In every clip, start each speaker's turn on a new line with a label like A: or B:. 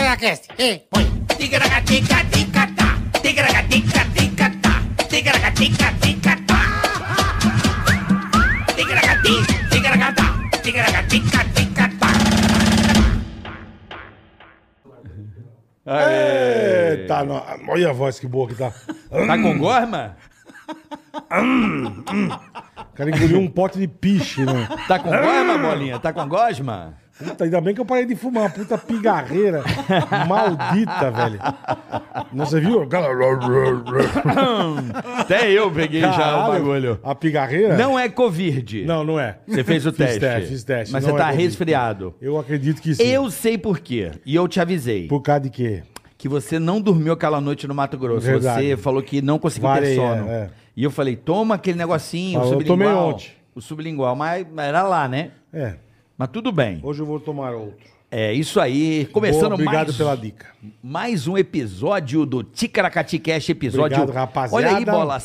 A: Ticaracast, ei, põe.
B: Ticaracatica, ticatá. Ticaracatica, ticatá. Ticaracatica, ticatá. Ticaracati, ticaracatá. Ticaracatica, ticatá.
C: Aê!
D: Eita, no... olha a voz que boa que tá.
C: Tá com gosma?
D: O cara engoliu um pote de piche, né?
C: Tá com gosma, bolinha? Tá com gosma?
D: Puta, ainda bem que eu parei de fumar. Puta pigarreira maldita, velho. Nossa, você viu?
C: Até eu peguei já é o bagulho.
D: A pigarreira?
C: Não é Covid.
D: Não, não é.
C: Você fez o
D: Fiz
C: teste.
D: teste, fiz teste.
C: Mas
D: Não
C: você
D: é
C: tá
D: Covid.
C: resfriado.
D: Eu acredito que sim.
C: Eu sei por quê. E eu te avisei.
D: Por causa de quê?
C: Que você não dormiu aquela noite no Mato Grosso.
D: Verdade.
C: Você falou que não conseguiu ter
D: Varei,
C: sono.
D: é, é.
C: E eu falei, toma aquele negocinho, o
D: Falou, eu
C: sublingual.
D: tomei ontem.
C: O sublingual. Mas mas era lá, né?
D: É.
C: Mas tudo bem.
D: Hoje eu vou tomar outro.
C: É isso aí. Começando
D: Boa, Obrigado
C: mais
D: pela dica.
C: Mais um episódio do Ticaracati Cash, episódio.
D: Obrigado, rapaziada.
C: Olha aí, bola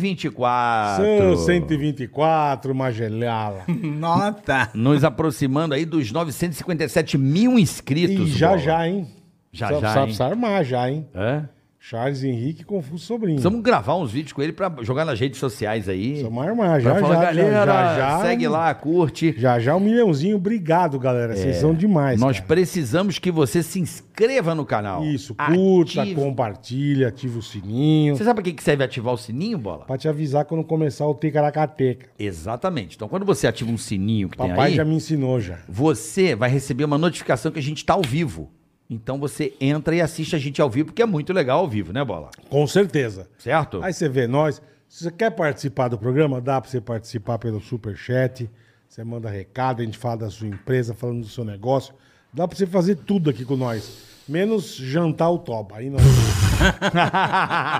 C: 124.
D: São 124, Magelala.
A: Nota.
C: Nos aproximando aí dos 957 mil
D: E
C: inscritos.
D: já
C: Bola.
D: já, hein?
C: Já
D: Sabe-
C: já,
D: Sabe
C: hein?
D: se armar já, hein?
C: Hã?
D: Charles Henrique Confuso Sobrinho.
C: Precisamos gravar uns vídeos com ele pra jogar nas redes sociais aí.
D: Precisamos armar já,
C: pra falar,
D: já, já,
C: galera,
D: já, já.
C: segue lá, curte.
D: Já já um milhãozinho, obrigado, galera. Vocês são
C: É,
D: demais.
C: Nós
D: cara.
C: precisamos que você se inscreva no canal.
D: Isso, curta,
C: Ative-
D: compartilha, ativa o sininho.
C: Você sabe pra que que serve ativar o sininho, bola?
D: Pra te avisar quando começar o Ticaracateca.
C: Exatamente. Então, quando você ativa um sininho que tem
D: Papai
C: aí...
D: já me ensinou já.
C: você vai receber uma notificação que a gente tá ao vivo. Então você entra e assiste a gente ao vivo, porque é muito legal ao vivo, né, Bola?
D: Com certeza.
C: Certo?
D: Aí você vê nós. Se você quer participar do programa, dá pra você participar pelo Superchat. Você manda recado, a gente fala da sua empresa, falando do seu negócio. Dá pra você fazer tudo aqui com nós. Menos jantar o toba. Aí não,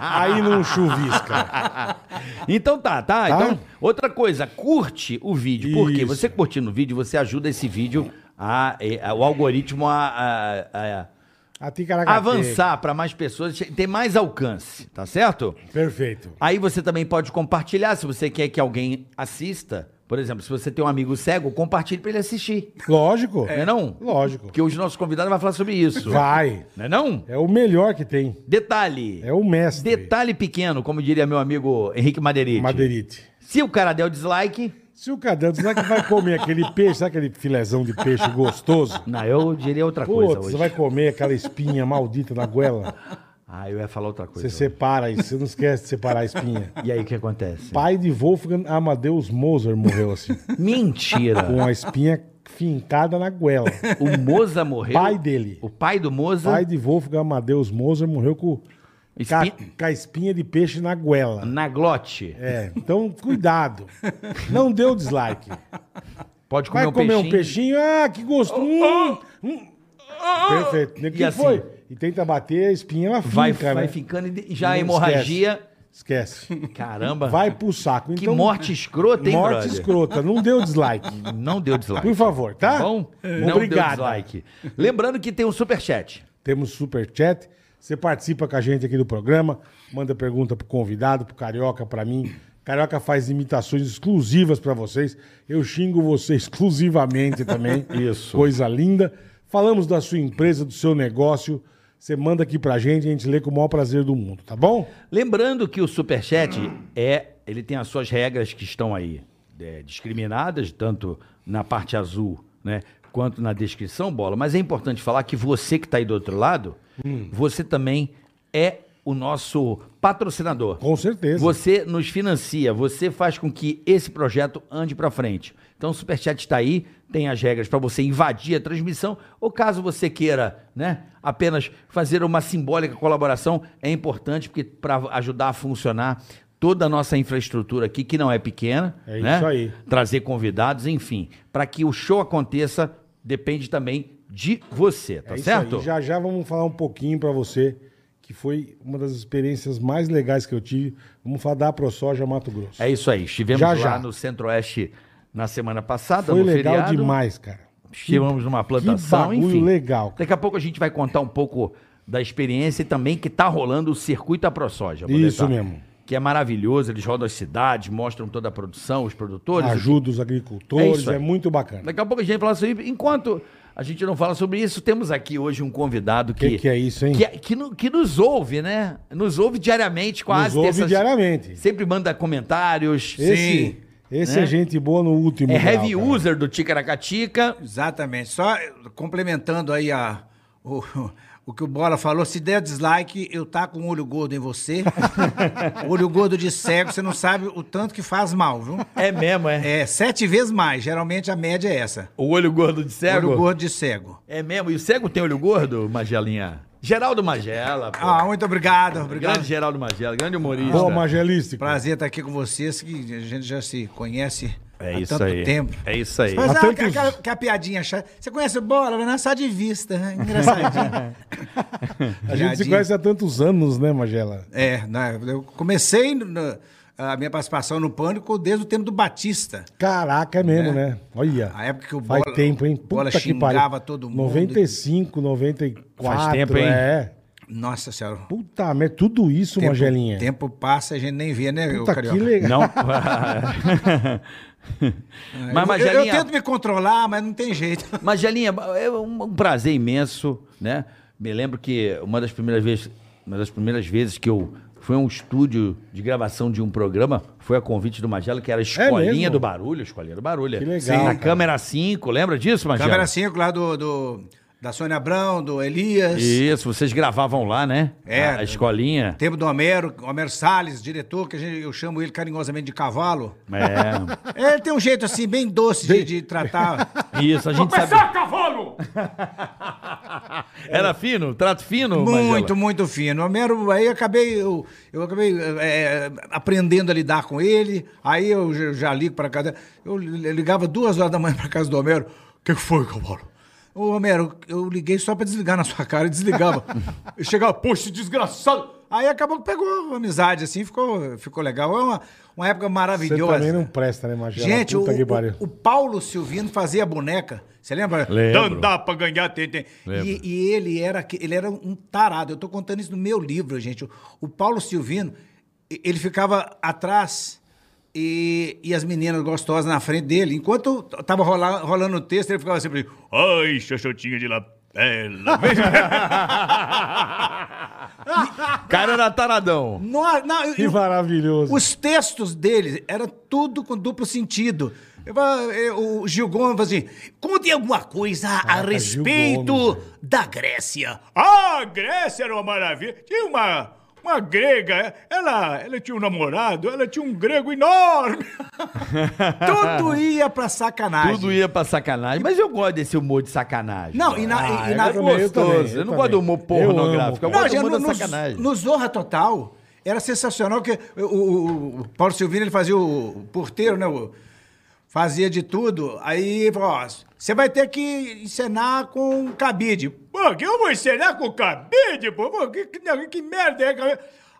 D: aí não chuvisca.
C: então tá, tá,
D: Tá?
C: Então, outra coisa, curte o vídeo. Por quê?
D: Isso.
C: Você curtindo o vídeo, você ajuda esse vídeo, a, eh, a- o algoritmo a, a- a-
D: A
C: a
D: Ticaracateca.
C: avançar para mais pessoas, che- ter mais alcance, tá certo?
D: Perfeito.
C: Aí você também pode compartilhar se você quer que alguém assista. Por exemplo, se você tem um amigo cego, compartilhe para ele assistir.
D: Lógico.
C: Não é não?
D: Lógico.
C: Porque hoje o nosso convidado vai falar sobre isso.
D: Vai.
C: Não é não?
D: É o melhor que tem.
C: Detalhe.
D: É o mestre.
C: Detalhe pequeno, como diria meu amigo Henrique Madeirite.
D: Madeirite.
C: Se o cara der o dislike,
D: Se o Cadão, será que vai comer aquele peixe, sabe aquele filezão de peixe gostoso?
C: não, eu diria outra coisa
D: Putz,
C: hoje.
D: você vai comer aquela espinha maldita na goela.
C: Ah, eu ia falar outra coisa.
D: Você separa isso, você não esquece de separar a espinha.
C: E assim? aí o que acontece?
D: Pai de Wolfgang Amadeus Mozart morreu assim,
C: Mentira.
D: com a espinha fincada na goela.
C: o Moza morreu.
D: Pai dele.
C: O pai do Moza.
D: Pai de Wolfgang Amadeus Mozart morreu com,
C: Espinha-
D: ca- com a espinha de peixe na goela.
C: Na glote.
D: É, então cuidado. Não dê o dislike.
C: Pode comer
D: Vai
C: um
D: comer
C: peixinho.
D: um peixinho? Ah, que gosto! Hum, hum. Perfeito. O que
C: assim?
D: foi? E tenta bater a espinha, ela fica,
C: Vai,
D: né?
C: vai ficando e de- já a
D: Não
C: hemorragia.
D: Esquece.
C: Caramba.
D: Vai pro saco.
C: Que
D: Então,
C: morte escrota, hein,
D: morte
C: brother?
D: escrota. Não deu dislike.
C: Não deu dislike.
D: Por favor, tá?
C: Tá bom? Não deu
D: Obrigado.
C: dislike. Lembrando que tem um superchat.
D: Temos superchat. Você participa com a gente aqui do programa, manda pergunta pro convidado, pro Carioca, pra mim. Carioca faz imitações exclusivas pra vocês. Eu xingo você exclusivamente também. Isso. Coisa linda. Falamos da sua empresa, do seu negócio. Você manda aqui pra gente, a gente lê com o maior prazer do mundo, tá bom?
C: Lembrando que o Superchat é, ele tem as suas regras que estão aí é, discriminadas, tanto na parte azul, né? Quanto na descrição, bola. Mas é importante falar que você que está aí do outro lado,
D: Hum.
C: você também é o nosso patrocinador.
D: Com certeza.
C: Você nos financia, você faz com que esse projeto ande pra frente. Então o Superchat está aí, tem as regras para você invadir a transmissão, ou caso você queira, né, apenas fazer uma simbólica colaboração, é importante porque para ajudar a funcionar toda a nossa infraestrutura aqui, que não é pequena,
D: É
C: né?
D: isso aí.
C: Trazer convidados, enfim, para que o show aconteça, depende também de você, tá
D: É isso
C: certo?
D: aí. Já já vamos falar um pouquinho pra você, que foi uma das experiências mais legais que eu tive. Vamos falar da ProSoja Mato Grosso.
C: É isso aí. Estivemos
D: Já,
C: lá
D: já.
C: no Centro-Oeste na semana passada,
D: Foi
C: no
D: legal
C: feriado.
D: demais, cara.
C: Estivemos numa plantação,
D: que bagulho
C: enfim.
D: legal. cara.
C: Daqui a pouco a gente vai contar um pouco da experiência e também que tá rolando o circuito AproSoja. Boletar.
D: Isso mesmo.
C: Que é maravilhoso, eles rodam as cidades, mostram toda a produção, os produtores.
D: Ajuda os
C: É
D: agricultores,
C: isso
D: é,
C: aí.
D: muito bacana.
C: Daqui a pouco a gente vai falar sobre enquanto A gente não fala sobre isso. Temos aqui hoje um convidado que.
D: Que que é isso, hein?
C: Que, que no- que nos ouve, né? Nos ouve diariamente, quase.
D: Nos ouve
C: terças-
D: diariamente.
C: Sempre manda comentários.
D: Esse,
A: Sim.
D: esse
C: Né?
D: é gente boa no último.
C: É
D: grau,
C: heavy
D: cara.
C: user do Ticaracatica.
A: Exatamente. Só complementando aí a, o, o que o Bola falou, se der dislike, eu taco um olho gordo em você. olho gordo de cego, você não sabe o tanto que faz mal, viu?
C: É mesmo, é.
A: É sete vezes mais, geralmente a média é essa.
C: O olho gordo de cego.
A: Olho gordo de cego.
C: É mesmo. E o cego tem olho gordo, Magelinha? Geraldo Magela. pô.
A: Ah, muito obrigado, obrigado.
C: Grande Geraldo Magela, grande humorista.
D: Boa, Magelístico.
A: Prazer estar aqui com vocês, que a gente já se conhece
C: É
A: há
C: isso
A: tanto
C: aí.
A: tempo.
C: É isso aí.
A: Mas
D: Há
A: a,
D: tantos-
A: aquela, aquela piadinha chata. Você conhece o Bola, mas não é só de vista, né? Engraçadinho.
D: A gente se
A: Piadinha.
D: conhece há tantos anos, né, Magela?
A: É, né, eu comecei no- no- a minha participação no Pânico desde o tempo do Batista.
D: Caraca, é mesmo, né? Olha.
A: A época que o
D: Faz
A: Bola-
D: tempo, hein?
A: o Bola
D: Puta que pariu.
A: xingava todo mundo.
D: 95, 94.
C: Faz tempo, hein?
D: É.
A: Nossa senhora. o
D: Puta merda, tudo isso,
A: Tempo,
D: Magelinha.
A: tempo passa e a gente nem vê, né, ô,
D: Puta que
A: Carioca?
D: legal.
C: Não.
A: Eu- eu,
C: Mas,
A: eu
C: Magelinha,
A: tento me controlar, mas não tem jeito.
C: Magelinha, é um um prazer imenso, né? Me lembro que uma das primeiras vezes, uma das primeiras vezes que eu fui a um estúdio de gravação de um programa, foi a convite do Magela, que era a Escolinha
D: mesmo?
C: do Barulho, Escolinha do Barulho.
D: Que legal,
C: Na
D: cara.
C: câmera 5, lembra disso, Magela?
A: Câmera 5 lá do, do- da Sônia Abrão, do Elias.
C: Isso, vocês gravavam lá, né?
A: É.
C: A, a Escolinha.
A: Tempo do Homero, Homero Salles, diretor, que a gente- eu chamo ele carinhosamente de cavalo.
C: É.
A: Ele tem um jeito assim, bem doce de, de tratar.
C: Isso, a gente sabe. Era fino, trato fino,
A: Muito,
C: Magela?
A: muito fino. Homero, aí eu acabei, eu, eu acabei eh, eh, aprendendo a lidar com ele. Aí eu já- já ligo para casa. Eu li- ligava duas horas da manhã para casa do Homero. O que que foi, cavalo? Ô, Homero, eu liguei só para desligar na sua cara e desligava. e chegava, poxa, desgraçado. Aí acabou que pegou amizade, assim, ficou, ficou legal. É uma, uma época
D: Você
A: maravilhosa.
D: também não presta, né, Magela?
A: Gente, o,
D: Puta que
A: o-
D: pariu.
A: o Paulo Silvino fazia boneca. Você lembra?
C: Lembro.
A: Não dá pra ganhar, tem, tem.
C: Lembro.
A: E, e ele, era, que- ele era um tarado. Eu tô contando isso no meu livro, gente. O, o Paulo Silvino, e- ele ficava atrás e, e as meninas gostosas na frente dele. Enquanto t- tava rola- rolando o texto, ele ficava sempre...
E: Ai, xoxotinha de lapela.
C: Cara era taradão.
A: Não, não, eu-
D: Que
A: eu-
D: maravilhoso.
A: Os textos dele eram tudo com duplo sentido. Eu falava, eh, O Gil Gomes falou assim: conte alguma coisa a
D: Caraca, Gil
A: respeito
D: Gomes,
A: da Grécia.
E: Ah, Grécia era uma maravilha. Tinha uma, uma grega, ela, ela tinha um namorado, ela tinha um grego enorme.
A: Tudo ia pra sacanagem.
C: Tudo ia pra sacanagem. Mas eu gosto desse humor de sacanagem.
A: Não, e na. e- e na-
C: é
D: também, eu
C: gostoso. Eu,
D: também, eu
C: não gosto do humor
D: também. Eu amo,
C: pornográfico.
A: Não,
C: Eu,
D: cara.
C: gosto do
A: já
C: humor
A: no,
C: da é sacanagem.
A: no, no Zorra Total era sensacional que o, o- o Paulo Silvino ele fazia o porteiro, né? o- fazia de tudo. Aí ele falou: ó, você vai ter que encenar com um cabide.
E: Pô, que eu vou encenar com o cabide, pô? Pô, que, que, que merda é, cabide?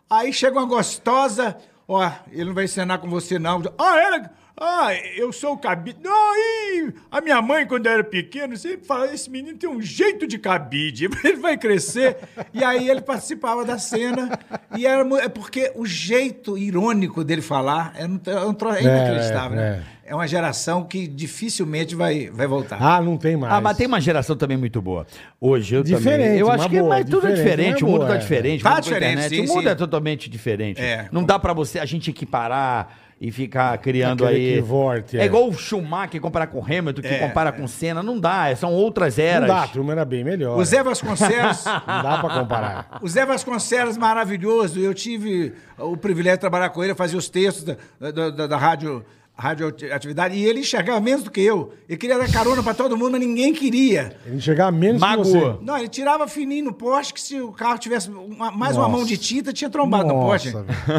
A: Aí chega uma gostosa, ó, ele não vai encenar com você não.
E: Ah, ela... Ah, eu sou o cabide. Não, e a minha mãe, quando eu era pequeno, sempre falava: esse menino tem um jeito de cabide.
A: Ele vai crescer. e aí ele participava da cena. E era mu- é porque o jeito irônico dele falar é, um tro- é um tro- é inacreditável,
D: é,
A: né? É. uma geração que dificilmente vai, vai voltar.
D: Ah, não tem mais.
C: Ah, mas tem uma geração também muito boa. Hoje eu também.
D: Diferente,
C: Eu
D: uma
C: acho que
D: boa,
C: mas tudo é
D: diferente,
C: diferente.
D: uma
C: o mundo
D: boa,
C: tá
D: é.
C: diferente.
A: Tá
C: o mundo com a
A: diferente,
C: internet,
A: sim,
C: o mundo
A: sim.
C: é totalmente diferente.
A: É,
C: não dá pra você a gente equiparar e ficar criando
D: Aquele
C: aí.
D: que vorte,
C: é.
D: é.
C: igual o Schumacher comparar com o Hamilton,
A: É,
C: que compara com Senna. Não dá, é, são outras
D: Não
C: eras.
D: dá, a turma era bem melhor.
A: O Zé Vasconcelos.
D: Não dá pra comparar.
A: O Zé Vasconcelos, maravilhoso. Eu tive o privilégio de trabalhar com ele, eu fazia os textos da, da, da- da rádio, radioatividade. E ele enxergava menos do que eu. Ele queria dar carona pra todo mundo, mas ninguém queria.
D: Ele chegava menos
C: Magoou.
D: que você.
A: Não, ele tirava fininho no poste, que se o carro tivesse uma- mais uma
D: Nossa.
A: mão de tinta, tinha trombado no poste.
D: Nossa, velho.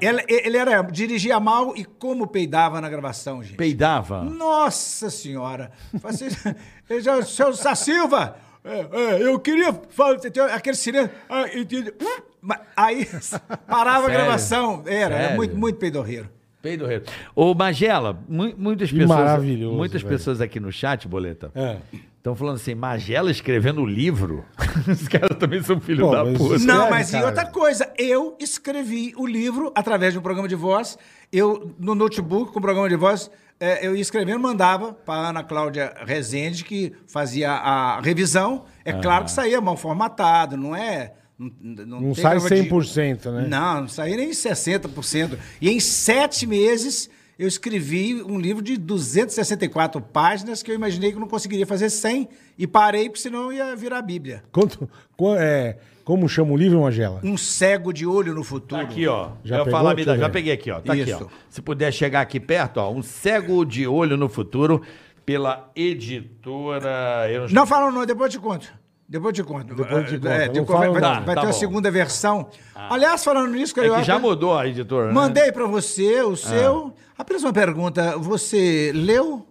A: Ele, ele era, dirigia mal e como peidava na gravação, gente.
C: Peidava.
A: Hum.
D: Tá.
A: Nossa senhora! Você, ele já- seu Sá Silva! é, é, eu queria falar, tem- tem aquele silêncio. ah, e- e- mas Aí parava
C: Sério?
A: a gravação. Era, era
C: Sério?
A: muito, muito peidorreiro.
C: Peido reto. Ô, Magela, mu- muitas pessoas.
D: maravilhoso,
C: muitas
D: velho.
C: pessoas aqui no chat, Boleta,
D: É.
C: Estão falando assim, Magela escrevendo livro. Os caras também são filho
D: Pô,
C: da
D: mas-
C: puta.
D: Escreve,
A: Não, mas
D: cara.
A: e outra coisa, eu escrevi o livro através de um programa de voz. Eu, no notebook, com o programa de voz, eh, eu ia escrevendo, mandava para Ana Cláudia Rezende, que fazia a revisão. É claro que saía mal formatado, não é. Não,
D: Não
A: tem
D: sai
A: negócio de-
D: 100%, né?
A: Não, não saía nem 60%. E em sete meses. Eu escrevi um livro de 264 páginas que eu imaginei que eu não conseguiria fazer 100 e parei, porque senão ia virar a Bíblia.
D: Quanto, qu- é, como chama o livro, Magela?
A: Um cego de olho no futuro.
C: Tá aqui, ó.
D: Já
C: Já eu
D: pegou?
C: falar,
D: Deixa eu
C: já
D: ver.
C: peguei aqui, ó. Tá aqui,
A: Isso.
C: ó. Se puder chegar aqui perto, ó. Um cego de olho no futuro pela editora. Eu
A: Não fala não, depois eu te conto. Depois eu te conto.
D: Depois eu te
A: É,
D: conto.
A: é,
D: Não
A: depois
D: fala
A: vai, vai-
C: não.
A: vai
C: Tá
A: ter a
C: bom. Ah.
A: segunda versão. Aliás, falando nisso,
C: É que
A: Carioca,
C: já mudou a editora. né? Ah.
A: mandei pra você o seu. Apenas uma pergunta. Você leu?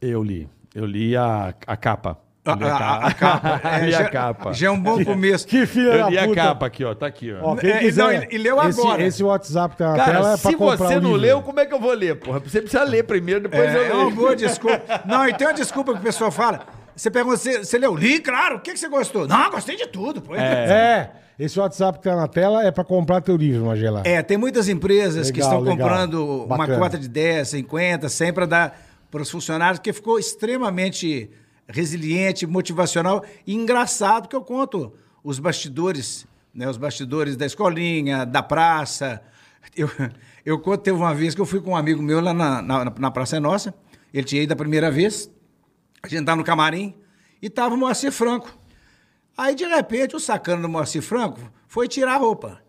C: Eu li. Eu li a, a capa.
A: A,
D: Ah,
C: Eu li a,
A: a- a capa.
C: capa.
A: É,
C: li
A: já,
C: a capa.
A: Já é um bom começo.
D: Que filha
C: Eu
D: da
C: li a
D: puta.
C: capa aqui, ó. Tá aqui, ó.
D: Ó, quem
A: É, e
D: quiser,
A: não, e- e leu
D: esse,
A: agora.
D: Esse WhatsApp que tá na tela
C: Cara,
D: é pra
C: se
D: comprar
C: você
D: o
C: não
D: livro.
C: leu, como é que eu vou ler, porra? Você precisa ler primeiro, depois eu
A: É, é uma
C: leio.
A: boa desculpa. Não, e tem uma desculpa que o pessoal fala. Você pergunta, você, você leu? Li, claro. O que, que você gostou? Não, gostei de tudo. Pô.
D: É, esse WhatsApp que tá na tela é pra comprar teu livro, Magela.
A: É, tem muitas empresas que
D: Legal,
A: estão
D: legal.
A: comprando
D: Bacana.
A: uma cota de 10, 50, 100 para dar para os funcionários, que ficou extremamente resiliente, motivacional e engraçado, porque eu conto os bastidores, né, os bastidores da escolinha, da praça. Eu, eu conto, teve uma vez que eu fui com um amigo meu lá na, na, na Praça é Nossa, ele tinha ido a primeira vez, a gente estava no camarim e estava o Moacir Franco. Aí, de repente, o sacano do Moacir Franco foi tirar a roupa.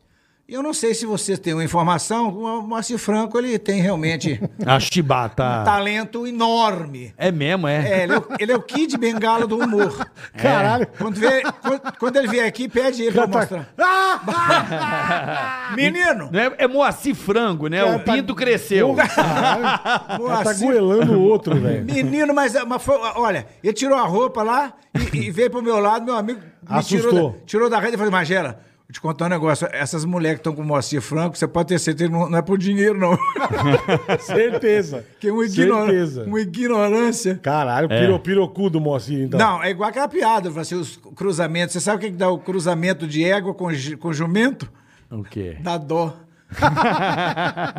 A: E Eu não sei se vocês têm uma informação, o Moacir Franco ele tem realmente um
C: A
D: Ah.
C: chibata.
D: Tá.
A: talento enorme.
C: É mesmo,
A: É,
C: é.
A: ele, é o, ele é o Kid Bengala do humor. É.
D: Caralho.
A: Quando, vê- quando- quando ele vier aqui, pede ele pra
D: Cara, tá-
A: mostrar.
D: Ah!
A: Menino,
C: Não é, é Moacir Frango, né? o
D: Cara, tá-
C: pinto cresceu.
D: Caralho, o cara tá
A: Moacir-
D: goelando o outro, velho.
A: menino, mas, mas foi- olha, ele tirou a roupa lá e, e veio pro meu lado, meu amigo me
D: Assustou.
A: tirou da, tirou da rede e falou, Magela, vou te contar um negócio, essas mulheres que estão com o Moacir Franco, você pode ter certeza, que não, não é por dinheiro, não.
D: Certeza.
A: Que Um é uma, ignora-
D: Certeza.
A: uma ignorância.
D: Caralho, piro, pirocu do Moacir, então.
A: Não, é igual aquela piada, fala assim, os cruzamentos. Você sabe o que, que dá o cruzamento de égua com, ju- com jumento?
C: O quê?
A: Dá dó.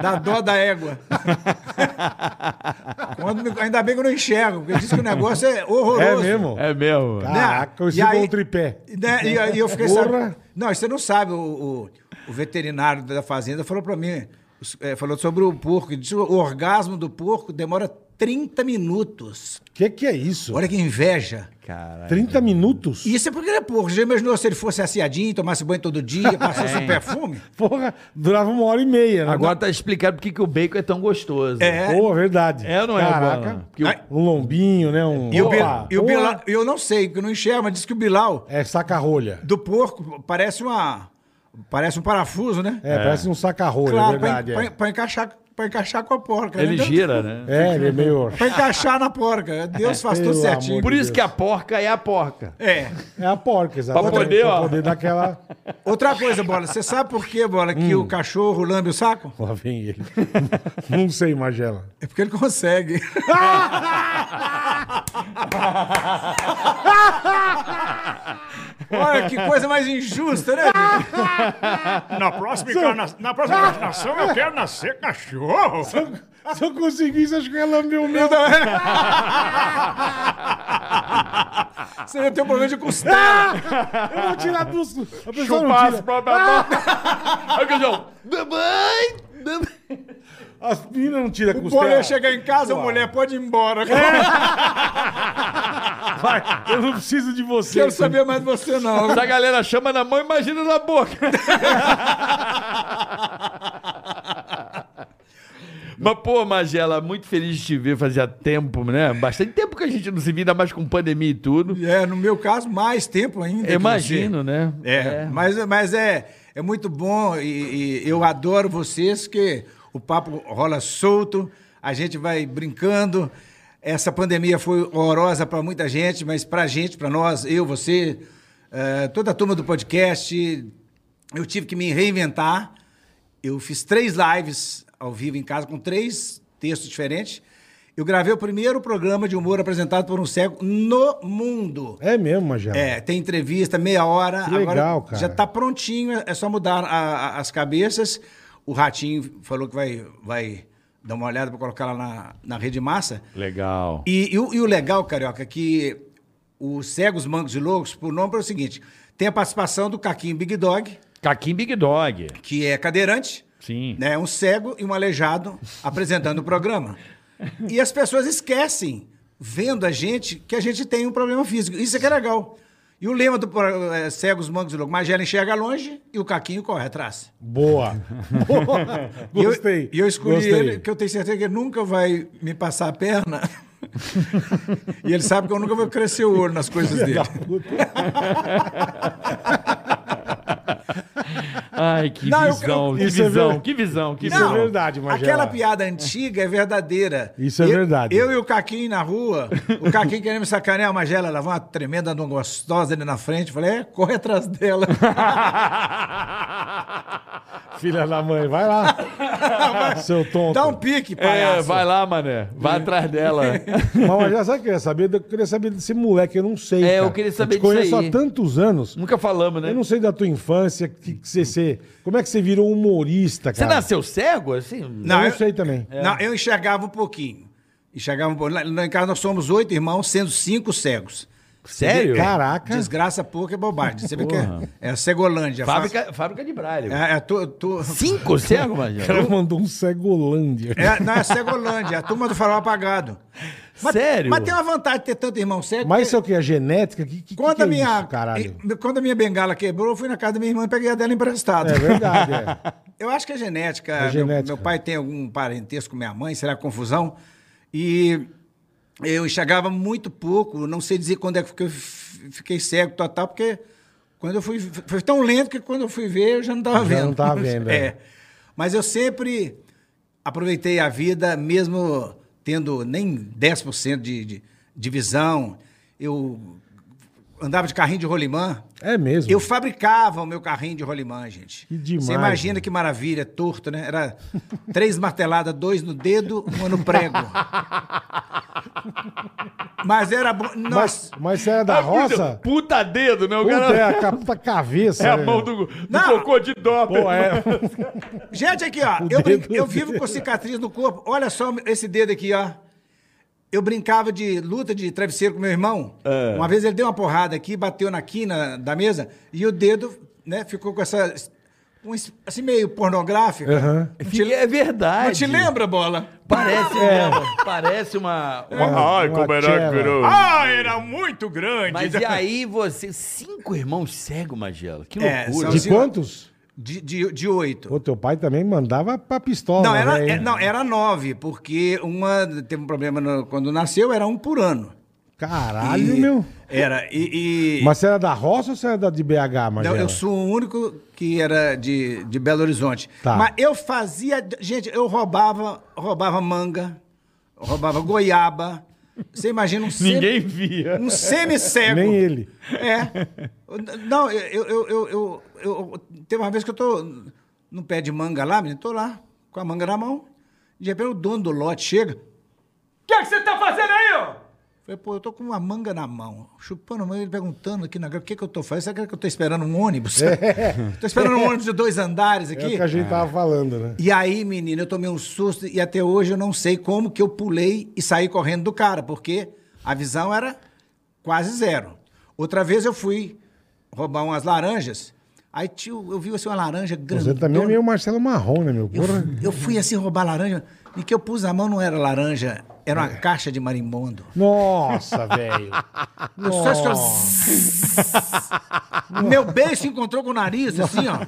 A: dá dó da égua. Quando me- ainda bem que eu não enxergo, porque diz que o negócio é
D: É
A: horroroso.
D: mesmo?
C: É mesmo.
A: Né?
D: Caraca, eu
A: E
D: sigo
A: aí-
D: um tripé.
A: né, E, aí eu fiquei
D: Porra.
A: sabendo. Não, você não sabe, o, o, o veterinário da fazenda falou pra mim, os- eh, falou sobre o porco, e disse o orgasmo do porco demora 30 minutos.
D: O que, que é isso?
A: Olha que inveja.
C: Caralho.
D: 30 minutos?
A: Isso é porque ele é porco. Já imaginou se ele fosse assiadinho, tomasse banho todo dia, passasse um perfume?
D: Porra, durava uma hora e meia, né?
C: Agora tá explicado por que que o bacon é tão gostoso.
A: É.
D: Pô, verdade.
C: É ou não é,
D: Caraca.
C: Bola? Porque o-
A: Ai.
D: Um lombinho, né? Um...
A: E o, Bil-
D: Opa,
A: e o
D: porra.
A: Bilal, eu não sei, porque eu não enxergo, mas diz que o Bilal
D: É saca-rolha.
A: do porco parece uma. Parece um parafuso, né?
D: É, parece um saca-rolha, é
A: claro,
D: verdade.
A: pra, en-
D: é.
A: pra, pra encaixar, pra encaixar com a porca.
C: Ele
A: né? Deus-
C: gira, né?
D: É, ele é meio...
A: Pra encaixar na porca. Deus faz
D: Pelo
A: tudo certinho.
C: Por
D: Meu
C: isso
D: Deus.
C: que a porca é a porca.
A: É.
D: É a porca, exatamente.
C: poder, ó.
D: poder dar aquela...
A: Outra coisa, Bola, você sabe por que, Bola, que o cachorro lambe o saco?
D: Lá vem ele. não sei, Magela.
A: É porque ele consegue. Olha que coisa mais injusta, né? gente?
E: Na próxima, encarna... na próxima encarnação eu quero nascer cachorro.
D: Se eu conseguisse, acho que ela lambeu o meu.
A: Você já tem um problema de costela.
D: Eu vou tirar dos... A pessoa não
C: Chupar as
D: tira.
C: próprias porcas. Olha o cachorro. Mamãe! mamãe.
D: As meninas não tiram
A: Pô,
D: costela.
A: eu chegar em casa, a mulher pode ir embora.
D: Vai, eu não preciso de você.
A: Quero saber mais de você, não.
C: Essa galera chama na mão, imagina na boca. Mas, pô, Magela, muito feliz de te ver. Fazia tempo, né? Bastante tempo que a gente não se via, ainda mais com pandemia e tudo.
A: É, no meu caso, mais tempo ainda. que
C: Imagino, né?
A: você. É, mas, mas é, é muito bom e, e eu adoro vocês, que o papo rola solto, a gente vai brincando. Essa pandemia foi horrorosa para muita gente, mas para gente, para nós, eu, você, eh, toda a turma do podcast, eu tive que me reinventar. Eu fiz três lives ao vivo em casa com três textos diferentes. Eu gravei o primeiro programa de humor apresentado por um cego no mundo.
D: É mesmo, Magela?
A: É, tem entrevista, meia hora.
D: Que legal, cara.
A: Já tá prontinho, é só mudar a- a- as cabeças. O Ratinho falou que vai, vai dar uma olhada para colocar lá na, na rede massa.
C: Legal.
A: E, e o, e o legal, Carioca, é que os cegos, mangos e loucos, por nome, é o seguinte: tem a participação do Caquinho Big Dog,
C: Caquim Big Dog.
A: que é cadeirante,
C: Sim.
A: né, um cego e um aleijado apresentando o programa. E as pessoas esquecem, vendo a gente, que a gente tem um problema físico. Isso é que é legal. E o lema do pro- é, Cegos, Mangos e Loucos, Magela enxerga longe e o Caquinho corre atrás.
D: Boa. Boa.
A: E eu-
D: Gostei.
A: E eu, escolhi
D: Gostei.
A: ele, que eu tenho certeza que ele nunca vai me passar a perna. e ele sabe que eu nunca vou crescer o olho nas coisas dele.
C: Ai, que
A: Não, eu-
C: visão,
A: eu-
C: que
D: isso é
C: visão,
D: ver-
C: que visão, que
D: isso é
C: visão.
D: verdade. Magela.
A: Aquela piada antiga é verdadeira.
D: Isso é
A: Eu-
D: verdade.
A: Eu e o Caquinho na rua, o Caquinho querendo me sacanear, a Magela, ela vai uma tremenda de uma gostosa ali na frente. Eu Falei, é, corre atrás dela.
D: Filha da mãe, vai lá. Seu tonto.
A: Dá um pique,
C: É,
A: palhaço.
C: vai lá, mané. Vai atrás dela.
D: Mas, Magela, sabe o que eu queria saber? Eu queria saber desse moleque, eu não sei.
C: É, eu
D: cara.
C: queria saber
D: eu te conheço
C: disso aí.
D: há tantos anos.
C: Nunca falamos, né?
D: Eu não sei da tua infância, que que você, você- como é que você virou humorista,
C: Você
D: cara?
C: nasceu cego, assim?
D: Eu não
A: eu-
D: sei também.
A: É. Não, eu enxergava um pouquinho. Enxergava um pouquinho. Lá, lá em casa nós somos oito irmãos, sendo cinco cegos.
C: Sério?
D: Caraca.
A: Desgraça pouca é bobagem. Você vê que
C: Porra.
A: é, é a Cegolândia.
C: Fábrica, fábrica de Braille.
A: É, é, tu- tu-
C: Cinco cego,
D: O
C: Magela?
D: cara mandou um cegolândia.
A: é, não, é a Cegolândia, é a turma do farol apagado.
C: Sério?
A: Mas tem uma vantagem de ter tanto irmão cego.
D: Mas isso é o que? A genética? Que, que,
A: Quando,
D: que
A: a minha,
D: é isso, caralho?
A: e- quando a minha bengala quebrou, eu fui na casa da minha irmã e peguei a dela emprestada.
D: É verdade, é.
A: Eu acho que é genética.
D: É
A: Meu-
D: genética.
A: Meu, pai tem algum parentesco com minha mãe, será confusão? E eu enxergava muito pouco, não sei dizer quando é que eu f- fiquei cego total, porque quando eu fui. Foi tão lento que quando eu fui ver, eu já não estava
D: Já
A: vendo.
D: não tava vendo, é.
A: É. Mas eu sempre aproveitei a vida, mesmo tendo nem 10% de, de, de visão. Eu andava de carrinho de rolimã.
D: É mesmo.
A: Eu fabricava o meu carrinho de rolimã, gente.
D: Que demais,
A: Você imagina
D: né?
A: que maravilha, torto, né? Era três marteladas, dois no dedo, uma no prego. Mas era bom.
D: Mas,
A: Nossa.
D: mas você era da
C: Ah, puta-
D: roça?
C: Puta dedo, né? O
D: Puta, é
C: cara...
D: a ca- puta cabeça.
C: É a
D: né?
C: mão do, do
A: Não.
C: cocô de dobra.
D: Pô, é.
A: Gente, aqui, ó.
D: O
A: Eu, brin-
D: dedo no
A: eu vivo
D: dedo.
A: com cicatriz no corpo. Olha só esse dedo aqui, ó. Eu brincava de luta de travesseiro com meu irmão.
D: É.
A: Uma vez ele deu uma porrada aqui, bateu na quina da mesa e o dedo, né, ficou com essa. um es- assim, meio pornográfico.
D: Aham.
C: Fiquei- É verdade.
A: Não te lembra, bola?
C: Parece, lembra? Parece uma...
E: É.
D: Ai, como era que virou.
E: Ah, era muito grande.
C: Mas e aí você... Cinco irmãos cegos, Magela. Que
A: É,
C: loucura.
A: são-
D: De quantos?
A: De, de, de oito.
D: O teu pai também mandava pra pistola.
A: Não era,
D: velho.
A: é- não, era nove, porque uma teve um problema no- quando nasceu, era um por ano.
D: Caralho,
A: E-
D: meu.
A: Era. E. e-
D: Mas você era da roça ou você era da- de BH,
A: não,
D: Magela?
A: eu sou o único que era de, de Belo Horizonte.
D: Tá.
A: Mas eu fazia. Gente, eu roubava, roubava manga, roubava goiaba. Você imagina um semi-
C: Ninguém via.
A: Um semi-cego.
D: Nem ele.
A: É. Não, eu, eu, eu, eu, eu- Teve uma vez que eu tô num pé de manga lá, menino, tô lá, com a manga na mão. De repente o dono do lote chega. O que é que você tá fazendo aí, ó? Falei, pô, eu tô com uma manga na mão, chupando a manga, ele perguntando aqui na grama, o que que eu tô fazendo? Será que eu tô esperando um ônibus? Tô esperando um ônibus de dois andares
D: É o
A: aqui?
D: que a gente tava falando, né?
A: E aí, menino, eu tomei um susto e até hoje eu não sei como que eu pulei e saí correndo do cara, porque a visão era quase zero. Outra vez eu fui roubar umas laranjas, aí tio, eu vi assim uma laranja grande.
D: Você também é meio Marcelo Marrom, né, meu? Porra.
A: Eu fui assim roubar laranja, e que eu pus a mão não era laranja, era
D: É.
A: uma caixa de marimbondo.
D: Nossa, velho.
A: Eu só escutava- Meu beijo se encontrou com o nariz, assim, ó.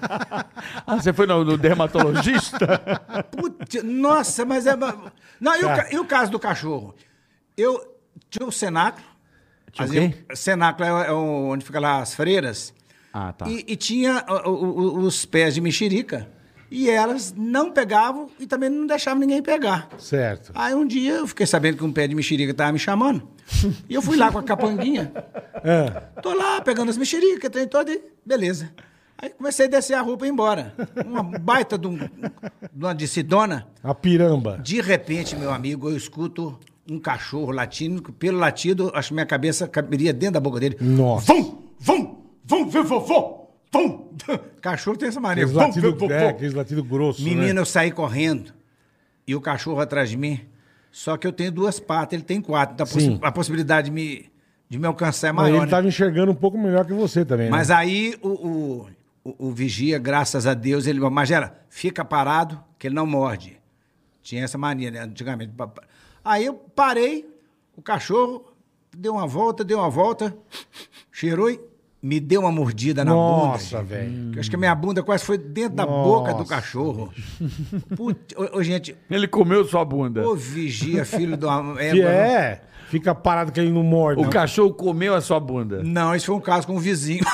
C: Ah, você foi no, no dermatologista?
A: Putz, nossa, mas é. Não,
C: Tá.
A: e o, ca- e o caso do cachorro? Eu tinha um cenáculo.
C: Tinha o
A: fazia-
C: quê?
A: Cenáculo é, é onde fica lá as freiras.
C: Ah, tá.
A: E, e tinha ó, o- o- os pés de mexerica. E elas não pegavam e também não deixavam ninguém pegar.
D: Certo.
A: Aí um dia eu fiquei sabendo que um pé de mexerica tava me chamando. E eu fui lá com a capanguinha.
D: É.
A: Tô lá pegando as mexericas, trem todo e beleza. Aí comecei a descer a roupa e ir embora. Uma baita de, um, de uma decidona.
D: A piramba.
A: De repente, meu amigo, eu escuto um cachorro latindo, que pelo latido, acho que minha cabeça caberia dentro da boca dele.
D: Nossa.
A: Vão, vão, vão ver vovô. Vão. Cachorro tem essa mania.
D: Aqueles
A: Vão ver
D: latidos
A: vovô.
D: é, aqueles latidos grossos,
A: Menino,
D: né?
A: eu saí correndo e o cachorro atrás de mim. Só que eu tenho duas patas, ele tem quatro. Então a, possi-
D: Sim.
A: a possibilidade de me, de me alcançar é
D: Mas
A: maior.
D: ele
A: né?
D: tava enxergando um pouco melhor que você também, né?
A: Mas aí o, o, o- o vigia, graças a Deus, ele falou, Magera, fica parado que ele não morde. Tinha essa mania, né? Antigamente. Pa- pa- Aí eu parei, o cachorro deu uma volta, deu uma volta, cheirou e me deu uma mordida na
D: Nossa,
A: bunda.
D: velho.
A: gente. Que eu Acho que a minha bunda quase foi dentro da
D: Nossa,
A: boca do cachorro. Put... Ô, ô, gente,
C: Ele comeu sua bunda.
A: ô vigia, filho do...
D: Que é, fica parado que ele não morde. né?
C: O
D: não.
C: cachorro comeu a sua bunda.
A: Não, isso foi um caso com um vizinho.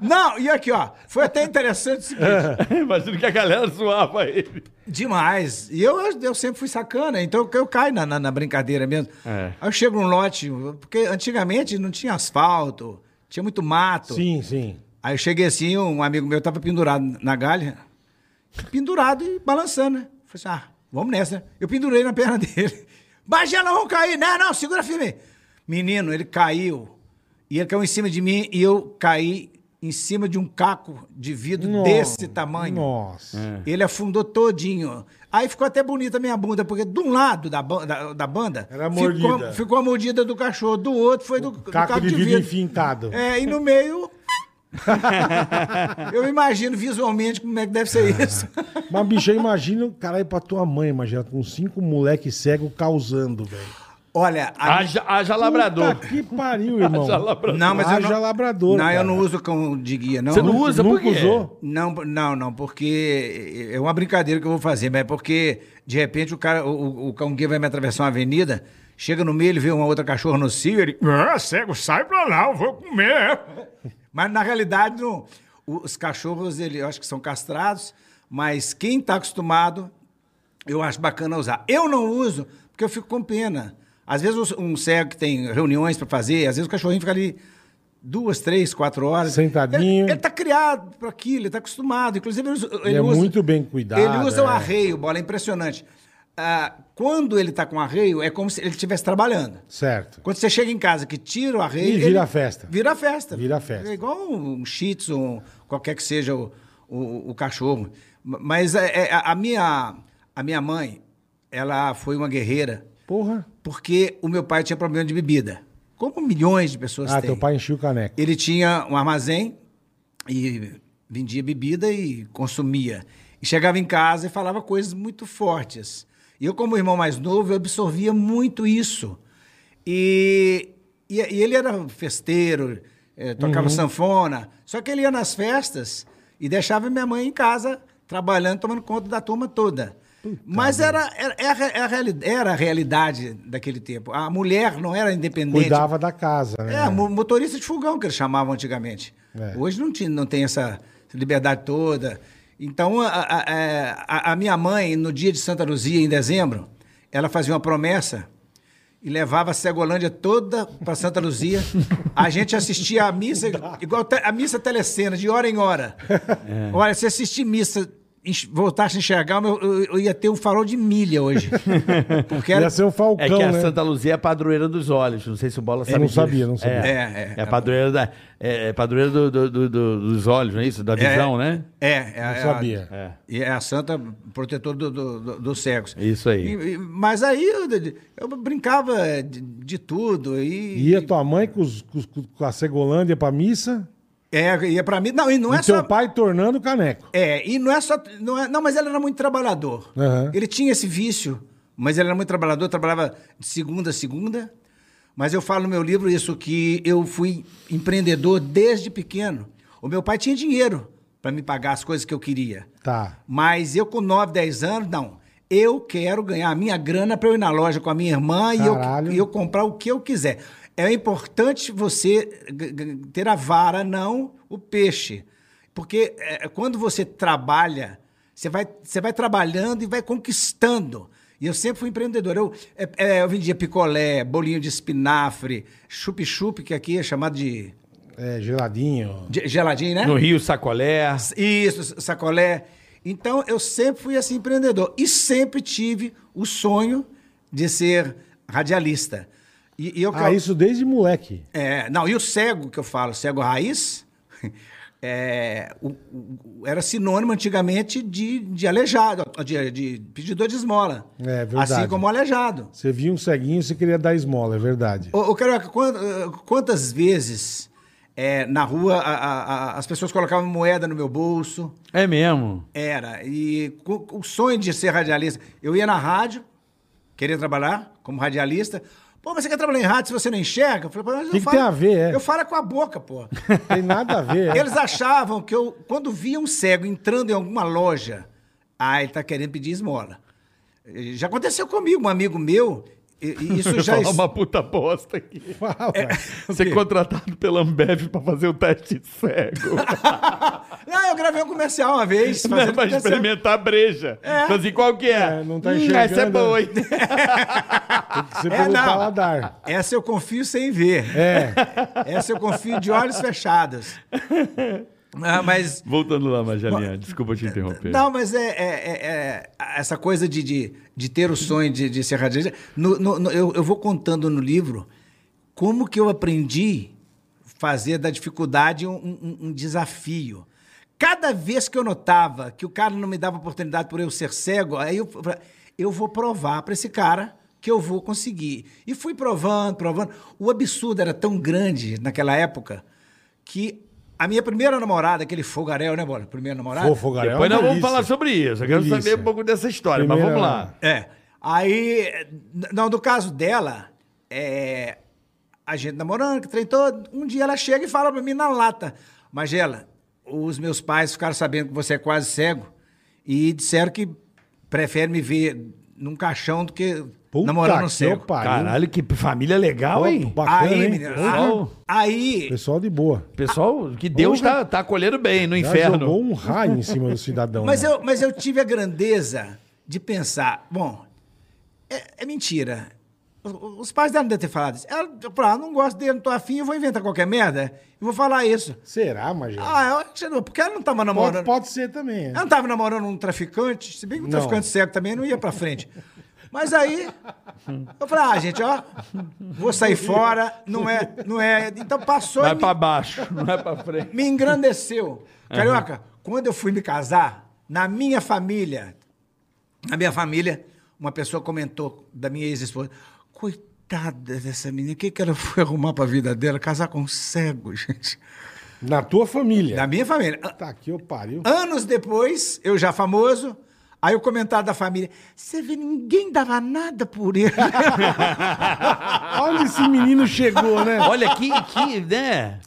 A: Não, e aqui, ó, foi até interessante o seguinte,
C: Imagina que a galera zoava ele.
A: demais. E eu, eu sempre fui sacana, então eu, eu caio na, na- na brincadeira mesmo.
C: É.
A: Aí eu chego num lote, porque antigamente não tinha asfalto, tinha muito mato.
D: Sim, sim.
A: Aí eu cheguei assim, um amigo meu tava pendurado na galha, pendurado e balançando, né? Falei assim, ah, vamos nessa. né? Eu pendurei na perna dele. Bagé, não vamos cair. Não, não, segura firme. Menino, ele caiu. E ele caiu em cima de mim e eu caí em cima de um caco de vidro
D: No-
A: desse tamanho.
D: Nossa.
C: É.
A: Ele afundou todinho. Aí ficou até bonita a minha bunda, porque de um lado da, ban- da, da banda
D: Era a
A: ficou,
D: mordida.
A: ficou a mordida do cachorro, do outro foi do, do
D: Caco de vidro enfintado.
A: é, e no meio. eu imagino visualmente como é que deve ser isso.
D: Mas, bicho, eu imagino, caralho, pra tua mãe, imagina, com cinco moleque cego causando, velho.
A: Olha, a
C: Haja, haja labrador.
D: Puta que pariu, irmão.
C: Haja labrador.
A: não, mas eu
D: Haja
A: não,
D: labrador,
A: Não,
D: cara.
A: eu não uso cão de guia, não.
C: Você não usa?
D: Nunca
C: Por quê?
D: usou?
A: Não, não, não, porque é uma brincadeira que eu vou fazer, mas é porque de repente o cara, o, o- o cão guia vai me atravessar uma avenida, chega no meio, ele vê uma outra cachorra no cio, ele,
E: Ah, cego, sai pra lá, eu vou comer.
A: Mas na realidade, não. O- os cachorros, ele, eu acho que são castrados, mas quem está acostumado, eu acho bacana usar. Eu não uso, porque eu fico com pena. Às vezes os- um cego que tem reuniões para fazer, às vezes o cachorrinho fica ali duas, três, quatro horas.
D: Sentadinho.
A: Ele está criado para aquilo, ele está acostumado. Inclusive, ele, usa- ele
D: é
A: usa-
D: muito bem cuidado,
A: Ele usa o
D: é.
A: arreio, bola, é impressionante. Ah, quando ele está com arreio, é como se ele estivesse trabalhando.
D: Certo.
A: Quando você chega em casa que tira o arreio.
D: E vira
A: ele-
D: festa.
A: Vira festa.
D: Vira festa.
A: É igual um shih tzu, um- qualquer que seja o, o, o cachorro. M- Mas é- é, a, a minha, a minha mãe, ela foi uma guerreira
D: Porra.
A: porque o meu pai tinha problema de bebida. Como milhões de pessoas
D: Ah,
A: têm.
D: teu pai enchia o caneco.
A: Ele tinha um armazém e vendia bebida e consumia. E chegava em casa e falava coisas muito fortes. E eu, como irmão mais novo, eu absorvia muito isso. E, e, e ele era festeiro, eh, tocava sanfona. Só que ele ia nas festas e deixava minha mãe em casa, trabalhando, tomando conta da turma toda. Mas era, era, era, a reali- era a realidade daquele tempo. A mulher não era independente.
D: Cuidava da casa, né?
A: É, mo- motorista de fogão que eles chamavam antigamente.
D: É.
A: Hoje não, tinha, não tem essa liberdade toda. Então, a, a- a- a- a minha mãe, no dia de Santa Luzia, em dezembro, ela fazia uma promessa e levava a Cegolândia toda para Santa Luzia. A gente assistia a missa, igual te- a missa telecena, de hora em hora. Olha, se assistir missa, enx- voltasse a enxergar, eu, eu- eu ia ter um farol de milha hoje. Porque era
D: Ia ser um
C: É
D: falcão,
C: que a
D: né?
C: Santa Luzia é a padroeira dos olhos. Não sei se o Bola sabe
D: não
C: disso.
D: sabia, não sabia.
C: É,
A: É, é.
C: é, a padroeira, da, é, é padroeira do- do- do- do- dos olhos, não é isso? Da visão, né?
A: É, é, é,
D: Não sabia.
C: É.
A: E é a santa protetora do, do, do- dos cegos.
C: Isso aí.
A: E- e- mas aí eu, eu brincava de, de tudo. E,
D: Ia tua mãe com, os- com os- com a Cegolândia pra missa
A: É, ia pra mim. Não, e não é
D: e teu
A: só.
D: pai tornando o caneco.
A: É, e não é só. Não, é- não, mas ele era muito trabalhador.
D: Aham.
A: Ele tinha esse vício, mas ele era muito trabalhador, trabalhava de segunda a segunda. Mas eu falo no meu livro isso, que eu fui empreendedor desde pequeno. O meu pai tinha dinheiro para me pagar as coisas que eu queria.
D: Tá.
A: Mas eu com 9, 10 anos, não. Eu quero ganhar a minha grana para eu ir na loja com a minha irmã e eu,
D: Caralho.
A: e eu comprar o que eu quiser. É importante você g- g- ter a vara, não o peixe. Porque é, quando você trabalha, você vai, você vai trabalhando e vai conquistando. E eu sempre fui empreendedor. Eu, é- é, eu vendia picolé, bolinho de espinafre, chup-chup, que aqui é chamado de,
D: É, geladinho.
A: de geladinho, né?
C: No Rio, sacolé.
A: Isso, sacolé. Então, eu sempre fui esse empreendedor e sempre tive o sonho de ser radialista. E, e eu
D: Ah, isso desde moleque.
A: é, não, e o cego que eu falo, cego raiz, é, o- o- era sinônimo antigamente de, de aleijado, de, de pedidor de esmola.
D: É, verdade.
A: Assim como aleijado.
D: Você via um ceguinho, você queria dar esmola, é verdade.
A: Ô, ô, Carioca, quan- eh, quantas vezes eh, na rua a- a- a- as pessoas colocavam moeda no meu bolso?
C: É mesmo.
A: Era. E co- o sonho de ser radialista. Eu ia na rádio, queria trabalhar como radialista. Pô, mas você quer trabalhar em rádio se você não enxerga? Eu falei, pô, mas eu
D: Que que tem a ver, é?
A: Eu falo com a boca, pô.
D: Tem nada a ver. é.
A: Eles achavam que eu, quando via um cego entrando em alguma loja, ah, ele tá querendo pedir esmola. Eh, Já aconteceu comigo, um amigo meu, e- e isso já.
F: Falar uma puta bosta aqui.
D: Fala.
F: Ser contratado pela Ambev pra fazer o teste de cego.
A: Não, eu gravei um comercial uma vez.
F: Né,
A: fazendo
F: pra
A: comercial.
F: experimentar a breja. É. Assim, qual que é?
D: É, não tá
F: Essa é
D: enxergando.
F: boa, hein?
D: Você
A: É,
D: pelo
A: não.
D: paladar.
A: Essa eu confio sem ver.
D: É.
A: Essa eu confio de olhos fechados. Ah, mas.
F: Voltando lá, Majalinha, desculpa te interromper.
A: Não, mas é, é- é- é essa coisa de, de, de ter o sonho de, de ser radialista. No- no- no- eu, eu vou contando no livro como que eu aprendi fazer da dificuldade um, um- um desafio. Cada vez que eu notava que o cara não me dava oportunidade por eu ser cego, aí eu, fa- eu vou provar para esse cara que eu vou conseguir. E fui provando, provando. O absurdo era tão grande naquela época que a minha primeira namorada, aquele fogaréu, né, Bola? Primeira namorada.
D: Pô, Fogarel.
F: Depois
D: é uma
F: nós vamos
D: delícia.
F: falar sobre isso. Eu quero
D: Delícia.
F: saber um pouco dessa história, mas
D: Primeira-
F: vamos lá.
A: É. Aí, n- não, no caso dela, é, a gente namorando, que trem todo, um dia ela chega e fala pra mim na lata, Magela, os meus pais ficaram sabendo que você é quase cego e disseram que prefere me ver num caixão do que
D: Puta
A: namorando um
D: que
A: cego.
D: pariu.
C: Caralho, que família legal,
D: Opa,
C: hein?
D: Bacana,
A: aí,
D: hein?
A: menino,
C: Pessoal.
A: a- aí,
D: Pessoal de boa.
C: Pessoal, que Deus
D: Porra.
C: tá, tá acolhendo bem no
D: Já
C: inferno.
D: jogou um raio em cima do cidadão.
A: Mas
D: né?
A: eu, mas eu tive a grandeza de pensar, bom, é, é mentira. O- Os pais dela não devem ter falado isso. Ela, eu falei, ah, não gosto dele, não tô afim, eu vou inventar qualquer merda e vou falar isso.
D: Será, Magela?
A: Ah, eu acho que não, porque ela não tava namorando.
D: Tá. pode, pode ser também. é.
A: Ela não tava namorando um traficante, se bem que um
D: Não.
A: traficante cego também não ia pra frente. Mas aí, eu falei, ah, gente, ó, vou sair fora, não é, não é. Então passou e
C: Vai
A: me-
C: pra baixo, não
F: é
C: vai pra frente.
A: me engrandeceu. Carioca, quando eu fui me casar, na minha família, na minha família, uma pessoa comentou da minha ex-esposa, coitada dessa menina, o que, que ela foi arrumar para a vida dela? Casar com um cego, gente.
D: Na tua família.
A: Na minha família.
D: Tá aqui, eu pariu.
A: Anos depois, eu já famoso, aí o comentário da família, você vê, ninguém dava nada por ele.
D: Olha esse menino chegou, né?
C: Olha que, que, né?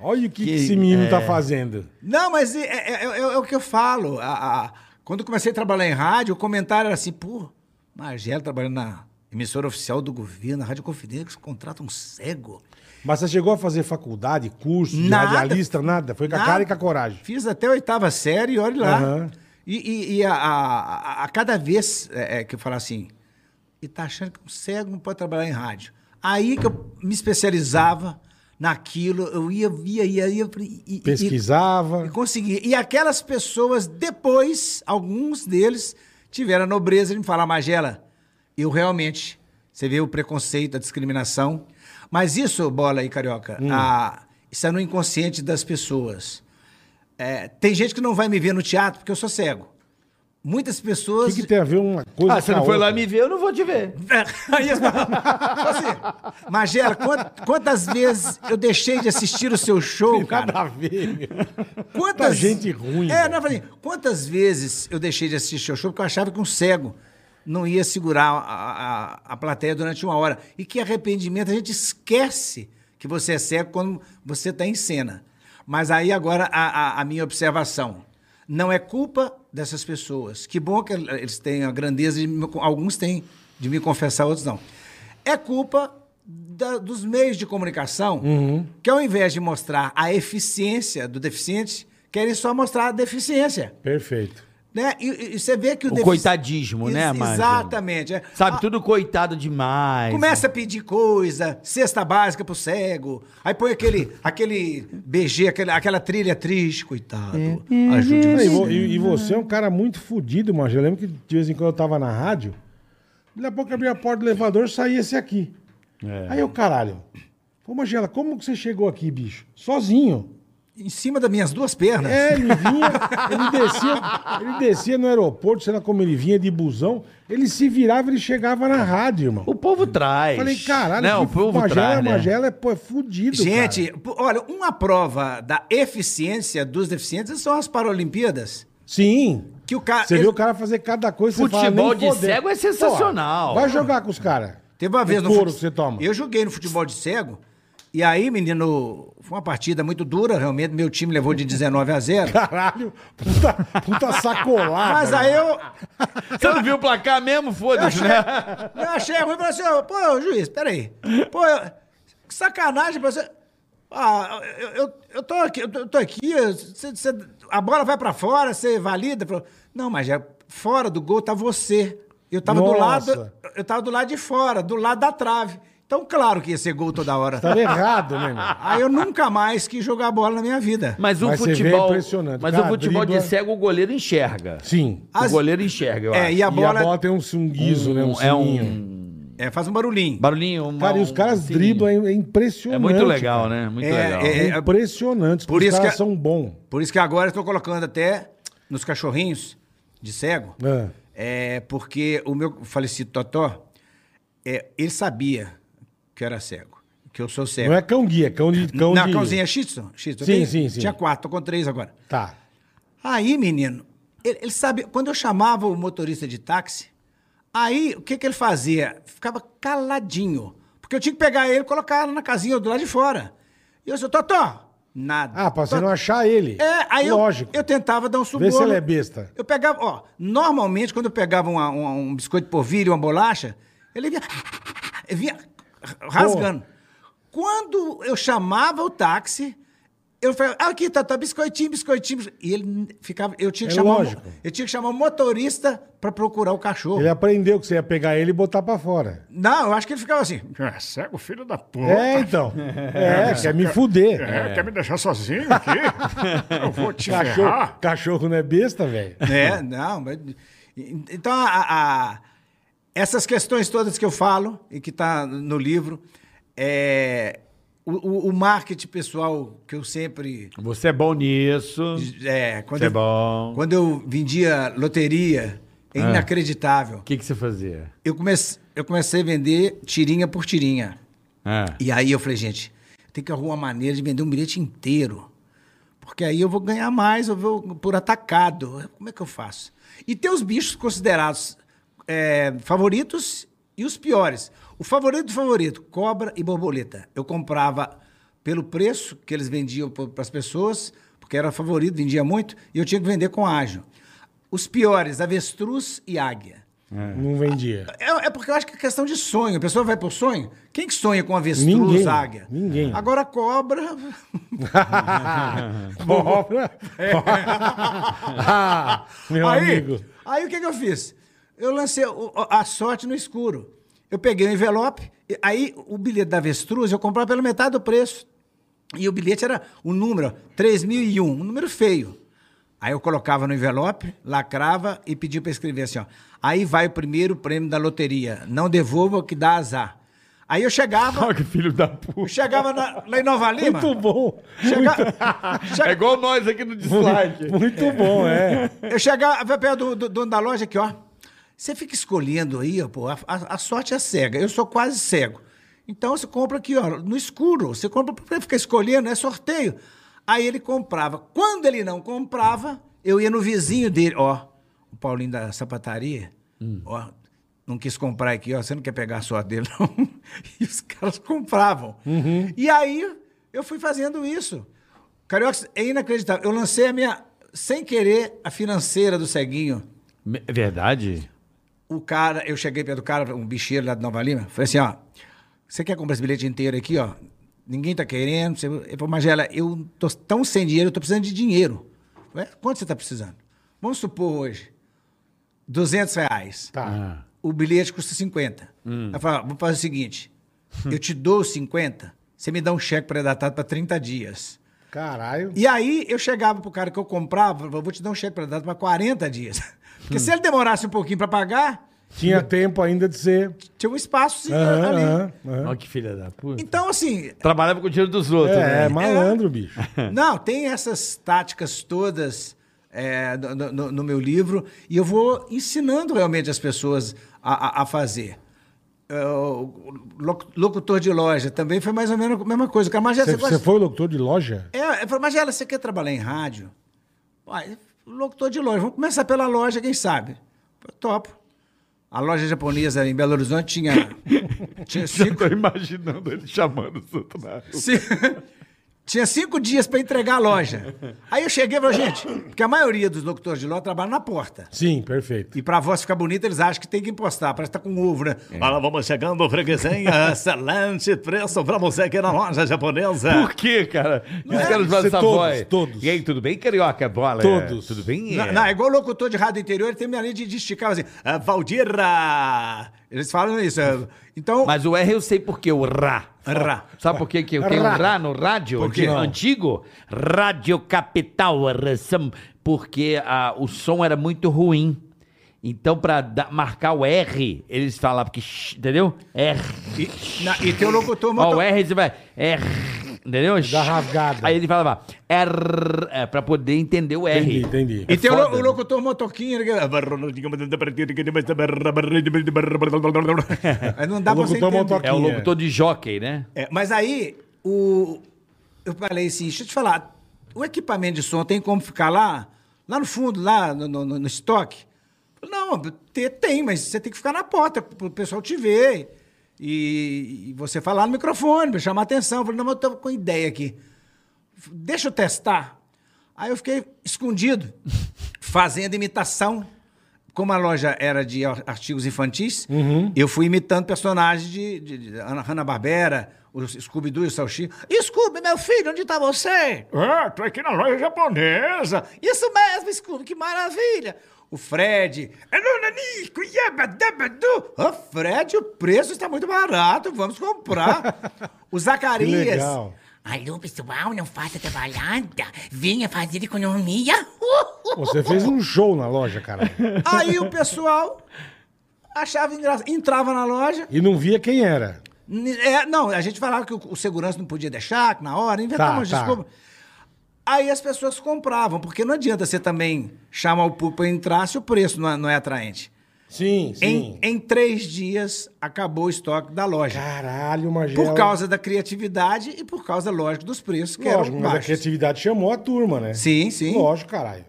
D: Olha o
C: Que-
D: que, que esse menino
C: é.
D: tá fazendo.
A: Não, mas é, é- é- é o que eu falo. A- a- quando eu comecei a trabalhar em rádio, o comentário era assim, pô, Margelo trabalhando na emissora oficial do governo, na Rádio Confidência, contrata um cego.
D: Mas você chegou a fazer faculdade, curso, de
A: Nada.
D: radialista, nada? Foi com a
A: Nada.
D: cara e com a coragem.
A: Ah, Fiz até a oitava série e olha lá.
D: Aham.
A: E, e- e a, a- a- a cada vez é, é, que eu falar assim, e tá achando que um cego não pode trabalhar em rádio. Aí que eu me especializava naquilo, eu ia, via, ia, ia. e- e- e-
D: Pesquisava.
A: E consegui. E aquelas pessoas, depois, alguns deles, tiveram a nobreza de me falar, Magela, eu realmente, você vê o preconceito, a discriminação. Mas isso, bola e carioca,
D: Hum.
A: a- isso é no inconsciente das pessoas. É, tem gente que não vai me ver no teatro porque eu sou cego. Muitas
D: O
A: pessoas.
D: que, que tem a ver uma coisa
C: Ah, você
D: com a
C: não foi
D: outra?
C: lá me ver, eu não vou te ver.
A: Aí eles falam assim, Magela, quant- quantas vezes eu deixei de assistir o seu show, cara?
D: Nada a ver, meu.
A: Quantas...
D: Tá gente ruim,
A: É,
D: velho.
A: não, eu falei, quantas vezes eu deixei de assistir seu show porque eu achava que um cego não ia segurar a, a, a plateia durante uma hora. E que arrependimento, a gente esquece que você é cego quando você está em cena. Mas aí agora a, a- a minha observação. Não é culpa dessas pessoas. Que bom que eles têm a grandeza, de me- alguns têm, de me confessar, outros não. É culpa da- dos meios de comunicação que, ao invés de mostrar a eficiência do deficiente, querem só mostrar a deficiência.
D: Perfeito.
A: Né? Né? E- E e você vê que o,
C: O
A: defici-
C: coitadismo, né,
A: Ex-
C: Márcio?
A: Exatamente. é.
C: Sabe,
A: Ah,
C: tudo coitado demais.
D: é
A: Começa a pedir coisa, cesta básica pro cego. Aí põe aquele, aquele BG, aquele- aquela trilha triste, coitado.
D: é,
A: Ajude
D: E,
A: você.
D: vo- e- e você é um cara muito fodido, Márcio. Eu lembro que de vez em quando eu tava na rádio, daqui a pouco abria a porta do elevador saía esse aqui.
C: É.
D: Aí eu, caralho. Pô, Magela, como que você chegou aqui, bicho? Sozinho.
A: Em cima das minhas duas pernas.
D: É, ele vinha, ele descia, ele descia no aeroporto, sei lá como ele vinha de busão, ele se virava, ele chegava na rádio, irmão.
C: O povo traz.
D: Falei, caralho,
C: Não, o
D: que
C: povo
D: Magela,
C: traz, né?
D: Magela é, pô, é fudido,
A: Gente,
D: cara.
A: pô, olha, uma prova da eficiência dos deficientes são as Paralimpíadas.
D: Sim.
A: Que o cara.
D: Você
A: ele-
D: viu o cara fazer cada coisa, você fala,
C: Futebol
D: nem
C: de
D: fodendo.
C: cego é sensacional.
D: Porra, vai jogar com os caras.
A: Teve uma vez
D: no É couro
A: fute-
D: que você toma.
A: Eu joguei no futebol de cego. E aí, menino, foi uma partida muito dura, realmente. Meu time levou de 19 a 0.
D: Caralho, puta, puta sacolada. né?
A: Mas aí eu,
C: Você não viu o placar mesmo? Foda-se, né?
A: eu achei ruim e falei assim, ó, pô, juiz, peraí. Pô, eu- que sacanagem pra você. Ah, eu, eu, eu tô aqui, eu tô, eu tô aqui você- você- a bola vai pra fora, você valida. Falou, Não, mas é fora do gol tá você. Eu tava do
D: Nossa.
A: lado, eu tava do lado de fora, do lado da trave. Então, claro que ia ser gol toda hora.
D: Tava errado, né, meu?
A: Aí eu nunca mais quis jogar bola na minha vida.
C: Mas o
D: Mas você vê, é
C: futebol.
D: impressionante.
C: Mas
D: Cara,
C: o futebol
D: dribla-
C: de cego, o goleiro enxerga.
D: Sim.
A: As-
C: O goleiro enxerga, eu
A: É,
C: acho.
A: e a bola,
D: E a bola tem um, um guiso, né? Um
C: é
D: sininho.
C: um
A: é, faz um barulhinho.
C: barulhinho. uma-
D: Cara, e os
C: um
D: caras
C: sininho.
D: driblam, é impressionante.
C: É muito legal,
D: cara.
C: né? Muito
A: É,
C: legal.
A: é,
D: É impressionante,
A: Por
D: por os
A: isso
D: caras
A: que é- a-
D: são bons.
A: Por isso que agora eu tô colocando até nos cachorrinhos de cego.
D: É.
A: É, porque o meu falecido Totó, é, ele sabia que eu era cego, que eu sou cego.
D: Não é cão guia, é cão de... Cão
A: Na
D: de...
A: cãozinha Shih Tzu? Shih Tzu,
D: Sim,
A: ok?
D: sim, sim.
A: Tinha quatro, tô com três agora.
D: Tá.
A: Aí, menino, ele, ele sabe, quando eu chamava o motorista de táxi, aí o que, que ele fazia? Ficava caladinho. Porque eu tinha que pegar ele e colocar ele na casinha do lado de fora. E eu disse, Totó, nada.
D: Ah, pra você
A: Totó.
D: não achar ele.
A: É, aí
D: Lógico.
A: Eu, eu tentava dar um suborno.
D: Vê se ele é besta.
A: Eu pegava, ó, normalmente quando eu pegava uma- uma- um biscoito de polvilho, uma bolacha, ele vinha, ele vinha rasgando. Quando eu chamava o táxi, eu falava, ah, aqui, tá, tá, biscoitinho, biscoitinho. bisco-" E ele ficava, eu tinha que
D: É
A: chamar, o mo-
D: lógico.
A: eu tinha que chamar o motorista pra procurar o cachorro.
D: Ele é- aprendeu que você ia pegar ele e botar pra fora.
A: Não, eu acho que ele ficava assim.
E: É cego, filho da puta.
D: É, então. É, quer me fuder.
E: É, quer me deixar sozinho aqui? Eu vou te
D: Cachorro,
E: ferrar.
D: cachorro não é besta, velho.
A: É, não, mas. en- Então, a- a- essas questões todas que eu falo e que está no livro, é, o, o- o marketing pessoal que eu sempre.
C: Você é bom nisso.
A: É, quando,
C: Isso é
A: eu,
C: bom.
A: quando eu vendia loteria, é inacreditável.
C: O que, que você fazia?
A: Eu comecei, eu comecei a vender tirinha por tirinha.
C: Ah.
A: E aí eu falei, gente, tem que arrumar uma maneira de vender um bilhete inteiro. Porque aí eu vou ganhar mais, eu vou por atacado. Como é que eu faço? E tem os bichos considerados é, favoritos e os piores. O favorito do favorito, cobra e borboleta. Eu comprava pelo preço que eles vendiam para as pessoas, porque era favorito, vendia muito, e eu tinha que vender com ágio. Os piores, avestruz e águia.
D: Não vendia.
A: É, é porque eu acho que é questão de sonho. A pessoa vai pro sonho. Quem que sonha com avestruz,
D: Ninguém,
A: águia?
D: ninguém.
A: Agora cobra.
D: Cobra.
A: é.
D: Ah, Meu
A: aí,
D: amigo.
A: aí o que, que eu fiz? Eu lancei o- o- a sorte no escuro. Eu peguei um envelope, e- aí o bilhete da avestruz eu comprava pela metade do preço. E o bilhete era o número ó, 3001, um número feio. Aí eu colocava no envelope, lacrava e pedia para escrever assim, ó. Aí vai o primeiro prêmio da loteria. Não devolva que dá azar. Aí eu chegava,
F: Olha que filho da
A: Eu
F: puta.
A: chegava na, lá em Nova Lima.
D: Muito bom.
A: chega-
F: É
A: chega-
F: igual nós aqui no dislike.
D: Muito bom, é.
A: eu chegava perto do, do dono da loja aqui, ó. Você fica escolhendo aí, ó, pô, a, a- a sorte é cega. Eu sou quase cego. Então você compra aqui, ó, no escuro. Você compra pra ficar escolhendo, é sorteio. Aí ele comprava. Quando ele não comprava, eu ia no vizinho dele, ó. O Paulinho da sapataria, ó. Não quis comprar aqui, ó. Você não quer pegar a sorte dele, não. E os caras compravam. E aí eu fui fazendo isso. Carioca, é inacreditável. Eu lancei a minha, sem querer, a financeira do ceguinho.
C: Me- é Verdade?
A: O cara, eu cheguei perto do cara, um bicheiro lá de Nova Lima, falei assim, ó, você quer comprar esse bilhete inteiro aqui, ó? Ninguém tá querendo. Você... Ele falou, Magela, eu tô tão sem dinheiro, eu tô precisando de dinheiro. Eu falei, "É? quanto você tá precisando? Vamos supor hoje, 200 reais.
F: Ah.
D: Tá.
A: O bilhete custa 50. Ela fala, vou fazer o seguinte, eu te dou 50, você me dá um cheque pré-datado para 30 dias.
D: Caralho.
A: E aí eu chegava pro cara que eu comprava, eu vou te dar um cheque pré-datado para 40 dias. Porque se ele demorasse um pouquinho para pagar,
D: Tinha tempo ainda de ser.
A: tinha um espaço
D: Aham,
A: ali.
D: aham, aham.
C: Olha que filha da puta.
A: Então, assim,
C: Trabalhava com o dinheiro dos outros,
D: É, é
C: né?
D: malandro, bicho.
A: Não, tem essas táticas todas é, no, no- no meu livro e eu vou ensinando realmente as pessoas a, a- a fazer. É, o loc- locutor de loja também foi mais ou menos a mesma coisa. O cara, Magela,
D: Você,
A: você,
D: você
A: gosta...
D: foi o locutor de loja?
A: É, eu falei, Magela, você quer trabalhar em rádio? Uai, locutor de loja, vamos começar pela loja, quem sabe? Eu Topo. A loja japonesa em Belo Horizonte tinha, tinha
F: Tô
A: cinco,
F: imaginando ele chamando o santo na...
A: Ci- Tinha cinco dias para entregar a loja. Aí eu cheguei e falei, gente, porque a maioria dos locutores de loja trabalham na porta.
D: Sim, perfeito.
A: E pra voz ficar bonita, eles acham que tem que impostar, parece que tá com ovo, né?
E: É. Fala, vamos chegando, freguesinha. Excelente preço pra você aqui na loja japonesa.
C: Por quê, cara? E os caras fazem
D: é, Você-
C: essa
D: todos,
C: voz.
D: todos.
C: E aí, tudo bem, carioca? Bola? é-
D: Todos.
C: Tudo bem?
A: Não, não, é igual locutor de rádio interior, ele tem mania de, de esticar assim, "Ah, Valdira! Eles falam isso. é. Então,
C: Mas o R eu sei por quê, o Rá.
A: Rá.
C: Sabe por quê que eu tenho
D: Rá.
C: um Rá no rádio?
D: Por quê?
C: de-
D: Não.
C: Antigo? Rádio Capital, Rassam, porque ah, o som era muito ruim. Então, pra da- marcar o R, eles falavam que... sh, Entendeu? R.
A: e, na- e tem o locutor
C: Ó, o
A: motor...
C: R, você vai... R. Entendeu?
D: Dá rasgada.
C: Aí ele falava R, é, pra poder entender o R.
D: Entendi, entendi.
A: E tem o,
C: foda,
A: lo- o
C: né?
A: locutor motoquinha. ele- "Ah, Aí Não dá
D: O
A: pra você
D: locutor
A: entender.
C: É
D: motoquinha.
C: o locutor de jockey, né?
A: É, mas aí, o... eu falei assim, deixa eu te falar, o equipamento de som tem como ficar lá? Lá no fundo, lá no, no- no- no estoque? Não, te- tem, mas você tem que ficar na porta pro pessoal te ver. E, e você falar no microfone, pra chamar atenção. Eu falei, não, mas eu tô com ideia aqui. F- Deixa eu testar. Aí eu fiquei escondido, fazendo imitação. Como a loja era de ar- artigos infantis,
D: Uhum.
A: eu fui imitando personagens de, de, de Ana- Hanna-Barbera, o Scooby-Doo e o Salchi. Scooby, meu filho, onde está você?
E: Ah, tô aqui na loja japonesa.
A: Isso mesmo, Scooby, que maravilha! O Fred. "Alonanico, yabadabadu." Ô, Fred, o preço está muito barato, vamos comprar. O Zacarias.
D: Que legal.
B: Alô, pessoal, não faça trabalhada. Venha fazer economia. Uh, uh.
D: Pô, Você fez um show na loja, cara.
A: Aí o pessoal achava engraçado. Entrava na loja.
D: E não via quem era.
A: n- é, não, a gente falava que o, o segurança não podia deixar, que na hora, inventava
D: Tá,
A: umas
D: tá.
A: desculpas. Aí as pessoas compravam, porque não adianta você também chamar o público para entrar se o preço não é, não é atraente.
D: Sim,
A: Em, em três dias, acabou o estoque da loja.
D: Caralho, Magela.
A: Por causa da criatividade e por causa, lógico, dos preços que eram
D: Lógico, mas a
A: baixos.
D: criatividade chamou a turma, né?
A: Sim, sim.
D: Lógico, caralho.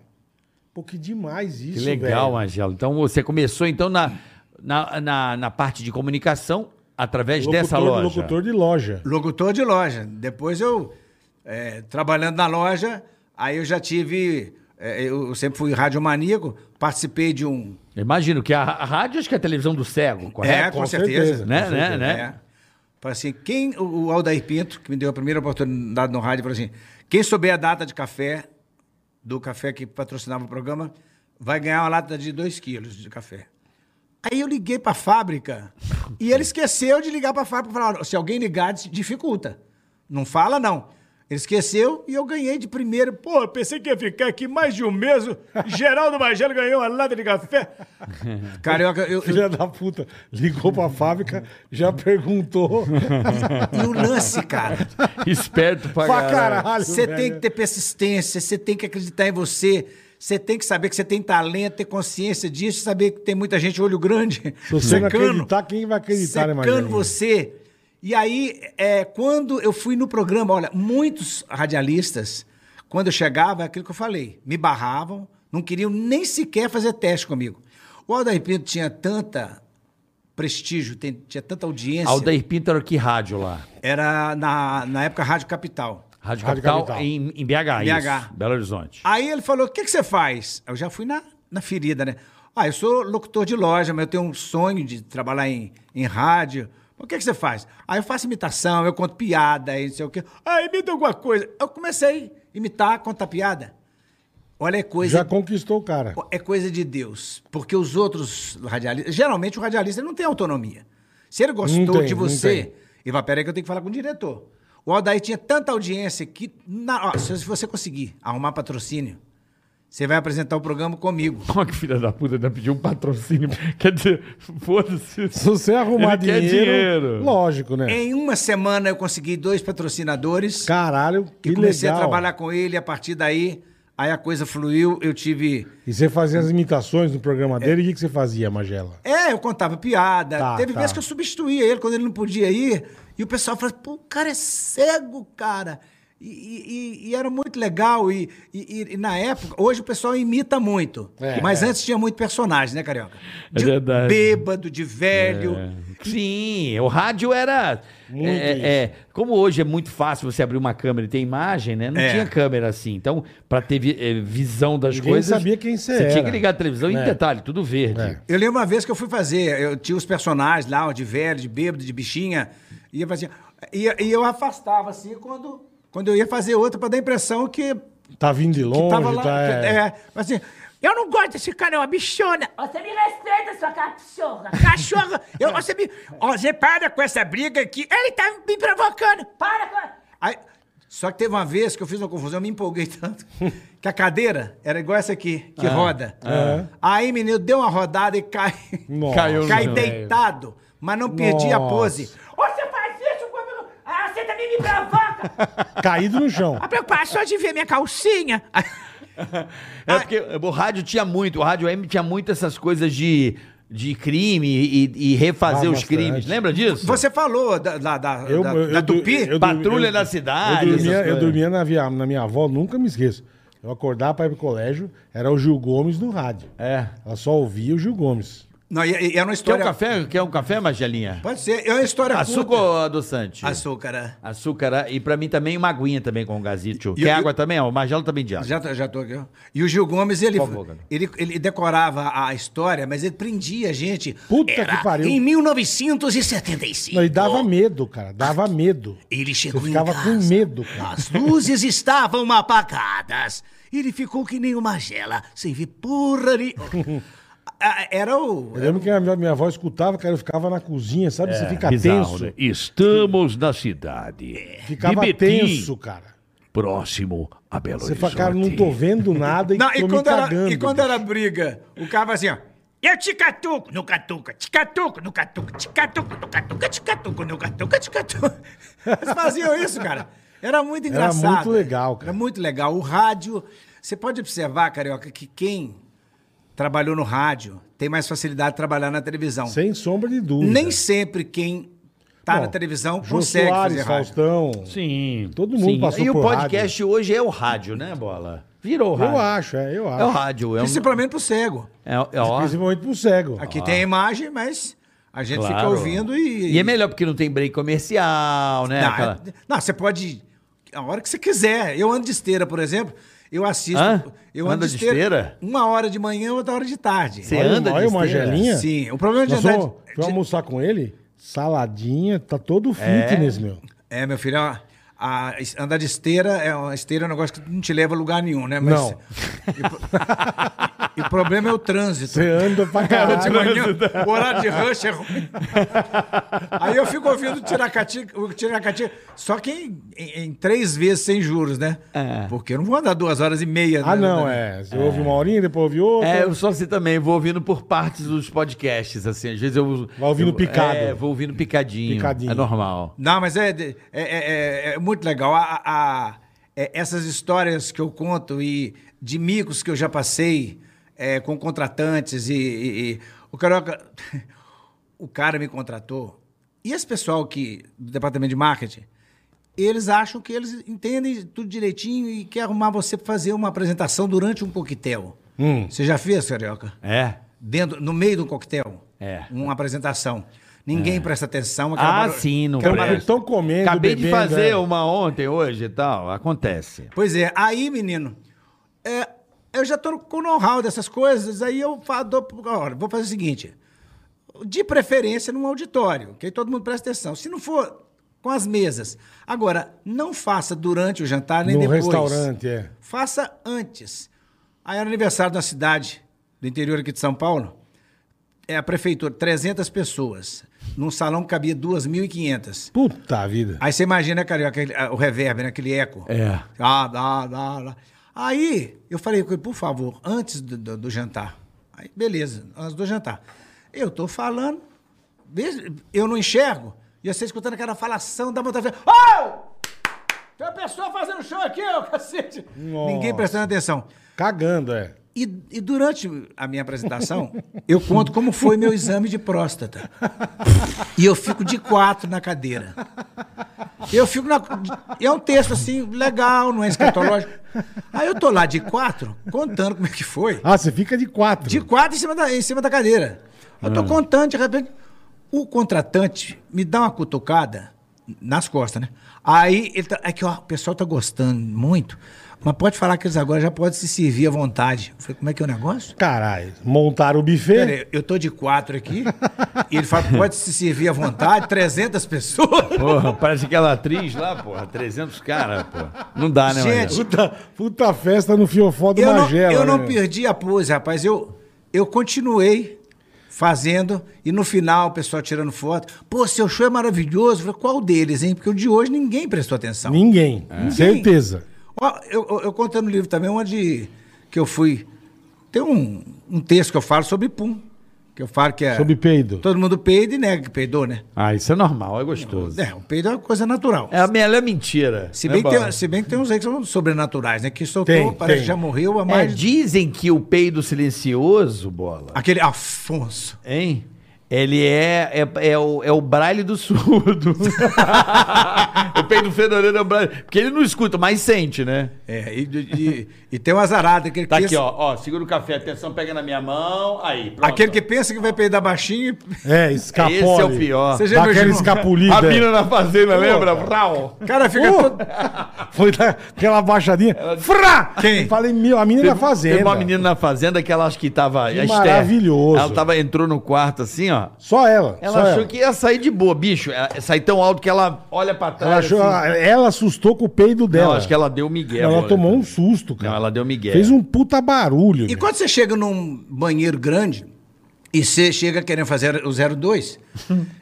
D: Pô, que demais isso,
C: Que legal,
D: velho.
C: Angelo. Então você começou então na, na, na, na parte de comunicação através
D: Locutor-
C: dessa loja.
D: Locutor de loja.
A: Locutor de loja. Depois eu, eh, trabalhando na loja, aí eu já tive. eh, eu sempre fui radiomaníaco, participei de um.
C: Eu Imagino que a, a rádio acho que é a televisão do cego, correto?
D: é? com certeza,
C: né,
D: com
C: né,
D: certeza.
C: né?
A: É. Falei assim, quem. O, o Aldair Pinto, que me deu a primeira oportunidade no rádio, falou assim: quem souber a data de café, do café que patrocinava o programa, vai ganhar uma lata de 2 quilos de café. Aí eu liguei para a fábrica e ele esqueceu de ligar para a fábrica e falar: se alguém ligar, dis- dificulta. Não fala, não. Ele esqueceu e eu ganhei de primeiro. Pô,
E: Pô, pensei que ia ficar aqui mais de um mês. Geraldo Magelo ganhou uma lata de café.
A: carioca, eu, eu-
D: Filha da puta. Ligou pra fábrica, já perguntou.
A: e o lance, cara.
C: Esperto pra
D: é. pra
C: caralho.
D: caralho,
A: Você
D: velho.
A: tem que ter persistência, você tem que acreditar em você, você tem que saber que você tem talento, ter consciência disso, saber que tem muita gente olho grande,
D: Se você não acreditar, quem vai acreditar, né,
A: secando
D: Magela?
A: você. E aí, é, quando eu fui no programa, olha, muitos radialistas, quando eu chegava, é aquilo que eu falei, me barravam, não queriam nem sequer fazer teste comigo. O Aldair Pinto tinha tanta prestígio, tem- tinha tanta audiência,
C: Aldair Pinto era que rádio lá?
A: era na, na época Rádio Capital.
C: Rádio,
D: Rádio
C: Capital,
D: Capital.
C: Em, em BH,
A: BH.
C: isso. Belo Horizonte.
A: Aí ele falou: o que, que você faz? Eu já fui na, na ferida, né? Ah, eu sou locutor de loja, mas eu tenho um sonho de trabalhar em, em rádio. O que, que você faz? Aí eu faço imitação, eu conto piada, aí não sei o quê. Ah, imita alguma coisa. Eu comecei a imitar, contar piada. Olha, é coisa
D: Já conquistou o cara.
A: é coisa de Deus. Porque os outros radialistas. Geralmente o radialista ele não tem autonomia. Se ele
D: Não
A: gostou
D: tem,
A: de
D: não
A: você.
D: tem.
A: E vai, peraí que eu tenho que falar com o diretor. O Aldair tinha tanta audiência que. na- ó, se você conseguir arrumar patrocínio, você vai apresentar o programa comigo.
F: Como que filha da puta ainda pediu um patrocínio? Quer dizer, foda-se.
D: Se você arrumar
F: Ele quer
D: dinheiro,
F: dinheiro.
D: Lógico, né?
A: Em uma semana eu consegui dois patrocinadores.
D: Caralho, que
A: e comecei
D: legal.
A: a trabalhar com ele. A partir daí, aí a coisa fluiu. Eu tive.
D: E você fazia as imitações no programa dele, e o que que você fazia, Magela?
A: É, eu contava piada.
D: Tá,
A: Teve
D: tá.
A: vezes que eu substituía ele quando ele não podia ir. E o pessoal falava, pô, o cara é cego, cara. E, e- e- e era muito legal. E, e- e- e na época, hoje o pessoal imita muito.
D: É.
A: Mas antes tinha muito personagem, né, Carioca?
F: É
A: De
F: verdade.
A: bêbado, de velho.
D: É.
C: Sim, o rádio era.
D: Muito
C: é,
D: isso.
C: é, como hoje é muito fácil você abrir uma câmera e ter imagem, né? Não
A: É.
C: tinha câmera assim. Então, pra ter vi- eh, visão das
D: Ninguém
C: coisas.
D: sabia quem você
C: Você tinha
D: era.
C: que ligar a televisão
D: É.
C: em detalhe, tudo verde.
D: É.
A: Eu lembro uma vez que eu fui fazer, eu tinha os personagens lá, o de velho, de bêbado, de bichinha, e eu fazia. E, e eu afastava, assim, quando, quando eu ia fazer outra, pra dar a impressão que,
D: Tá vindo de
A: que
D: longe,
A: tava lá.
D: tá...
A: que-
D: é.
A: é, mas assim, eu não gosto desse cara, é uma bichona.
G: Você me respeita, sua cachorra.
A: Cachorro, eu, você me. ó, Você para com essa briga aqui. Ele tá me provocando.
G: Para com...
A: Aí, só que teve uma vez que eu fiz uma confusão, eu me empolguei tanto, que a cadeira era igual essa aqui,
D: Ah,
A: que roda. Aí, menino, deu uma rodada e cai.
D: Nossa.
F: Caiu.
A: Cai
F: Não.
A: deitado, mas não perdi a
D: Nossa.
A: pose.
G: Você faz isso comigo? Ah, você também me provoca.
D: Caído no chão.
A: preocupação é de ver minha calcinha.
C: É porque o rádio tinha muito, o rádio M tinha muito essas coisas de, de crime e, e refazer
D: Ah,
C: os
D: bastante.
C: crimes. Lembra disso?
A: Você falou da, da, da, da- da
D: du-
A: Tupi?
D: eu du-
C: Patrulha
D: eu-
C: da cidade,
D: Eu dormia,
C: essas
D: eu
C: coisas.
D: dormia na, via, na minha avó, nunca me esqueço. Eu acordava pra ir pro colégio, era o Gil Gomes no rádio.
C: É.
D: Ela só ouvia o Gil Gomes.
A: Não, e- e- e é uma
C: Quer um
A: história.
C: café? Quer um café, Magelinha?
A: Pode ser, é uma história
C: Açúcar
A: curta.
C: ou adoçante?
A: Açúcar. é.
C: Açúcar. E pra mim também uma aguinha também com gazito.
A: E-
C: Quer
A: e-
C: água também? Ó, o Magelo também de água.
A: Já, tô- já tô aqui. ó. E o Gil Gomes, ele,
C: Por favor, cara.
A: ele, ele decorava a história, mas ele prendia a gente.
D: Puta que pariu.
A: Em 1975.
D: Não, e dava medo, cara. Dava medo.
A: Ele
D: Você
A: chegou em
D: ficava
A: casa.
D: com medo, cara.
A: As luzes estavam apagadas. Ele ficou que nem uma gela, sem ver porra ali. Ah, Era o.
D: Eu lembro que a minha, minha avó escutava, cara, eu ficava na cozinha, sabe?
A: É,
D: Você fica tenso.
A: né?
H: Estamos na cidade.
D: Ficava
H: De Betim,
D: tenso, cara.
H: Próximo a Belo
D: Você
H: Horizonte.
D: fala, cara, não tô vendo nada e
A: Não,
D: tô
A: e
D: me
A: quando, era,
D: cagando.
A: e quando era briga, o cara vai assim, ó.
B: Eu te catuco, no catuca, te catuco, no catuca, te catuco, no catuca, te catuco, no catuca, te catuco.
A: Eles faziam isso, cara. Era muito engraçado.
D: muito legal, cara.
A: Era muito legal. O rádio. Você pode observar, Carioca, que quem trabalhou no rádio tem mais facilidade de trabalhar na televisão.
D: Sem sombra de dúvida.
A: Nem sempre quem tá
D: Bom,
A: na televisão
D: Jô
A: consegue
D: Soares,
A: fazer rádio.
D: Faustão.
F: Sim.
D: Todo mundo passou
C: E o
D: por
C: podcast hoje é o rádio, né, Bola? Virou o
D: rádio.
C: rádio.
D: Eu acho, é, eu acho.
C: É o rádio. É, um,
A: Principalmente pro cego.
C: é, é ó.
D: Principalmente pro cego.
A: Aqui tem a imagem, mas a gente fica
C: Claro.
A: ouvindo e.
C: E é melhor porque não tem break comercial, né?
D: é
A: Não, é,
C: aquela-
A: não, você pode. A hora que você quiser. Eu ando de esteira, por exemplo. Eu assisto.
C: Hã?
A: Eu
C: Anda
A: ando
C: de
A: de esteira,
C: esteira?
A: Uma hora de manhã, outra hora de tarde.
C: Você
D: Olha,
C: anda
D: olha
C: de
D: uma
C: esteira?
D: gelinha.
A: Sim, o problema de
D: Nós
A: andar.
D: fomos,
A: de-
D: fomos almoçar com ele, saladinha, tá todo fitness, meu.
A: É, meu filho, a, a- andar de esteira é uma esteira é um negócio que não te leva a lugar nenhum, né? Mas-
D: Não.
A: E, o pro- e o problema é o trânsito.
D: Você anda
A: É,
D: pra
A: De
D: caralho.
A: manhã, o horário de rush é ruim. Aí eu fico ouvindo o Tiracati, o Tiracati só que em, em- em três vezes sem juros, né? Porque eu não vou andar duas horas e meia.
D: Ah,
A: né?
D: não, é. Você ouve uma horinha, depois ouve outra.
C: É, eu sou assim também, vou ouvindo por partes dos podcasts, assim, às vezes eu...
D: Vai ouvindo
C: eu-
D: picado.
C: É, vou ouvindo picadinho.
D: Picadinho.
C: É normal.
A: Não, mas é, é- é- é- é muito legal. A- a- a- é- essas histórias que eu conto e de micos que eu já passei é, com contratantes e, e- e- o Carioca. O cara me contratou. E esse pessoal que, do departamento de marketing, eles acham que eles entendem tudo direitinho e quer arrumar você para fazer uma apresentação durante um coquetel.
C: Hum.
A: Você já fez, Carioca?
C: É.
A: Dentro, no meio de um coquetel?
C: É.
A: Uma apresentação. Ninguém presta atenção. aquela
C: Ah,
A: barulho-
C: sim, não
A: aquela
D: Então,
C: parece.
A: barulho-
D: Estão comendo,
C: Acabei de
D: bebendo,
C: fazer
D: é.
C: uma ontem, hoje e tal, acontece.
A: Pois é, aí, menino, é, eu já tô com o know-how dessas coisas, aí eu falo, dou- olha, vou fazer o seguinte, de preferência num auditório, que aí todo mundo presta atenção. Se não for com as mesas. Agora, não faça durante o jantar nem
D: Num
A: depois.
D: restaurante, é.
A: Faça antes. Aí era aniversário da cidade, do interior aqui de São Paulo. É a prefeitura, 300 pessoas. Num salão que cabia 2.500.
D: Puta vida.
A: Aí você imagina, cara, aquele- o reverb, né? Aquele eco.
C: É.
A: Ah, dá, dá, dá. Aí eu falei, com ele, por favor, antes do, do- do jantar. Aí, beleza, antes do jantar. Eu tô falando, vê- eu não enxergo. E você escutando aquela falação da vontade. de falar, Oh! Tem uma pessoa fazendo show aqui, ô cacete!
D: Nossa.
A: Ninguém prestando atenção.
D: Cagando, é.
A: E, e durante a minha apresentação, eu conto como foi meu exame de próstata. E eu fico de quatro na cadeira. Eu fico na. É um texto assim, legal, não é escatológico. Aí eu tô lá de quatro, contando como é que foi.
D: Ah, você fica de quatro.
A: De quatro em cima da, em cima da cadeira. Eu tô contando, de repente. O contratante me dá uma cutucada nas costas, né? Aí ele tá. É que ó, o pessoal tá gostando muito, mas pode falar que eles agora já podem se servir à vontade. Eu falei, como é que é o negócio?
D: Caralho, montaram o buffet.
A: Pera aí, eu tô de quatro aqui, e ele fala, pode se servir à vontade, 300 pessoas.
C: Porra, parece aquela atriz lá, porra. 300 caras, porra. Não dá, né,
A: Gente,
C: Mariano?
D: Puta, puta festa no fiofó do
A: Eu não,
D: Magela.
A: eu não
D: né?
A: perdi a pose, rapaz. Eu, eu continuei fazendo e no final o pessoal tirando foto. Pô, seu show é maravilhoso. Eu falei, qual deles, hein? Porque o de hoje ninguém prestou atenção.
D: Ninguém, certeza.
A: Ó, eu, eu, eu contei no livro também onde que eu fui. Tem um, um texto que eu falo sobre pum. Que eu falo que é.
D: Sobre peido.
A: Todo mundo peida e nega que peidou, né?
C: Ah, isso é normal, é gostoso.
A: É, o peido é uma coisa natural.
C: É a melhor mentira.
A: Se
C: né,
A: bem, que
C: Bola?
A: tem, se bem que tem uns aí que são sobrenaturais, né? Que soltou,
D: É Tem,
A: parece
D: tem.
A: que já morreu há
C: É,
A: mais.
C: dizem que o peido silencioso, bola,
A: Aquele Afonso.
C: hein? Ele é, é, é o, é o braille do surdo. o peido fedorento é o braille. Porque ele não escuta, mas sente, né?
A: É, e, e- e tem um azarado, aquele,
C: Tá
A: que
C: aqui,
A: pensa,
C: ó. ó segura o café, atenção, pega na minha mão. Aí, pronto.
A: aquele que pensa que vai peidar baixinho.
D: É, escapole.
C: Esse é o pior.
A: Você já
D: Dá aquela
A: imaginou?
D: escapulida.
C: A mina na fazenda, lembra? Rau.
A: O cara fica
D: Uh!
A: todo.
D: Foi dar aquela baixadinha. Frá!
A: Quem?
D: Eu Falei, meu, a menina da fazenda.
C: Teve uma menina na fazenda que ela acho que tava.
D: Que
C: a Esther.
D: maravilhoso.
C: Ela tava, entrou no quarto assim, ó.
D: Só ela.
C: Ela
D: só
C: achou
D: ela.
C: que ia sair de boa, bicho. Ela sair tão alto que ela olha pra trás.
D: Ela, achou,
C: assim.
D: ela, ela assustou com o peido dela.
C: Não, acho que ela deu migué.
D: Ela
C: bola.
D: tomou um susto, cara.
C: Não, ela deu migué.
D: Fez um puta barulho.
A: E
D: meu.
A: quando você chega num banheiro grande e você chega querendo fazer o 02,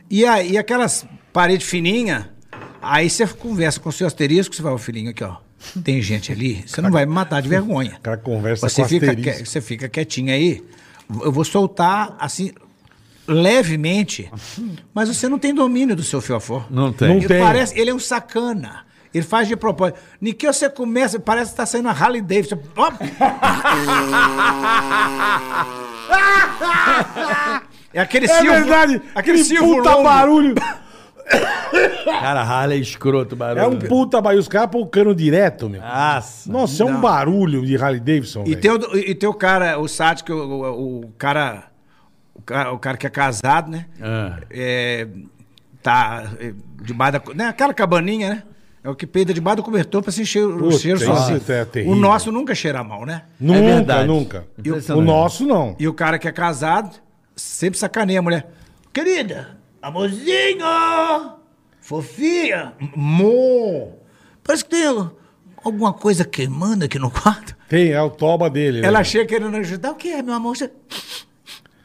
A: e, a, e aquelas paredes fininhas, aí você conversa com o seu asterisco, você fala, "Ô, filhinho, aqui, ó. Tem gente ali, você não vai me matar de vergonha.
D: O cara conversa
A: Você
D: com
A: fica,
D: asterisco.
A: que, você fica quietinho aí. Eu vou soltar assim, levemente, mas você não tem domínio do seu fiofó.
C: Não tem.
D: Não
A: Ele
D: tem.
A: Parece, ele é um sacana. Ele faz de propósito. Niquel, você começa, parece que tá saindo a Harley Davidson. Ó! é aquele
D: É
A: Silvio-
D: verdade.
A: Aquele
D: que
A: Silvio
D: puta
A: longo.
D: barulho.
C: Cara, Harley é escroto, barulho.
D: É um puta barulho. Os caras põem o cano direto, meu.
C: Nossa.
D: Nossa, é um barulho de Harley Davidson,
A: E
D: velho.
A: tem, o, e tem o cara, o Sático, o, o cara, o cara. O cara que é casado, né?
C: Ah.
A: É, tá é, debaixo da. co- Né? Aquela cabaninha, né? É o que peida debaixo do cobertor pra se encher o
D: Puta,
A: cheiro
D: isso
A: sozinho.
D: é terrível.
A: o nosso nunca cheira mal, né?
D: Nunca,
C: é verdade.
D: nunca. O
C: Impressionante.
D: nosso, não.
A: E o cara que é casado sempre sacaneia a mulher. Querida, amorzinho, fofinha, mo. Parece que tem alguma coisa queimando aqui no quarto.
D: Tem, é o toba dele.
A: Ela
D: né?
A: chega querendo ajudar. O que é, meu amor? Você,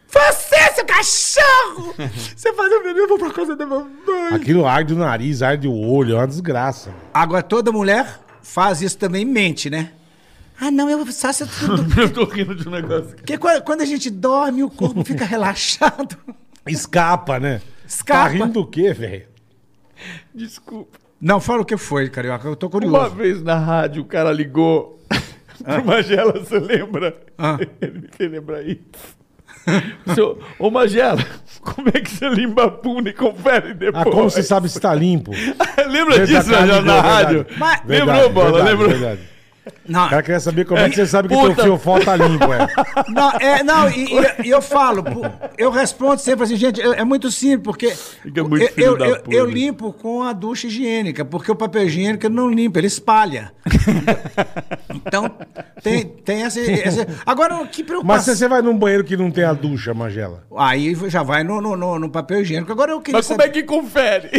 A: Você, seu cachorro! Você faz o menino, eu vou pra casa da mamãe.
D: Aquilo arde o nariz, arde o olho, é uma desgraça. meu.
A: Agora, toda mulher faz isso também, mente, né? Ah, não, eu só se tudo.
C: Eu tô rindo de um negócio.
A: Porque qua- quando a gente dorme, o corpo fica relaxado.
D: Escapa, né?
A: Escapa.
D: Tá rindo do quê, velho?
F: Desculpa.
A: Não, fala o que foi, Carioca, eu tô
F: Uma
A: curioso.
F: vez na rádio, o cara ligou pro Magela, você lembra?
A: Ah.
F: Ele me fez lembrar isso. O senhor, Ô Magela, como é que você limpa a puna e confere depois?
D: Ah, como você sabe se tá limpo?
F: Lembra
D: Verdade,
C: é
F: disso, Magela, na
D: é verdade.
F: rádio?
A: Mas-
F: Lembrou, Bola? Lembrou?
D: Verdade.
A: Não,
D: O cara queria saber como é que você sabe que
F: Puta.
D: teu fiofó tá limpo, é.
A: não, é, não e, e- e eu falo, pô, eu respondo sempre assim, gente, eu- é muito simples, porque
F: Fica muito
A: eu-
F: filho
A: eu,
F: da
A: eu-
F: puta.
A: eu limpo com a ducha higiênica, porque o papel higiênico não limpa, ele espalha. Então, tem, tem essa, essa- Agora, que
D: Mas se
A: preocupação.
D: você vai num banheiro que não tem a ducha, Magela.
A: Aí já vai no, no, no- no papel higiênico. Agora eu queria
F: Mas como é
A: saber-
F: que confere?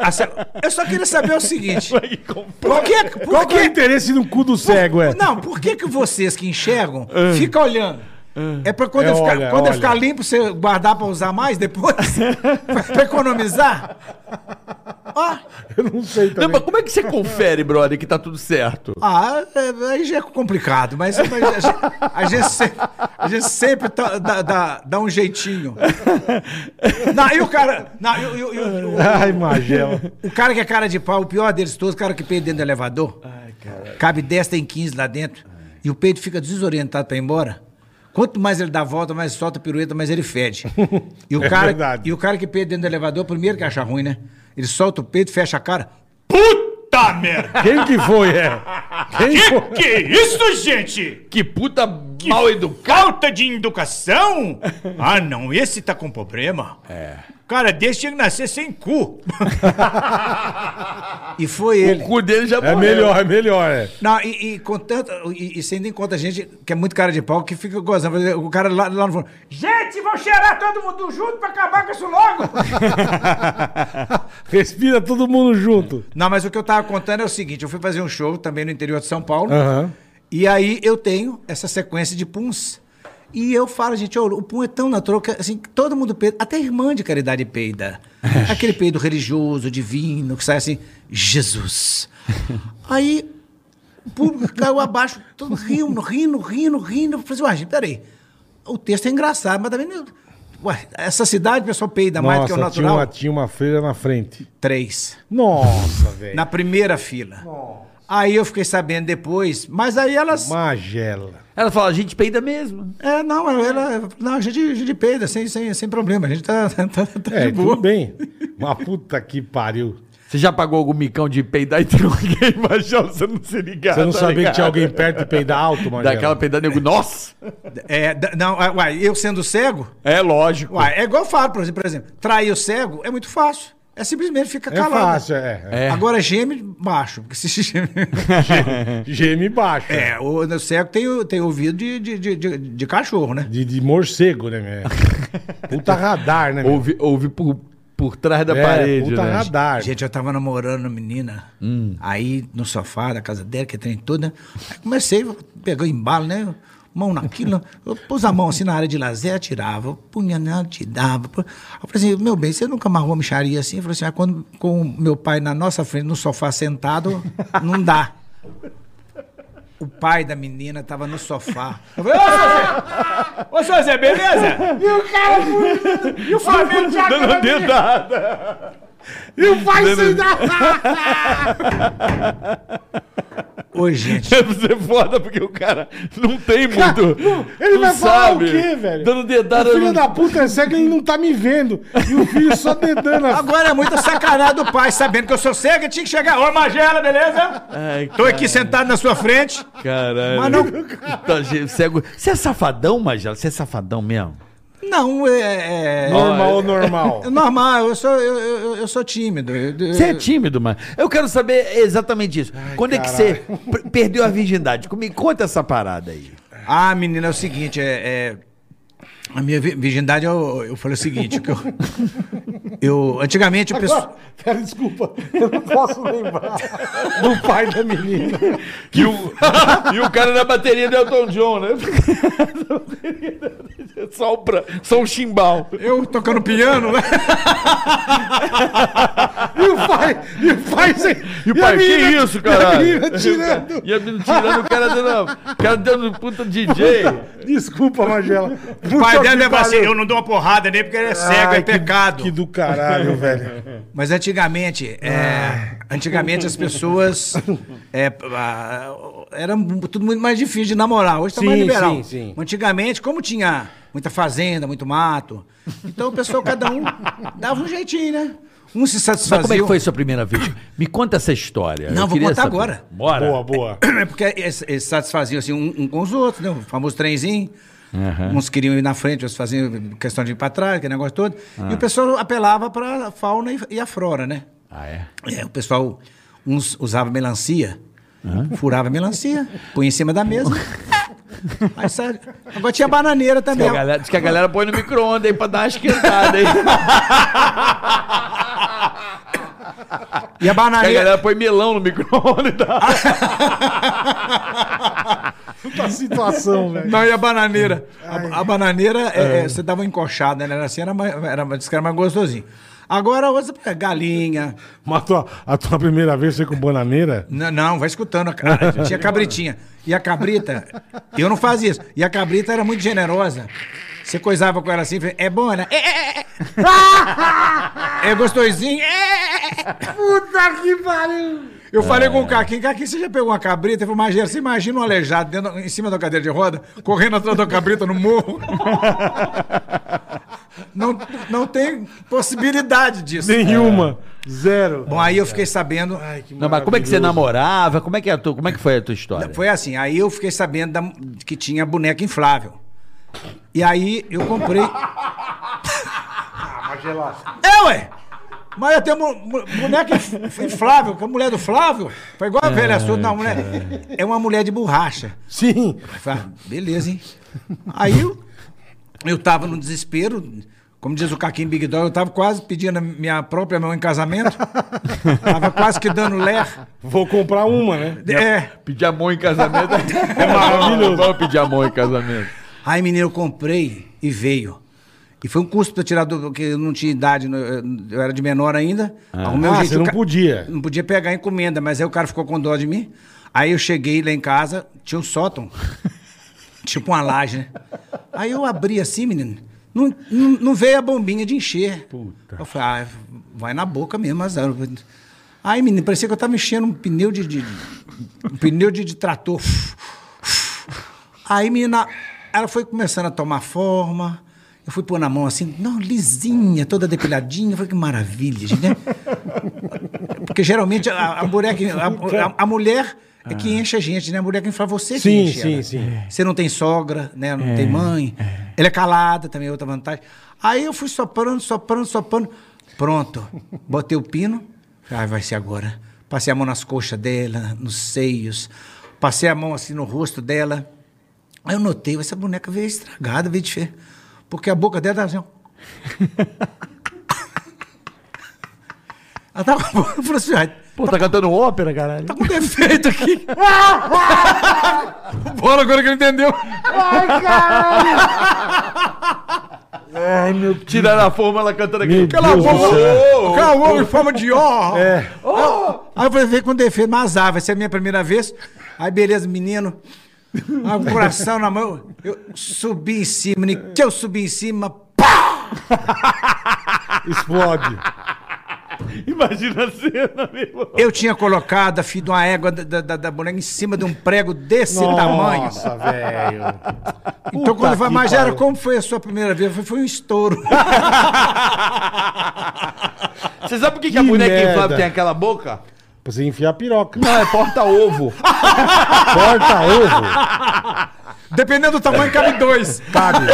A: Marcelo, Assim, eu só queria saber o seguinte.
C: é
A: Por que, por
D: Qual que é o
A: que-
D: interesse no cu do cego, é? Ah.
A: Não, por que, que vocês que enxergam ficam olhando? É pra quando,
D: É,
A: eu ficar,
D: olha,
A: quando eu
D: olha.
A: ficar limpo, você guardar pra usar mais depois? pra, pra economizar? Ó,
D: Eu não sei também.
C: Não, mas como é que você confere, brother, que tá tudo certo?
A: ah, é- aí já é complicado, mas, mas a, gente, a gente sempre, a gente sempre tá- dá, dá- dá um jeitinho. Não, e o cara. Não, e o- e o- e o- e o-
D: Ai, Magela.
A: O cara que é cara de pau, o pior deles todos, o cara que peida dentro do elevador. Cabe 10, tem 15 lá dentro. E o peito fica desorientado pra ir embora. Quanto mais ele dá a volta, mais solta a pirueta, mais ele fede. E o,
D: É
A: cara,
D: verdade.
A: e o cara que peida dentro do elevador, primeiro que acha ruim, né? Ele solta o peito, fecha a cara.
I: Puta merda!
D: Quem que foi, é? Quem foi?
I: Que é isso, gente?
C: Que puta mal educado.
I: Falta de educação? Ah, não, esse tá com problema. É. Cara, desse tinha que nascer sem cu.
A: E foi ele.
C: O cu dele já
D: É
C: morreu.
D: melhor, é melhor, é.
A: Não, e, e com tanto. E, e sendo em conta a gente que é muito cara de pau, que fica gozando. O cara lá, lá no fundo.
E: Gente, vão cheirar todo mundo junto pra acabar com isso logo!
D: Respira todo mundo junto.
A: Não, mas o que eu tava contando é o seguinte: eu fui fazer um show também no interior de São Paulo.
D: Aham.
A: E aí eu tenho essa sequência de puns. E eu falo, gente, olha, o pum é tão natural que assim, que todo mundo peida, até a irmã de caridade peida. Aquele peido religioso, divino, que sai assim, Jesus. Aí o público caiu abaixo, todo rindo, rindo, rindo, rindo. Eu falei assim, ué, gente, peraí, o texto é engraçado, mas também... não- Ué, essa cidade, o pessoal peida É mais do que
D: Nossa,
A: o
D: tinha
A: natural.
D: uma, tinha uma freira na frente.
A: Três.
D: Nossa, velho.
A: Na primeira fila. Aí eu fiquei sabendo depois, mas aí elas...
D: Magela.
J: Ela fala, a gente peida mesmo.
A: É, não, ela. Não, a gente, a gente peida sem, sem, sem problema. A gente tá, tá, tá
D: É,
A: de boa.
D: tudo bem. Mas puta que pariu.
C: Você já pagou algum micão de peidar e tem alguém baixar, você não se ligar.
D: Você não
C: tá
D: sabia que
C: ligado?
D: tinha alguém perto e peidar alto, Magela?
C: Daquela peidada, nego, nossa!
A: É, d- não, é, uai, eu sendo cego,
C: É lógico.
A: uai, é igual eu falo, por exemplo, por exemplo, trair o cego é muito fácil. É simplesmente fica
D: É
A: calado.
D: fácil, é.
C: É.
A: Agora geme baixo, porque se geme.
D: é. Geme baixo.
A: É, o, o cego tem, o- tem ouvido de, de, de, de- de cachorro, né?
D: De, de morcego, né, meu? Puta radar, né, meu?
C: Ouve, ouve por, por trás da
D: É,
C: parede,
D: puta
C: né?
D: radar.
A: Gente, eu tava namorando uma menina,
I: Hum.
A: aí no sofá da casa dela, que tem toda. Aí comecei, pegou embalo, né? Mão naquilo, eu pus a mão assim na área de lazer, atirava, punha nela, te dava. Eu falei assim, meu bem, você nunca amarrou uma micharia assim? Eu falei assim, ah, quando com o meu pai na nossa frente, no sofá sentado, não dá. O pai da menina tava no sofá. Eu falei,
I: Ô, seu Zé, beleza?
E: E o cara. E o Flamengo já
C: Dando uma dedada.
D: Não vai se dar!
A: ô, gente.
C: Deve ser foda, porque o cara não tem muito.
D: Ele
C: não
D: vai falar o
C: sabe.
D: quê, velho?
C: Dando dedada.
D: O filho
C: no-
D: da puta é cego e não tá me vendo. E o filho só dedando. a-
A: Agora é muita sacanagem do pai, sabendo que eu sou cego, eu tinha que chegar. Ô, Magela, beleza?
C: Ai,
A: Tô aqui sentado na sua frente.
C: caralho.
A: Mas não-
C: Tá, gente, cego. Você é safadão, Magela? Você é safadão mesmo?
A: Não, é. é-
D: Normal ou normal?
A: é normal, eu sou, eu, eu- eu sou tímido. eu- eu-
C: Você é tímido, mano. Eu quero saber exatamente isso. Quando é que você per- perdeu a virgindade? Me conta essa parada aí.
A: Ah, menina, é o seguinte, é. é- A minha vi- virgindade, eu, eu falei o seguinte, que eu, eu- Antigamente o pessoal.
D: Pera, desculpa. Eu não posso lembrar do pai da menina.
C: E o, e o cara na bateria do Elton John, né? só, o pra, só o chimbal.
A: Eu tocando piano, né?
D: E o pai, e o pai sem.
C: E o pai,
D: a
C: que
D: menina-
C: isso,
D: E a
C: caralho?
D: menina tirando.
C: E a menina tirando o cara dando. O cara dando um puta DJ.
D: Desculpa, Magela.
I: O pai
D: Puta
I: dela
A: é
D: que
I: leva assim,
D: pariu.
I: eu não dou uma porrada
A: né,
I: nele porque ele é cego,
D: Ai,
I: é pecado.
D: Que do caralho, velho.
A: Mas antigamente, é, antigamente as pessoas é, ah, era tudo muito mais difícil de namorar. Hoje está mais
D: Sim,
A: liberal.
D: sim, sim.
A: Antigamente, como tinha muita fazenda, muito mato, então o pessoal cada um dava um jeitinho, né? Um se satisfazia.
C: Como é que foi a sua primeira vez? Me conta essa história.
A: Não,
C: Eu
A: vou
C: queria
A: contar agora.
C: Bora.
D: Boa, boa.
A: É porque eles, eles satisfaziam assim, um, um com os outros, né? O famoso trenzinho. Uns queriam ir na frente, outros faziam questão de ir para trás, aquele negócio todo. E o pessoal apelava para a fauna e, e a flora, né?
C: Ah, é?
A: É, o pessoal, uns usava melancia, furava melancia, põe em cima da mesa. Aí sai. Agora tinha bananeira
C: Diz
A: também.
C: que, a galera, diz que a galera põe no micro-ondas aí pra dar uma esquentada, hein?
A: E
F: Que
A: a
F: a
A: bananeira.
F: galera põe melão no micro-ondas. e dá-
D: Puta situação, velho.
A: Não, e a bananeira? A, a bananeira, é, é, você dava uma encoxada, né? Era Assim era mais, era, diz que era mais gostosinho. Agora, você pega galinha.
D: Mas a tua, a tua primeira vez foi com bananeira?
A: Não, não, vai escutando. a ca- Tinha cabritinha. E a cabrita, eu não fazia isso. E a cabrita era muito generosa. Você coisava com ela assim, falei, é boa, né? É, é, é, é. É gostosinho? É, é, é, é.
K: Puta que pariu! É.
A: Eu falei com o Caquinho, Caquinho, você já pegou uma cabrita? Ele falou, Magério, você imagina um aleijado dentro, em cima da cadeira de roda, correndo atrás da cabrita no morro? não, não tem possibilidade disso.
D: Nenhuma. É. Zero.
A: Bom, aí eu fiquei sabendo,
C: Não, mas como é que você namorava? Como é que, é a tua, como é que foi a tua história?
A: foi assim, aí eu fiquei sabendo da- que tinha boneca inflável. E aí eu comprei... É, ué! Mas eu tenho mu- mu- boneca inf- inflável, que é a mulher do Flávio. Foi igual a velha sua, não, a mulher. É uma mulher de borracha.
D: Sim.
A: Eu falei, ah, beleza, hein? Aí eu, eu tava no desespero, como diz o Caquinho Big Dog, eu tava quase pedindo a minha própria mão em casamento. tava quase que dando ler.
D: Vou comprar uma, né?
A: É.
F: Pedir a mão em casamento. É maravilhoso. Vamos pedir a mão em casamento.
A: Aí, menino, eu comprei e veio. E foi um custo pra eu tirar do. Porque eu não tinha idade, no- eu eu era de menor ainda. Arrumei um
D: Ah, você
A: o
D: não
A: ca-
D: podia.
A: Não podia pegar encomenda, mas aí o cara ficou com dó de mim. Aí eu cheguei lá em casa, tinha um sótão. tipo uma laje, né? Aí eu abri assim, menino. Não, não, não veio a bombinha de encher. Eu falei, ah, vai na boca mesmo, azar. Aí, menino, parecia que eu tava enchendo um pneu de. de- um pneu de, de trator. Aí, menina, ela foi começando a tomar forma. Eu fui pôr na mão assim, não, lisinha, toda depiladinha. Eu falei, que maravilha, gente, né? Porque geralmente a, a boneca, a, a- a mulher é que enche a gente, né? A mulher que fala você que
D: Ah. Sim,
A: enche ela.
D: sim, sim.
A: Você não tem sogra, né? Não tem mãe. Ela é calada, também é outra vantagem. Aí eu fui soprando, soprando, soprando. Pronto. Botei o pino. Ai, vai ser agora. Passei a mão nas coxas dela, nos seios. Passei a mão assim no rosto dela. Aí eu notei, essa boneca veio estragada, veio de fe... Porque a boca dela tava assim, ó. Ela tava com a boca, eu falei assim, "Ai,
F: Pô, tá cantando ópera, caralho.
A: tá com defeito aqui. Bola agora que ele entendeu.
F: Tiraram a forma, ela cantando aqui.
A: Cala a
D: Deus do
A: boca! Cala a boca em forma de ó!
D: É.
A: Aí eu falei, veio com defeito, mas ah, vai ser a minha primeira vez. Aí beleza, menino. Aí o coração na mão, eu subi em cima, né? que eu subi em cima, pá!
D: Explode.
F: Imagina a cena, meu irmão.
A: Eu tinha colocado a filha de uma égua da, da- da- da boneca em cima de um prego desse tamanho.
D: Nossa, velho.
A: Então quando
D: puta
A: eu falei,
D: que
A: mas era
D: pariu."
A: como foi a sua primeira vez? Eu falei, Foi, um estouro.
F: Você sabe por que, que
D: Que
F: a boneca
D: merda. Ah,
F: inflável tem aquela boca?
D: Pra você enfiar a piroca.
F: Não, é porta-ovo.
D: Porta-ovo.
A: Dependendo do tamanho, cabe dois.
D: Cabe.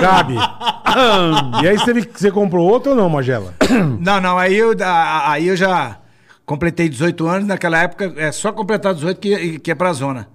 D: Cabe. Ah, E aí você, teve, você comprou outro ou não, Magela?
A: Não, não, aí eu, a- aí eu já completei 18 anos, naquela época é só completar 18 que, que é pra zona.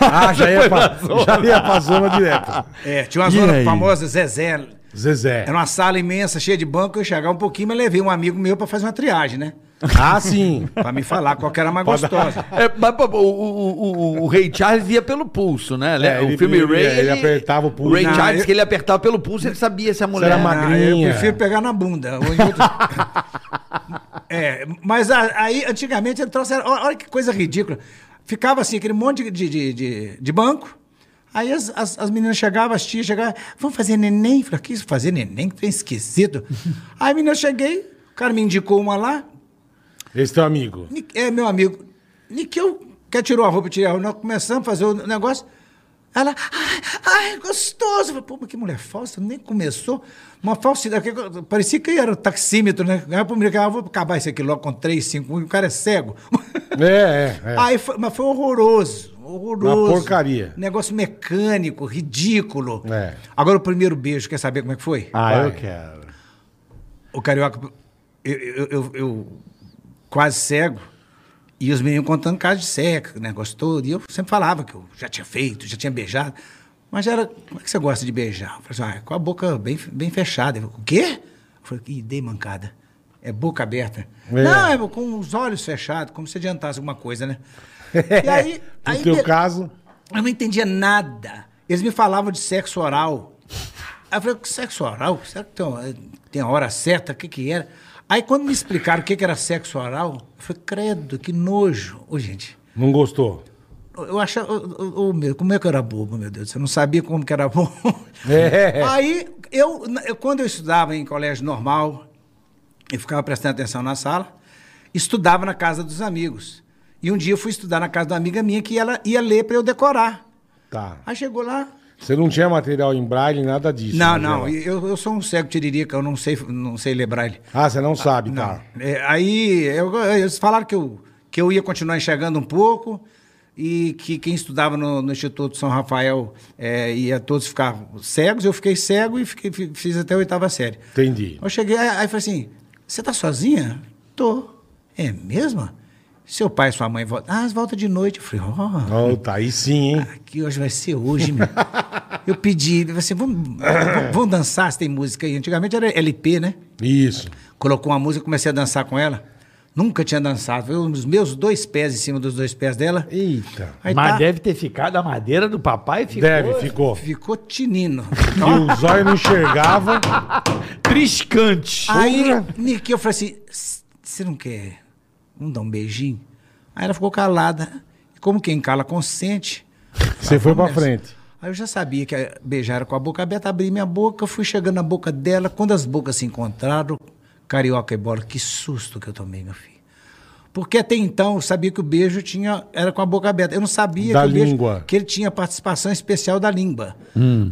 D: Ah, já ia, pra, já ia pra zona direto.
A: É, tinha uma
D: E
A: zona
D: aí?
A: famosa, Zezé.
D: Zezé.
A: Era uma sala imensa, cheia de banco, eu enxergava um pouquinho, mas levei um amigo meu pra fazer uma triagem, né?
D: Ah, sim.
A: Pra me falar qual que era a mais gostosa.
F: É, mas, pô, o, o, o, o Ray Charles ia pelo pulso, né?
D: É,
F: o
D: ele-
F: filme
D: ele-
F: Ray.
D: ele apertava o pulso.
F: Ray
A: Não,
F: Charles,
A: eu-
F: que ele apertava pelo pulso, ele sabia se a mulher.
D: era
F: né?
D: magrinho.
A: Ah, eu
D: Magrinha.
A: prefiro pegar na bunda. ou em outro- é, mas a- aí, antigamente, ele trouxe. era- Olha que coisa ridícula. Ficava assim, aquele monte de, de, de, de banco. Aí as, as, as meninas chegavam, as tias chegavam, vamos fazer neném? Eu falei, que é isso, fazer neném? Que trem esquisito. aí, menina, eu cheguei, o cara me indicou uma lá,
D: Esse teu amigo.
A: Ni- É, meu amigo. Niquel, quer tirou a roupa, eu tirei a roupa. Nós começamos a fazer o negócio. Ela, ai, ai, gostoso. Eu falei, Pô, mas que mulher falsa, nem começou. Uma falsidade. que- Parecia que era o taxímetro, né? Aí eu falei, ah, vou acabar isso aqui logo com 3, 5, o cara é cego.
D: É, é. é.
A: Aí foi- mas foi horroroso. Horroroso.
D: Uma porcaria.
A: Negócio mecânico, ridículo.
D: É.
A: Agora o primeiro beijo, quer saber como é que foi?
D: Ah,
F: Vai.
D: eu quero.
A: O carioca, eu, eu, eu- eu quase cego. E os meninos contando casos de sexo, negócio todo. E eu sempre falava que eu já tinha feito, já tinha beijado. Mas era, como é que você gosta de é beijar? Eu falei assim, ah, com a boca bem, bem fechada. Eu falei, o quê? Eu falei, ih, dei mancada. É boca aberta. Não, é com os olhos fechados, como se adiantasse alguma coisa, né? E aí, aí
D: No teu
A: be-
D: caso,
A: eu não entendia nada. Eles me falavam de sexo oral. Aí eu falei, que sexo oral? Será que tem, uma- tem a hora certa? O que que era? Aí quando me explicaram o que que era sexo oral, eu falei, credo, que nojo. Ô, gente,
D: não gostou.
A: eu achava. ô, ô, ô, meu, como é que eu era bobo, meu Deus? Você não sabia como que era bom.
D: É.
A: Aí, eu, na- eu- quando eu estudava em colégio normal, eu ficava prestando atenção na sala, estudava na casa dos amigos. E um dia eu fui estudar na casa de uma amiga minha que ela ia ler para eu decorar.
D: Tá.
A: Aí chegou lá.
D: Você não tinha material em braille, nada disso.
A: não,
D: né,
A: não,
D: Gela?
A: eu, eu sou um cego tiririca, eu não sei, não sei ler braille.
D: Ah, você não sabe,
A: Não.
D: tá.
A: É, aí eu- eles falaram que eu, que eu ia continuar enxergando um pouco e que quem estudava no, no Instituto São Rafael é, ia todos ficar cegos. Eu fiquei cego e fiquei- fi- fiz até a oitava série.
D: Entendi.
A: Eu cheguei, aí aí falei assim: você tá sozinha? Tô. É mesmo? Seu pai e sua mãe voltam. Ah, eles voltam de noite. Eu falei, ó.
D: Oh, tá aí sim, hein?
A: Que hoje vai ser hoje, meu. Eu pedi, ele falou assim, vamos, vamos- vamos dançar se tem música aí. Antigamente era LP, né?
D: Isso.
A: Colocou uma música, comecei a dançar com ela. Nunca tinha dançado. Eu, os meus dois pés em cima dos dois pés dela.
D: Eita.
A: Aí
F: Mas
A: tá,
F: deve ter ficado a madeira do papai e ficou.
D: Deve, ficou.
A: ficou tinino.
D: E o zóio não enxergava.
F: Triscante.
A: Aí, Niki, eu falei assim: "S- você não quer? Vamos dar um beijinho? Aí ela ficou calada. E Como quem cala consente.
D: Você foi pra frente.
A: Aí eu já sabia que eh, beijaram com a boca aberta, abri minha boca, fui chegando na boca dela. Quando as bocas se encontraram, carioca e bola, que susto que eu tomei, meu filho. Porque até então eu sabia que o beijo tinha, era com a boca aberta. Eu não sabia
D: Da
A: que, o beijo-
D: língua. Hum.
A: que ele tinha participação especial da língua.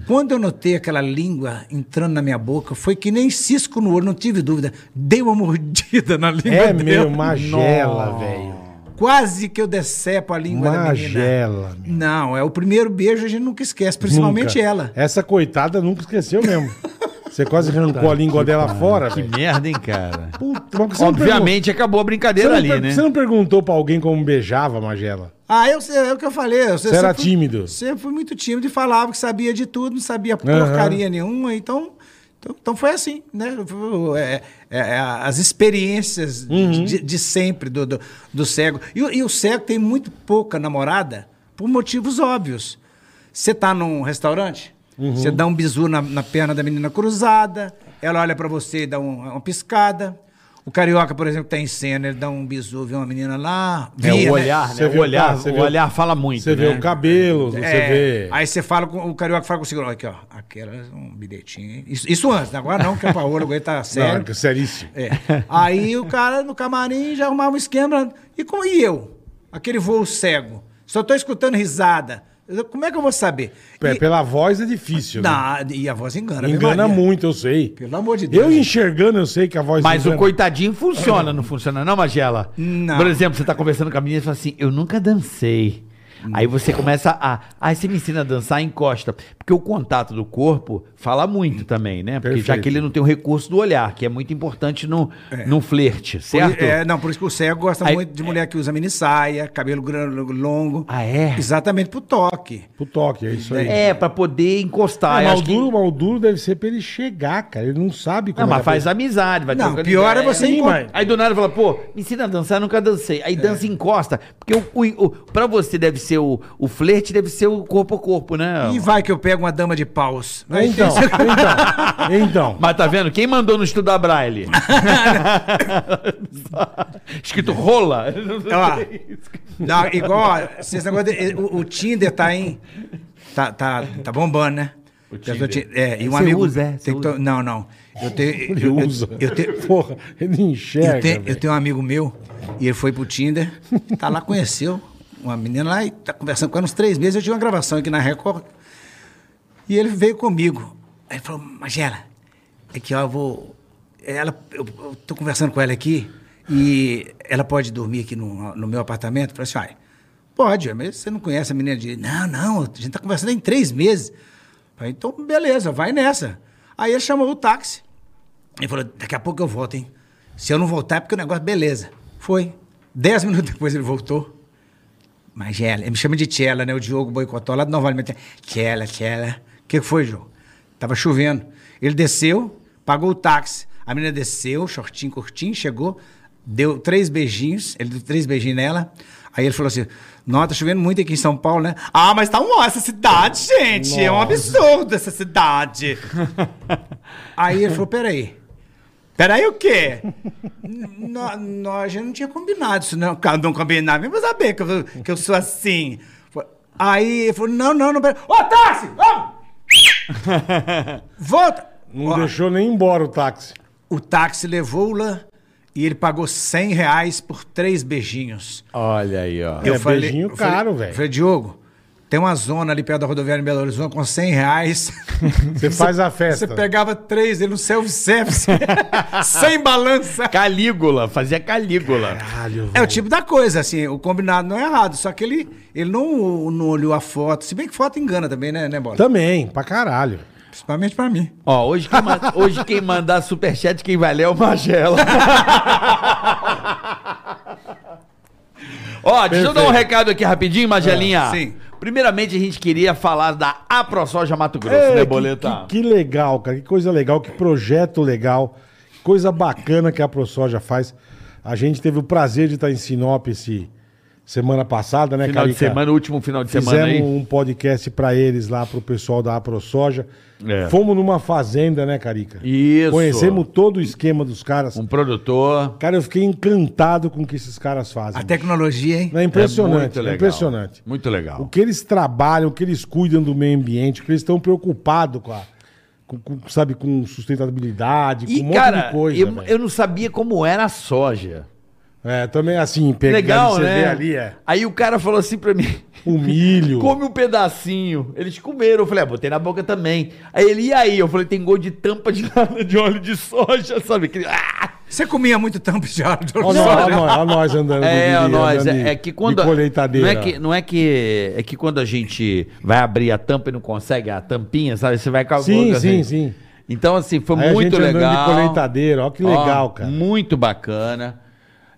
A: Quando eu notei aquela língua entrando na minha boca, foi que nem cisco no olho, não tive dúvida. Dei uma mordida na língua
D: É
A: dela.
D: mesmo, magela, velho.
A: Quase que eu decepo a língua da
D: Magela, meu.
A: menina. Não, é o primeiro beijo, a gente nunca esquece, principalmente
D: Nunca.
A: ela.
D: Essa coitada nunca esqueceu mesmo. Você quase arrancou a língua dela fora,
C: Que
D: velho.
C: merda, hein, cara?
D: Puta, mas você não
C: Obviamente acabou a
D: perguntou- você
C: brincadeira
D: não
C: ali,
D: per-
C: né?
D: Você não perguntou pra alguém como beijava, Magela?
A: Ah, eu, sei- é o que eu falei. Eu,
D: Você era tímido?
A: Sempre fui muito tímido e falava que sabia de tudo, não sabia porcaria nenhuma. Então, então, então foi assim, né? Foi, é, é, é, as experiências de, de sempre do, do, do cego. E, o- e o cego tem muito pouca namorada por motivos óbvios. Você tá num restaurante, você dá um bisu na, na perna da menina cruzada, ela olha pra você e dá um- uma piscada. O carioca, por exemplo, que tá em cena, ele dá um bisu, vê uma menina lá.
C: É
A: via, né?
C: o olhar, né?
D: Você vê
C: o
D: o
C: olhar,
D: cara, você
C: o
D: vê o-
C: olhar fala muito,
D: Você
C: né?
D: vê o cabelo, você
A: É,
D: vê.
A: Aí você fala com o carioca, fala com o segurança, aqui, ó, aquela é um bilhetinho. hein? Isso, isso antes, né? agora não, que é Paola, agora ele tá sério.
D: Não, é seríssimo.
A: É. Aí o cara no camarim já arrumava um esquema. E como e eu? Aquele voo cego. Só tô escutando risada. Eu- Como é que eu vou saber?
D: Pe-
A: e,
D: Pela voz é difícil, né?
A: Não, e a voz engana. viu,
D: Engana
A: Maria?
D: muito, eu sei.
A: Pelo amor de Deus.
D: Eu enxergando, eu sei que a voz
C: Mas o
D: engana.
C: coitadinho funciona, não funciona, não, Magela?
A: Não.
C: Por exemplo, você tá conversando com a menina e fala assim: Eu nunca dancei. Aí você começa a. Aí você me ensina a dançar, encosta. Porque o contato do corpo fala muito também, né? Porque já
D: Perfeito.
C: que ele não tem o recurso do olhar, que é muito importante no, no flerte, certo?
A: É, não, por isso que o cego gosta
C: Aí-
A: muito de mulher que usa mini saia, cabelo gran- longo.
C: Ah, é?
A: Exatamente pro toque.
D: Pro toque, é isso aí.
C: É, pra poder encostar.
D: É,
C: eu
D: mas
C: acho
D: o
C: que-
D: duro, mas o duro deve ser pra ele chegar, cara. Ele não sabe
C: Não,
D: como é
C: mas
D: que a
C: faz
D: pessoa-
C: amizade, vai
A: Não,
C: trocando
A: pior é
C: ideia.
A: você É.
D: Sim,
A: encontrar-
D: mas-
C: Aí do nada fala, pô, me ensina a dançar, nunca dancei. Aí dança e encosta. Porque o, o, o- pra você deve ser o, o flerte, deve ser o corpo a corpo, né?
A: E vai que eu pego uma dama de paus. Aí tem
D: Então, então, então.
C: Mas tá vendo? Quem mandou não estudar braille? Escrito rola.
A: Ó, não, igual, ó, vocês negócio de- o, o Tinder tá em. Tá, tá, tá bombando, né? O Tinder. É, e um
C: Você
A: amigo.
C: usa, é? Você
A: tem que to-
C: usa.
A: Não, não. Eu tenho.
D: Ele
A: eu- eu-
D: usa.
A: Eu, tenho,
D: Porra, ele enxerga.
A: eu, tenho, eu
D: velho.
A: tenho um amigo meu, e ele foi pro Tinder, tá lá, conheceu uma menina lá e tá conversando com ela uns três meses. Eu tinha uma gravação aqui na Record. E ele veio comigo. Aí ele falou, Magela, é que ó, eu vou. Ela, eu, eu tô conversando com ela aqui e ela pode dormir aqui no, no meu apartamento? Eu falei assim, ai, pode, mas você não conhece a menina de. Não, não, a gente tá conversando em três meses. Eu Falei, então, beleza, vai nessa. Aí ele chamou o táxi. Ele falou, daqui a pouco eu volto, hein? Se eu não voltar, é porque o negócio, beleza. Foi. Dez minutos depois ele voltou. Magela, ele me chama de Tchela, né? O Diogo boicotou lá do Nova Alimentar. Tchela, Tchela. O que que foi, João? Tava chovendo. Ele desceu, pagou o táxi. A menina desceu, shortinho curtinho, chegou, deu três beijinhos, ele deu três beijinhos nela. Aí ele falou assim: Nossa, tá chovendo muito aqui em São Paulo, né?
E: Ah, mas tá um ó essa cidade, gente. É um absurdo essa cidade.
A: Aí ele falou: Peraí.
E: Peraí, o quê?
A: Nó- Nós já não tinha combinado isso, não.
E: Não, não combinava, mas saber que eu, que eu sou assim.
A: Aí ele falou: Não, não, não, peraí. Ô, táxi! Vamos! Volta!
D: Não
F: Ah.
D: deixou nem embora o táxi.
A: O táxi levou-la e ele pagou 100 reais por três beijinhos.
F: Olha aí, ó.
D: É beijinho
A: eu falei-
D: caro, velho.
A: Falei, Diogo, tem uma zona ali perto da rodoviária em Belo Horizonte com 100 reais.
D: Você faz a
A: Você
D: festa.
A: pegava três ele no self-service, sem balança.
F: Calígula, fazia Calígula.
D: Caralho,
A: É
D: velho.
A: o tipo da coisa, assim, o combinado não é errado, só que ele, ele não, não olhou a foto, se bem que foto engana também, né, né Bola?
D: Também, pra caralho.
A: Principalmente pra mim.
C: Ó, hoje quem, man- hoje quem mandar superchat, quem vai ler é o Magela. Ó, deixa eu dar um recado aqui rapidinho, Magelinha.
D: Ah,
A: sim.
C: Primeiramente, a gente queria falar da AproSoja Mato Grosso,
D: É,
C: né,
D: que-
C: Boleta?
D: Que, que legal, cara. Que coisa legal, que projeto legal. que Coisa bacana que a ProSoja faz. A gente teve o prazer de estar em Sinop esse, semana passada, né,
F: Final de
D: Carica?
F: semana, último final de semana
D: Fizemos
F: aí.
D: um podcast pra eles lá, pro pessoal da AproSoja.
F: É.
D: Fomos numa fazenda, né, Carica?
F: Isso.
D: Conhecemos todo o esquema dos caras.
F: Um produtor.
D: Cara, eu fiquei encantado com o que esses caras fazem.
A: A tecnologia, hein?
D: É impressionante,
F: É muito
D: é
F: legal.
D: impressionante.
F: Muito legal.
D: O que eles trabalham, o que eles cuidam do meio ambiente, o que eles estão preocupados com a. com- com, sabe, com sustentabilidade, com
C: E,
D: um monte
C: cara,
D: de coisa.
C: eu,
D: velho.
C: eu não sabia como era a soja.
D: É, também assim, pegando
C: Legal,
D: você
C: né?
D: vê ali, é.
C: Aí o cara falou assim pra mim...
D: O milho.
C: Come um pedacinho. Eles comeram. Eu falei, ah, botei na boca também. Aí ele, e aí? Eu falei, tem gol de tampa de, de óleo de soja, sabe? Aquele- Ah!
A: Você comia muito tampo de óleo de
D: Olha
A: soja?
D: nós, olha nós, olha nós andando.
C: É,
D: de-
C: ó, nós.
D: andando de-
C: É, é que quando.
D: De colheitadeira.
C: Não é que, não é que. É que quando a gente vai abrir a tampa e não consegue a tampinha, sabe? Você vai com a
D: Sim,
C: boca,
D: sim,
C: assim.
D: sim.
C: Então, assim, foi
D: Aí a
C: muito
D: gente andando de
C: legal.
D: colheitadeira, ó, que legal, cara.
C: Muito bacana.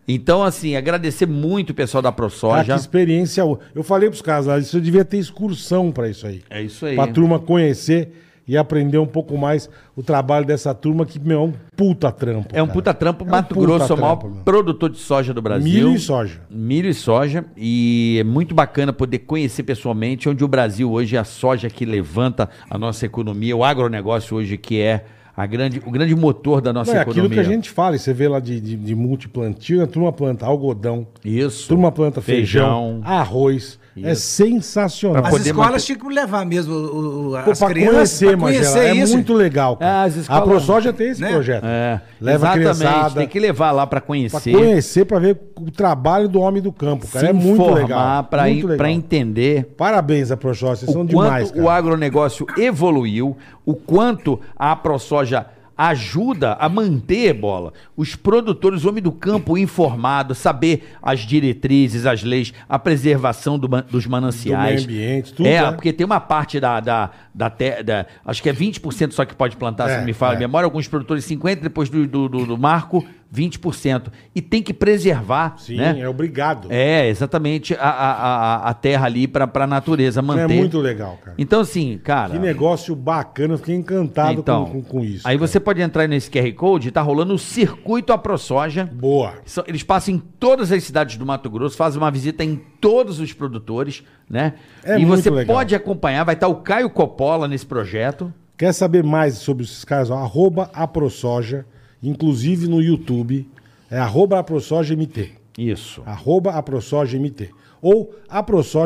C: Então, assim, agradecer muito o pessoal da
D: Cara,
C: ProSoja.
D: Ah, que experiência. Eu falei pros caras lá, isso eu devia ter excursão pra isso aí.
C: É isso aí.
D: Pra turma conhecer e aprender um pouco mais o trabalho dessa turma, que, meu, é um puta trampo.
C: É um
D: cara.
C: puta trampo.
D: É um
C: Mato
D: puta
C: Grosso é o maior
D: trampo, meu.
C: produtor de soja do Brasil.
D: Milho e soja.
C: Milho e soja. E é muito bacana poder conhecer pessoalmente onde o Brasil hoje é a soja que levanta a nossa economia, o agronegócio hoje que é a grande, o grande motor da nossa
D: Não, é aquilo
C: economia.
D: que a gente fala, e você vê lá de, de, de multiplantio, a turma planta algodão, a
C: Isso.
D: turma planta feijão,
C: Feijão.
D: arroz. É sensacional.
A: As
C: Pra poder
A: escolas
C: manter-
A: tinham que levar mesmo o- o-
D: Pô,
A: as
D: pra
A: crianças
D: conhecer, Magela, é
A: isso. Ah,
D: muito legal. cara.
C: É, as escolas-
D: a ProSoja tem esse
A: né?
D: projeto.
C: É,
D: Leva a criançada.
C: tem que levar lá para
D: Pra
C: conhecer.
D: conhecer, pra ver o trabalho do homem do campo, cara.
C: se
D: é muito
C: informar,
D: legal.
C: pra
D: muito
C: in- pra entender
D: Parabéns a ProSoja, vocês são
C: o
D: demais,
C: quanto
D: cara.
C: o agronegócio evoluiu, o quanto a ProSoja ajuda a manter, bola, os produtores, o homem do campo informado, saber as diretrizes, as leis, a preservação do man- dos mananciais.
D: Do meio ambiente, tudo,
C: É,
D: né?
C: porque tem uma parte da, da, da, te- da- acho que é 20% só que pode plantar, se
D: É,
C: não me fala
D: é.
C: a memória, alguns produtores 50%, depois do, do, do- do marco, 20%. E tem que preservar,
D: Sim,
C: né?
D: é obrigado.
C: É, exatamente a, a, a- a terra ali para a natureza
D: é
C: manter.
D: muito legal, cara.
C: Então, assim, cara.
D: Que negócio bacana, eu fiquei encantado
C: então,
D: com, com, com isso.
C: Aí
D: cara.
C: você pode entrar nesse QR Code, tá rolando o Circuito AproSoja.
D: Boa.
C: São- Eles passam em todas as cidades do Mato Grosso, fazem uma visita em todos os produtores, né?
D: É
C: e
D: muito
C: você
D: legal.
C: pode acompanhar, vai estar o Caio Coppola nesse projeto.
D: Quer saber mais sobre esses caras? Ó, arroba aprosoja, inclusive no YouTube, é arroba aprosojamt.
C: Isso.
D: Arroba aprosojamt. Ou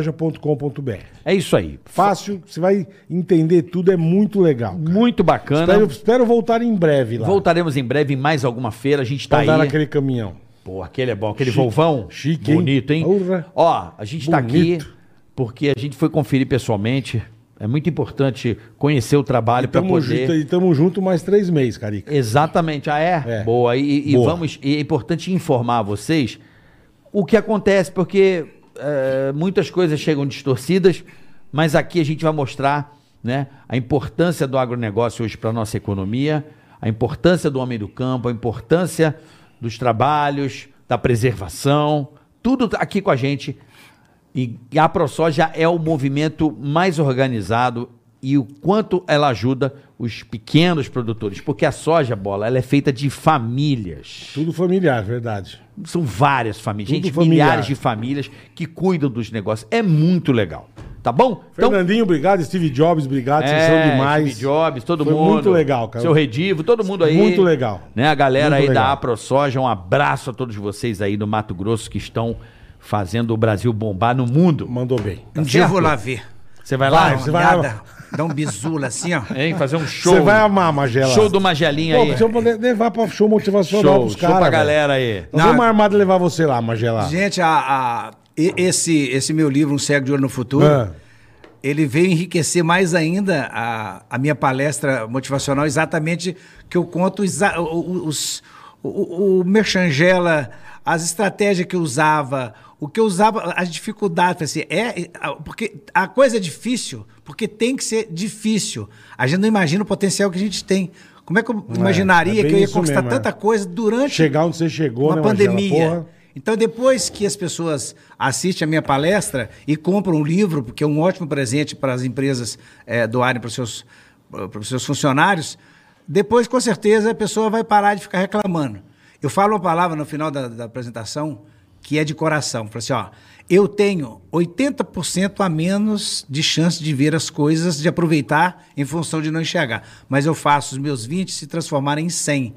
D: aprosoja.com.br.
C: É isso aí.
D: Fácil, você vai entender tudo, é muito legal. cara.
C: Muito bacana.
D: Espero, espero voltar em breve lá.
C: Voltaremos em breve em mais alguma feira. A gente tá
D: Andar
C: aí.
D: naquele caminhão.
C: Pô, aquele é bom, aquele
D: Chique.
C: volvão.
D: Chique, hein?
C: Bonito, hein?
D: Porra.
C: Ó, a gente tá aqui
D: Bonito.
C: porque a gente foi conferir pessoalmente. É muito importante conhecer o trabalho para
D: Tamo
C: poder.
D: junto, e tamo junto mais três meses, Carica.
C: Exatamente. Ah, é?
D: É.
C: Boa. E, e
D: Boa.
C: vamos. E é importante informar vocês o que acontece, porque eh, muitas coisas chegam distorcidas, mas aqui a gente vai mostrar né, a importância do agronegócio hoje para a nossa economia, a importância do homem do campo, a importância dos trabalhos, da preservação, tudo aqui com a gente. E a ProSoja é o movimento mais organizado e o quanto ela ajuda os pequenos produtores, porque a soja, bola, ela é feita de famílias.
D: Tudo familiar, verdade.
C: São várias famílias,
D: Tudo
C: gente,
D: familiar.
C: milhares de famílias que cuidam dos negócios. É muito legal. Tá bom? é,
D: Fernandinho, obrigado. Steve Jobs, obrigado. Vocês são demais.
C: Steve Jobs, todo
D: Foi
C: mundo.
D: muito legal, cara.
C: Seu Redivo, todo mundo aí.
D: Muito legal.
C: Né, a galera
D: Muito
C: aí
D: legal.
C: da AproSoja, um abraço a todos vocês aí do Mato Grosso que estão fazendo o Brasil bombar no mundo.
D: Mandou bem.
A: Um dia eu vou lá ver.
C: Você vai
A: Dá
C: lá?
A: uma
D: tá Ah, você vai lá. É.
A: olhada, dá um bisula assim, ó.
C: Hein, fazer um show.
D: Você vai amar, Magela.
C: Show do Magelinha
D: Pô,
C: aí.
D: precisa poder levar pra show motivacional
C: Show,
D: pros
C: show
D: caras.
C: pra
D: velho.
C: galera aí.
D: Nós
A: Não.
D: vamos armado levar você lá, Magela.
A: Gente, a, a- e- esse, esse meu livro, Um Cego de Olho no Futuro,
D: Ah.
A: ele veio enriquecer mais ainda a, a minha palestra motivacional, exatamente que eu conto exa- o- o- os, o, o Merchangela, as estratégias que eu usava, o que eu usava, as dificuldades. Assim, é, é, a- porque a coisa é difícil, porque tem que ser difícil. A gente não imagina o potencial que a gente tem. Como é que eu imaginaria
D: bem
A: que eu ia
D: isso
A: conquistar
D: mesmo, é.
A: tanta coisa durante
D: Chegar onde você chegou,
A: uma
D: né, Magela?
A: pandemia.
D: Porra.
A: Então, depois que as pessoas assistem a minha palestra e compram um livro, porque é um ótimo presente para as empresas eh, doarem para os seus, eh, para os seus funcionários, depois, com certeza, a pessoa vai parar de ficar reclamando. Eu falo uma palavra no final da, da apresentação que é de coração. Eu Falo assim, ó, eu tenho 80% a menos de chance de ver as coisas, de aproveitar em função de não enxergar. Mas eu faço os meus 20 se transformarem em 100.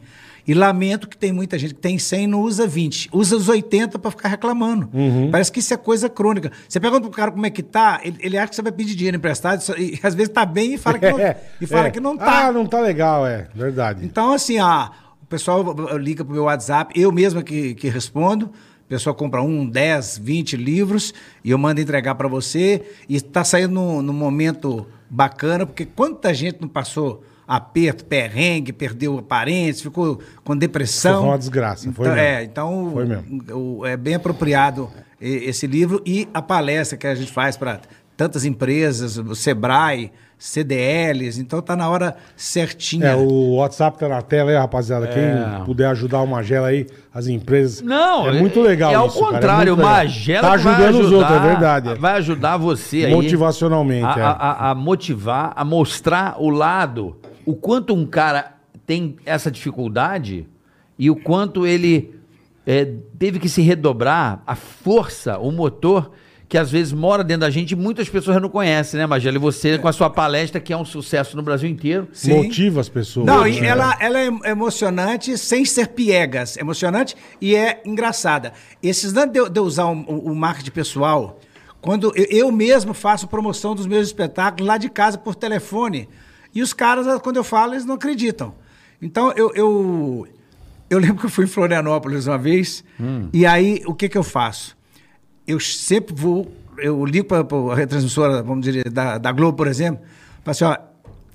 A: E lamento que tem muita gente que tem 100 e não usa 20. Usa os 80 para ficar reclamando.
D: Uhum.
A: Parece que isso é coisa crônica. Você pergunta pro cara como é que tá, ele, ele acha que você vai pedir dinheiro emprestado, só- e às vezes tá bem e fala que não, e fala
D: é.
A: que não tá.
D: Ah, não tá legal, é. Verdade.
A: Então, assim, ah, o pessoal liga pro meu WhatsApp, eu mesma que, que respondo. O pessoal compra um, 10, 20 livros e eu mando entregar para você. E está saindo num, num momento bacana, porque quanta gente não passou aperto, perrengue, perdeu parentes, ficou com depressão.
D: Foi uma desgraça, foi
A: então,
D: mesmo.
A: É, então
D: Foi mesmo.
A: o- é bem apropriado e- esse livro e a palestra que a gente faz para tantas empresas, o Sebrae, CDLs. Então está na hora certinha.
D: É, o WhatsApp tá na tela aí, rapaziada. Quem puder ajudar o Magela aí, as empresas.
C: Não,
D: é muito legal
C: É ao
D: isso, cara, é
C: contrário,
D: muito legal.
C: Magela
D: Tá
C: que vai
D: ajudando os
C: ajudar-
D: outros, é verdade. é.
C: Vai ajudar você aí.
D: Motivacionalmente,
C: a,
D: é.
C: a- a- a motivar, a mostrar o lado, o quanto um cara tem essa dificuldade e o quanto ele é, teve que se redobrar, a força, o motor que às vezes mora dentro da gente e muitas pessoas não conhecem, né, Magela? E você, com a sua palestra, que é um sucesso no Brasil inteiro.
A: Sim.
D: Motiva as pessoas.
A: Não, e
D: né?
A: ela, ela é emocionante sem ser piegas. Emocionante e é engraçada. Esses anos de, eu- de eu usar o, o, o marketing pessoal, quando eu, eu mesmo faço promoção dos meus espetáculos lá de casa por telefone. E os caras, ah, quando eu falo, eles não acreditam. Então, eu, eu, eu lembro que eu fui em Florianópolis uma vez, e aí o que, que eu faço? eu sempre vou, eu ligo para a retransmissora, vamos dizer, da, da Globo, por exemplo, falo assim, ó,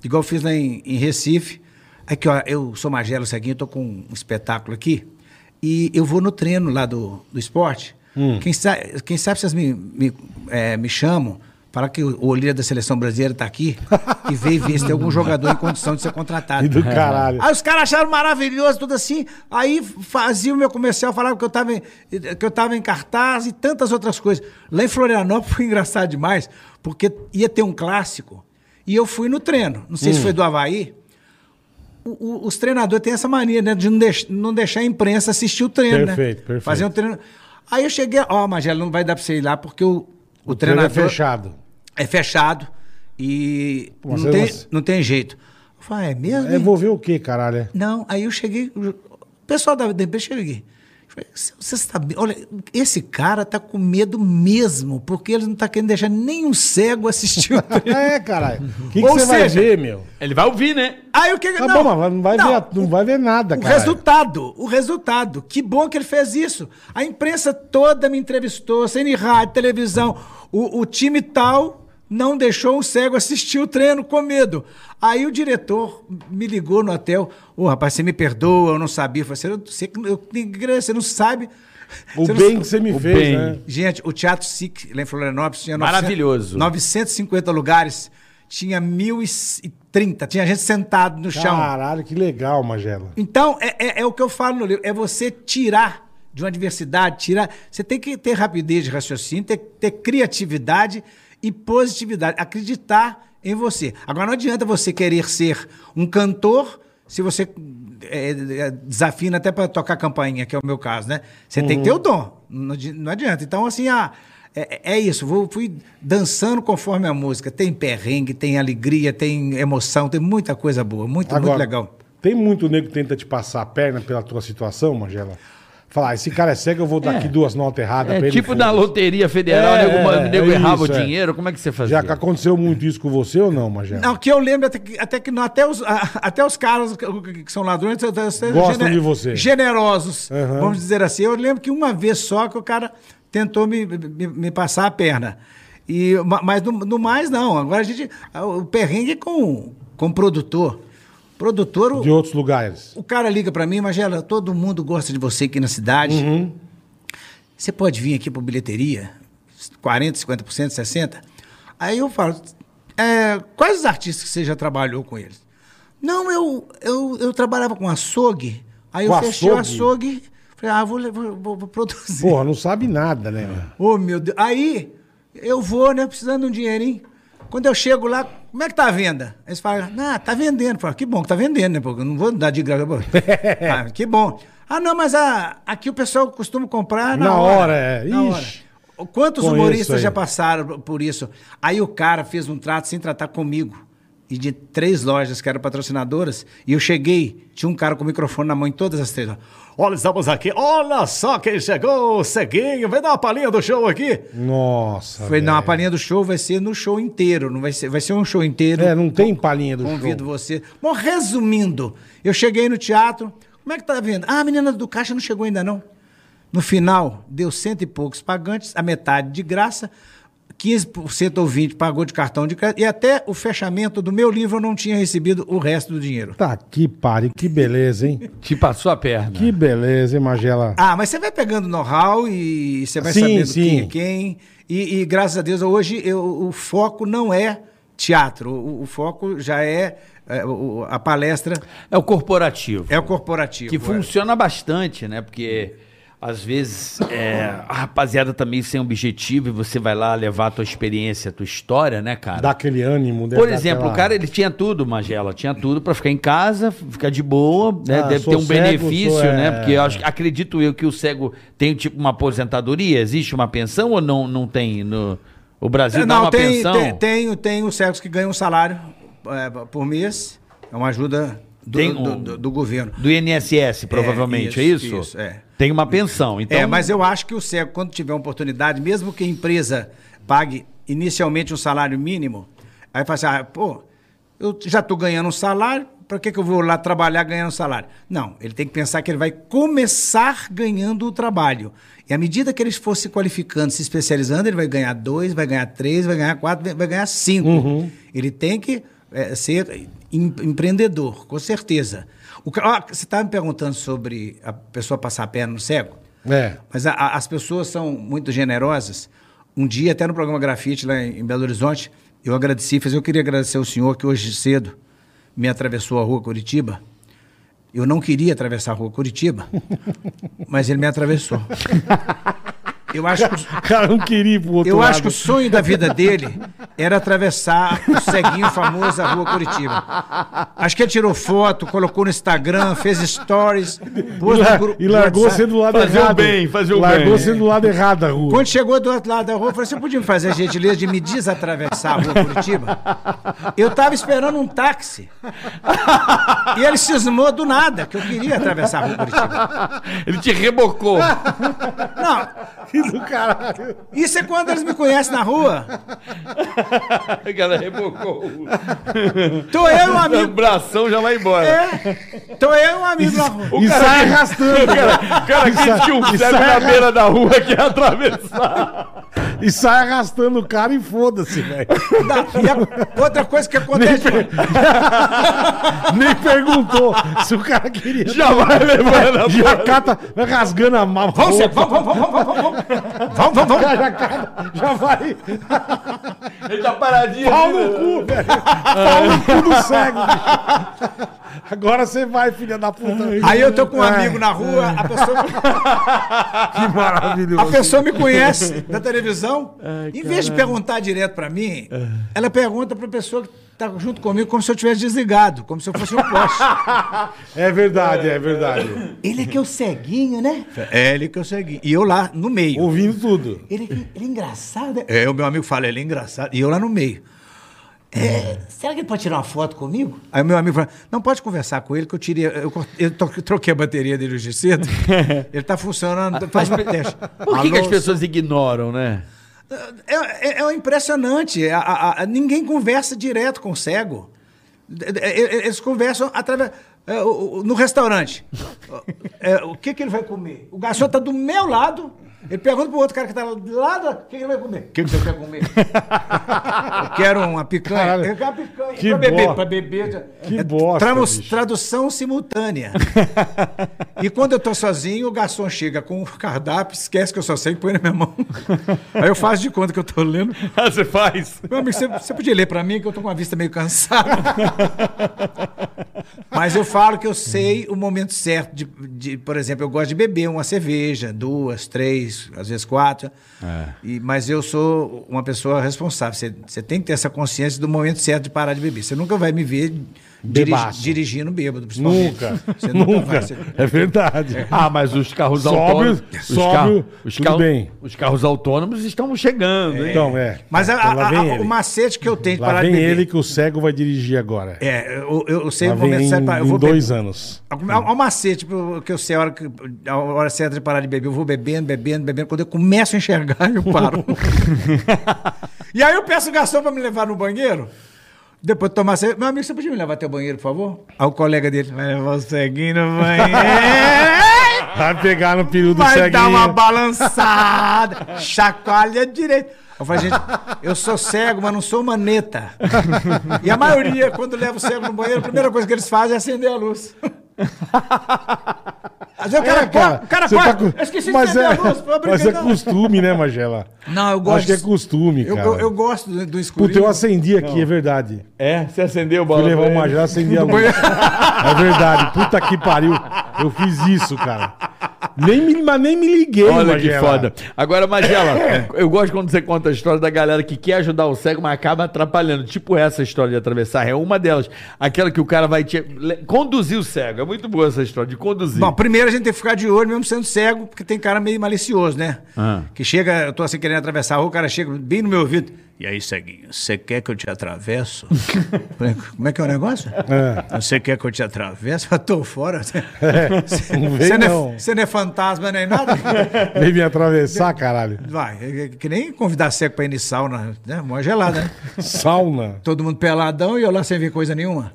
A: igual eu fiz lá em, em Recife, aqui, ó, eu sou Magelo Seguinho, eu tô com um espetáculo aqui, e eu vou no treino lá do, do esporte,
D: Hum.
A: quem, sa quem sabe vocês me, me, eh, me chamam, falar que o olheiro da seleção brasileira tá aqui, e veio ver se tem algum jogador em condição de ser contratado.
D: E do caralho.
A: Aí os caras acharam maravilhoso, tudo assim. Aí fazia o meu comercial, falava que eu tava em, que eu tava em cartaz e tantas outras coisas. Lá em Florianópolis foi engraçado demais, porque ia ter um clássico e eu fui no treino. Não
D: Hum.
A: sei se foi do Havaí. O- o- os treinadores têm essa mania, né? De não, deix- não deixar a imprensa assistir o treino, né?
D: Perfeito, perfeito.
A: Fazer um treino. Aí eu cheguei, ó, Magela, não vai dar pra você ir lá porque o, o,
D: O treino é
A: treinador
D: fechado.
A: é fechado e
D: Pô, mas
A: não,
D: eu
A: tem,
D: não-
A: não tem jeito. Eu falei, é mesmo?
D: É,
A: hein?
D: vou ver o que, caralho? é?
A: Não, aí eu cheguei. O pessoal da DP cheguei. Falei, "Cê- Você sabe, olha, esse cara tá com medo mesmo, porque ele não tá querendo deixar nenhum cego assistir o treino.
D: É, caralho. O que, que
A: Ou
D: você vai
A: seja,
D: ver, meu?
C: Ele vai ouvir, né?
A: Aí o que que
D: Tá bom, mas não vai, ver, a- não vai ver nada,
A: o
D: cara.
A: resultado, o resultado. Que bom que ele fez isso. A imprensa toda me entrevistou, sem rádio, televisão. O, o time tal não deixou um cego assistir o treino com medo. Aí o diretor me ligou no hotel. Ô, rapaz, você me perdoa, eu não sabia. Eu falei, "Você não- você, que não- eu, você não sabe.
D: O
A: você não
D: bem
A: sa-
D: que você me
C: O
D: fez,
C: bem.
D: né?
A: Gente, o Teatro SIC, lá em Florianópolis, tinha 900
C: Maravilhoso.
A: 950 lugares, tinha 1.030. Tinha gente sentado no chão.
D: Caralho, que legal, Magela.
A: Então, é, é- é o que eu falo no livro, é você tirar de uma adversidade, tirar. Você tem que ter rapidez de raciocínio, ter, ter criatividade e positividade, acreditar em você. Agora não adianta você querer ser um cantor se você é, é, desafina até para tocar campainha, que é o meu caso, né? Você tem que ter o dom. Não adi- não adianta. Então, assim, ah, é, é isso. Vou, fui dançando conforme a música. Tem perrengue, tem alegria, tem emoção, tem muita coisa boa. Muito, muito legal.
D: Tá Tem muito nego que tenta te passar a perna pela tua situação, Magela? Falar, "Ah, esse cara é cego, eu vou dar aqui duas notas erradas pra
C: É
D: ele.
C: tipo
D: foda-se."
C: na loteria federal,
D: É,
C: o nego,
D: é,
C: o nego
D: é
C: errava
D: isso,
C: o
D: é.
C: dinheiro. Como é que você fazia?
D: Já que aconteceu muito isso com você ou não, Magela?
A: Não, que eu lembro até que, até que não- até, os, a- até os caras que, que são ladrões são- são
D: Gostam de você.
A: generosos,
D: Aham.
A: vamos dizer assim. Eu lembro que uma vez só que o cara tentou me, me, me passar a perna. E, ma- mas no, no mais, não. Agora a gente. O perrengue é com, com o produtor. Produtor, o,
D: De outros lugares.
A: o cara liga pra mim, Magela, todo mundo gosta de você aqui na cidade.
D: Uhum.
A: Você pode vir aqui para bilheteria? 40%, 50%, 60%? Aí eu falo, é, quais os artistas que você já trabalhou com eles? Não, eu, eu, eu trabalhava com açougue. Aí
D: Com
A: eu fechei o
D: açougue?
A: açougue. Falei, ah, vou, le- vou, vou- vou produzir.
D: Porra, não sabe nada, né? meu?
A: Ô, meu Deus. Aí, eu vou, né? Precisando de um dinheirinho. Quando eu chego lá, como é que tá a venda? Aí Eles falam, ah, tá vendendo. Eu falo, que bom que tá vendendo, né? Porque eu não vou dar de graça. pô. Ah, que bom. Ah, não, mas a, aqui o pessoal costuma comprar na,
D: Na
A: hora.
D: hora, é.
A: Na hora.
D: Ixi.
A: Quantos
D: Conheço
A: humoristas
D: aí.
A: já passaram por isso? Aí o cara fez um trato sem tratar comigo. E de três lojas que eram patrocinadoras. E eu cheguei, tinha um cara com o microfone na mão em todas as três.
E: Olha, estamos aqui. Olha só quem chegou, ceguinho. Vem dar uma palhinha do show aqui.
D: Nossa.
A: Falei, não,
D: velho.
A: a palhinha do show vai ser no show inteiro, não vai ser, vai ser um show inteiro.
D: É, não tem palhinha do
A: Convido
D: show.
A: você. Bom, resumindo, eu cheguei no teatro, como é que tá vendo? Ah, a menina do caixa não chegou ainda não. No final, deu cento e poucos pagantes, a metade de graça, 15% ou 20% pagou de cartão de crédito, e até o fechamento do meu livro eu não tinha recebido o resto do dinheiro.
D: Tá que pariu, que beleza, hein?
C: Te passou a perna.
D: Que beleza, hein, Magela?
A: Ah, mas você vai pegando know-how e você vai
D: Sim,
A: sabendo quem é
D: sim.
A: quem. E, e graças a Deus, hoje eu- o foco não é teatro. O, o foco já é, é, o- a palestra,
C: É o corporativo.
A: é o corporativo.
C: Que
A: é.
C: funciona bastante, né? Porque às vezes é, a rapaziada tá meio sem objetivo e você vai lá levar a tua experiência, a tua história, né, cara?
D: Dá aquele ânimo. né?
C: Por
D: Dá
C: exemplo,
D: aquela-
C: o cara ele tinha tudo, Magela, tinha tudo pra ficar em casa, ficar de boa, né?
D: Ah,
C: Deve
D: sou
C: ter um
D: cego,
C: benefício,
D: sou, é.
C: né? Porque eu acho, acredito eu que o cego tem tipo uma aposentadoria, existe uma pensão ou não, não tem no o Brasil
A: É,
C: dá
A: Não,
C: uma
A: tem,
C: pensão?
A: tem, tem, tem os cegos que ganham um salário é, por mês. É uma ajuda do,
C: Tem um-
A: do, do- do governo.
C: Do INSS, provavelmente, é isso?
A: isso, isso, é.
C: Tem uma pensão, então.
A: É, mas eu acho que o cego, quando tiver uma oportunidade, mesmo que a empresa pague inicialmente um salário mínimo, aí fala assim, ah, pô, eu já estou ganhando um salário, para que, que eu vou lá trabalhar ganhando um salário? Não, ele tem que pensar que ele vai começar ganhando o trabalho. E à medida que ele for se qualificando, se especializando, ele vai ganhar dois, vai ganhar três, vai ganhar quatro, vai- vai ganhar cinco.
C: Uhum.
A: Ele tem que eh, ser em- empreendedor, com certeza. O ca- ó, você estava me perguntando sobre a pessoa passar a perna no cego?
D: É.
A: Mas a- a- as pessoas são muito generosas. Um dia, até no programa Grafite, lá em, em Belo Horizonte, eu agradeci, fiz, eu queria agradecer ao senhor que hoje cedo me atravessou a rua Curitiba. Eu não queria atravessar a rua Curitiba, mas ele me atravessou. Eu acho que, o-
D: O cara não queria ir pro outro
A: eu
D: lado.
A: acho que o sonho da vida dele era atravessar o ceguinho famoso da rua Curitiba. Acho que ele tirou foto, colocou no Instagram, fez stories, pôs
D: E,
A: no
D: la-
A: grupo
D: e
A: do
D: largou
A: WhatsApp.
D: você do lado
F: Fazer o
D: errado.
F: bem, fazer o
D: largou
F: bem.
D: você do lado errado da rua.
A: Quando chegou do outro lado da rua, eu falei: você podia me fazer a gentileza de me desatravessar a rua Curitiba? Eu tava esperando um táxi. E ele cismou do nada que eu queria atravessar a rua Curitiba.
C: Ele te rebocou.
A: Não,
D: Que do caralho.
A: isso é quando eles me conhecem na rua.
C: A galera rebocou. O
A: Tô eu e um amigo.
C: bração já vai embora.
A: É, tô eu e um amigo na rua.
D: E sai arrastando.
F: O cara
D: Isso-
F: que tinha um
D: isso
F: cego
D: é
F: na
D: errado.
F: beira da rua que ia atravessar.
D: E sai arrastando o cara e foda-se, velho.
A: Não, e a- outra coisa que acontece.
D: Nem perguntou se o cara queria.
F: Já vai levando a
D: Já cata, vai rasgando a mão.
A: Vamos, Cê, vamos, vamos, vamos, vamos, vamos, vamos. Vamos, vamos, vamos.
D: Já, cata, já vai.
F: Ele tá paradinho.
D: Pau no cu, velho. Pau no cu do cego. bicho. Agora você vai, filha da puta. É,
A: Aí eu tô com um amigo na rua, a pessoa,
D: Que maravilhoso.
A: a pessoa me conhece da televisão. em vez de perguntar direto pra mim, ela pergunta pra pessoa que tá junto comigo como se eu tivesse desligado, como se eu fosse um poste.
D: É verdade, é verdade.
A: Ele é que é o ceguinho, né? É, ele que é o ceguinho. E eu lá no meio.
D: Ouvindo tudo.
A: Ele, ele é engraçado, né? É, o meu amigo fala, ele é engraçado. E eu lá no meio.
G: É, Será que ele pode tirar uma foto comigo?
A: Aí o meu amigo fala, não pode conversar com ele que eu tirei, eu, cort- eu to- troquei a bateria dele hoje cedo, ele tá funcionando, faz um teste.
C: Por que, que as
A: Alô,
C: pessoas ignoram, né?
A: É, é- é impressionante, a- a- a- ninguém conversa direto com o cego, De- de- e- e- eles conversam através, é, o- o- no restaurante, É, o que que ele vai comer? O garçom tá do meu lado, ele pergunta pro outro cara que tá lá, do- o que que ele vai comer? O que que você quer comer? Eu quero uma picanha.
D: Caralho.
A: Eu quero uma picanha.
D: Que
A: pra beber,
D: bo-
A: pra beber.
D: que bosta, bicho.
A: É Tradução simultânea. e quando eu tô sozinho, o garçom chega com o cardápio, esquece que eu só sei e põe na minha mão. Aí eu faço de conta que eu tô lendo.
F: Ah, você faz?
A: Meu amigo, você, você podia ler pra mim que eu tô com a vista meio cansada. Mas eu falo que eu sei o momento certo de, de- por exemplo, eu gosto de beber uma cerveja, duas, três, às vezes quatro.
D: É.
A: E, mas eu sou uma pessoa responsável. Você, você tem que ter essa consciência do momento certo de parar de beber. Você nunca vai me ver dirigi-
D: Bebaço.
A: dirigindo bêbado, principalmente.
D: Nunca.
A: Você nunca,
D: Nunca.
A: vai. Você-
D: É verdade.
F: Ah, mas os carros
D: Sóbrio,
F: autônomos. Os,
D: sóbrio,
F: os,
D: tudo
F: carros,
D: bem.
F: os carros autônomos estão chegando, hein?
D: Então, é.
A: Mas a-
D: Então,
A: a-
D: lá
A: a-
D: vem ele.
A: o macete que eu tenho de
D: Lá
A: parar de
D: vem
A: beber.
D: ele que o cego vai dirigir agora.
A: É, eu, eu- eu sei
D: Lá
A: o
D: vem
A: momento certo para.
D: em,
A: Eu vou
D: em dois
A: beber.
D: anos.
A: Há há um macete pro- que eu sei a hora, que- a hora certa de parar de beber. Eu vou bebendo, bebendo, bebendo. Quando eu começo a enxergar, eu paro. e aí eu peço o garçom para me levar no banheiro. Depois de tomar cerveja. Meu amigo, você podia me levar até o banheiro, por favor? Aí o colega dele. Vai levar o ceguinho no banheiro.
D: Vai pegar no peru do é.
A: Vai
D: ceguinho.
A: dar uma balançada, chacoalha direito. Eu falei, gente, eu sou cego, mas não sou maneta. E a maioria, quando leva o cego no banheiro, a primeira coisa que eles fazem é acender a luz. Às vezes o cara,
D: É, cara,
A: acorda, o cara
D: você
A: acorda,
D: tá com-
A: eu esqueci de
D: mas
A: acender
D: é,
A: a luz. Foi
D: Mas é
A: brincadeira.
D: costume, né, Magela?
A: Não, eu
D: Acho
A: gosto.
D: que é costume,
A: eu,
D: cara.
A: eu, eu gosto do, do escurinho.
D: Puta, eu acendi aqui, é verdade.
F: É, você acendeu o
D: Fui
F: balão.
D: levar
F: pra
D: o
F: ele?
D: Magela, acendi a luz. É verdade. Puta que pariu. Eu fiz isso, cara. Nem me, mas nem me liguei,
F: Olha que
D: Magela. É.
F: foda. Agora, Magela, eu gosto quando você conta a história da galera que quer ajudar o cego, mas acaba atrapalhando. Tipo essa história de atravessar, é uma delas. Aquela que o cara vai te le- conduzir o cego. É muito boa essa história de conduzir.
D: assim.
A: Bom, primeiro a gente tem que ficar de olho, mesmo sendo cego, porque tem cara meio malicioso, né?
D: Ah.
A: Que chega, eu tô assim querendo atravessar a rua, o cara chega bem no meu ouvido. E aí, ceguinho, você quer que eu te atravesso? Falei, Como é que é o negócio?
F: É.
A: Você quer que eu te atravesse? Eu tô fora. Você
D: Não vem,
A: você não,
D: não.
A: é, você não é fantasma nem nada?
D: Vem me atravessar, caralho.
A: Vai, é que nem convidar cego pra ir em sauna, né? Mó gelada, né?
D: Sauna.
A: Todo mundo peladão e eu lá sem ver coisa nenhuma.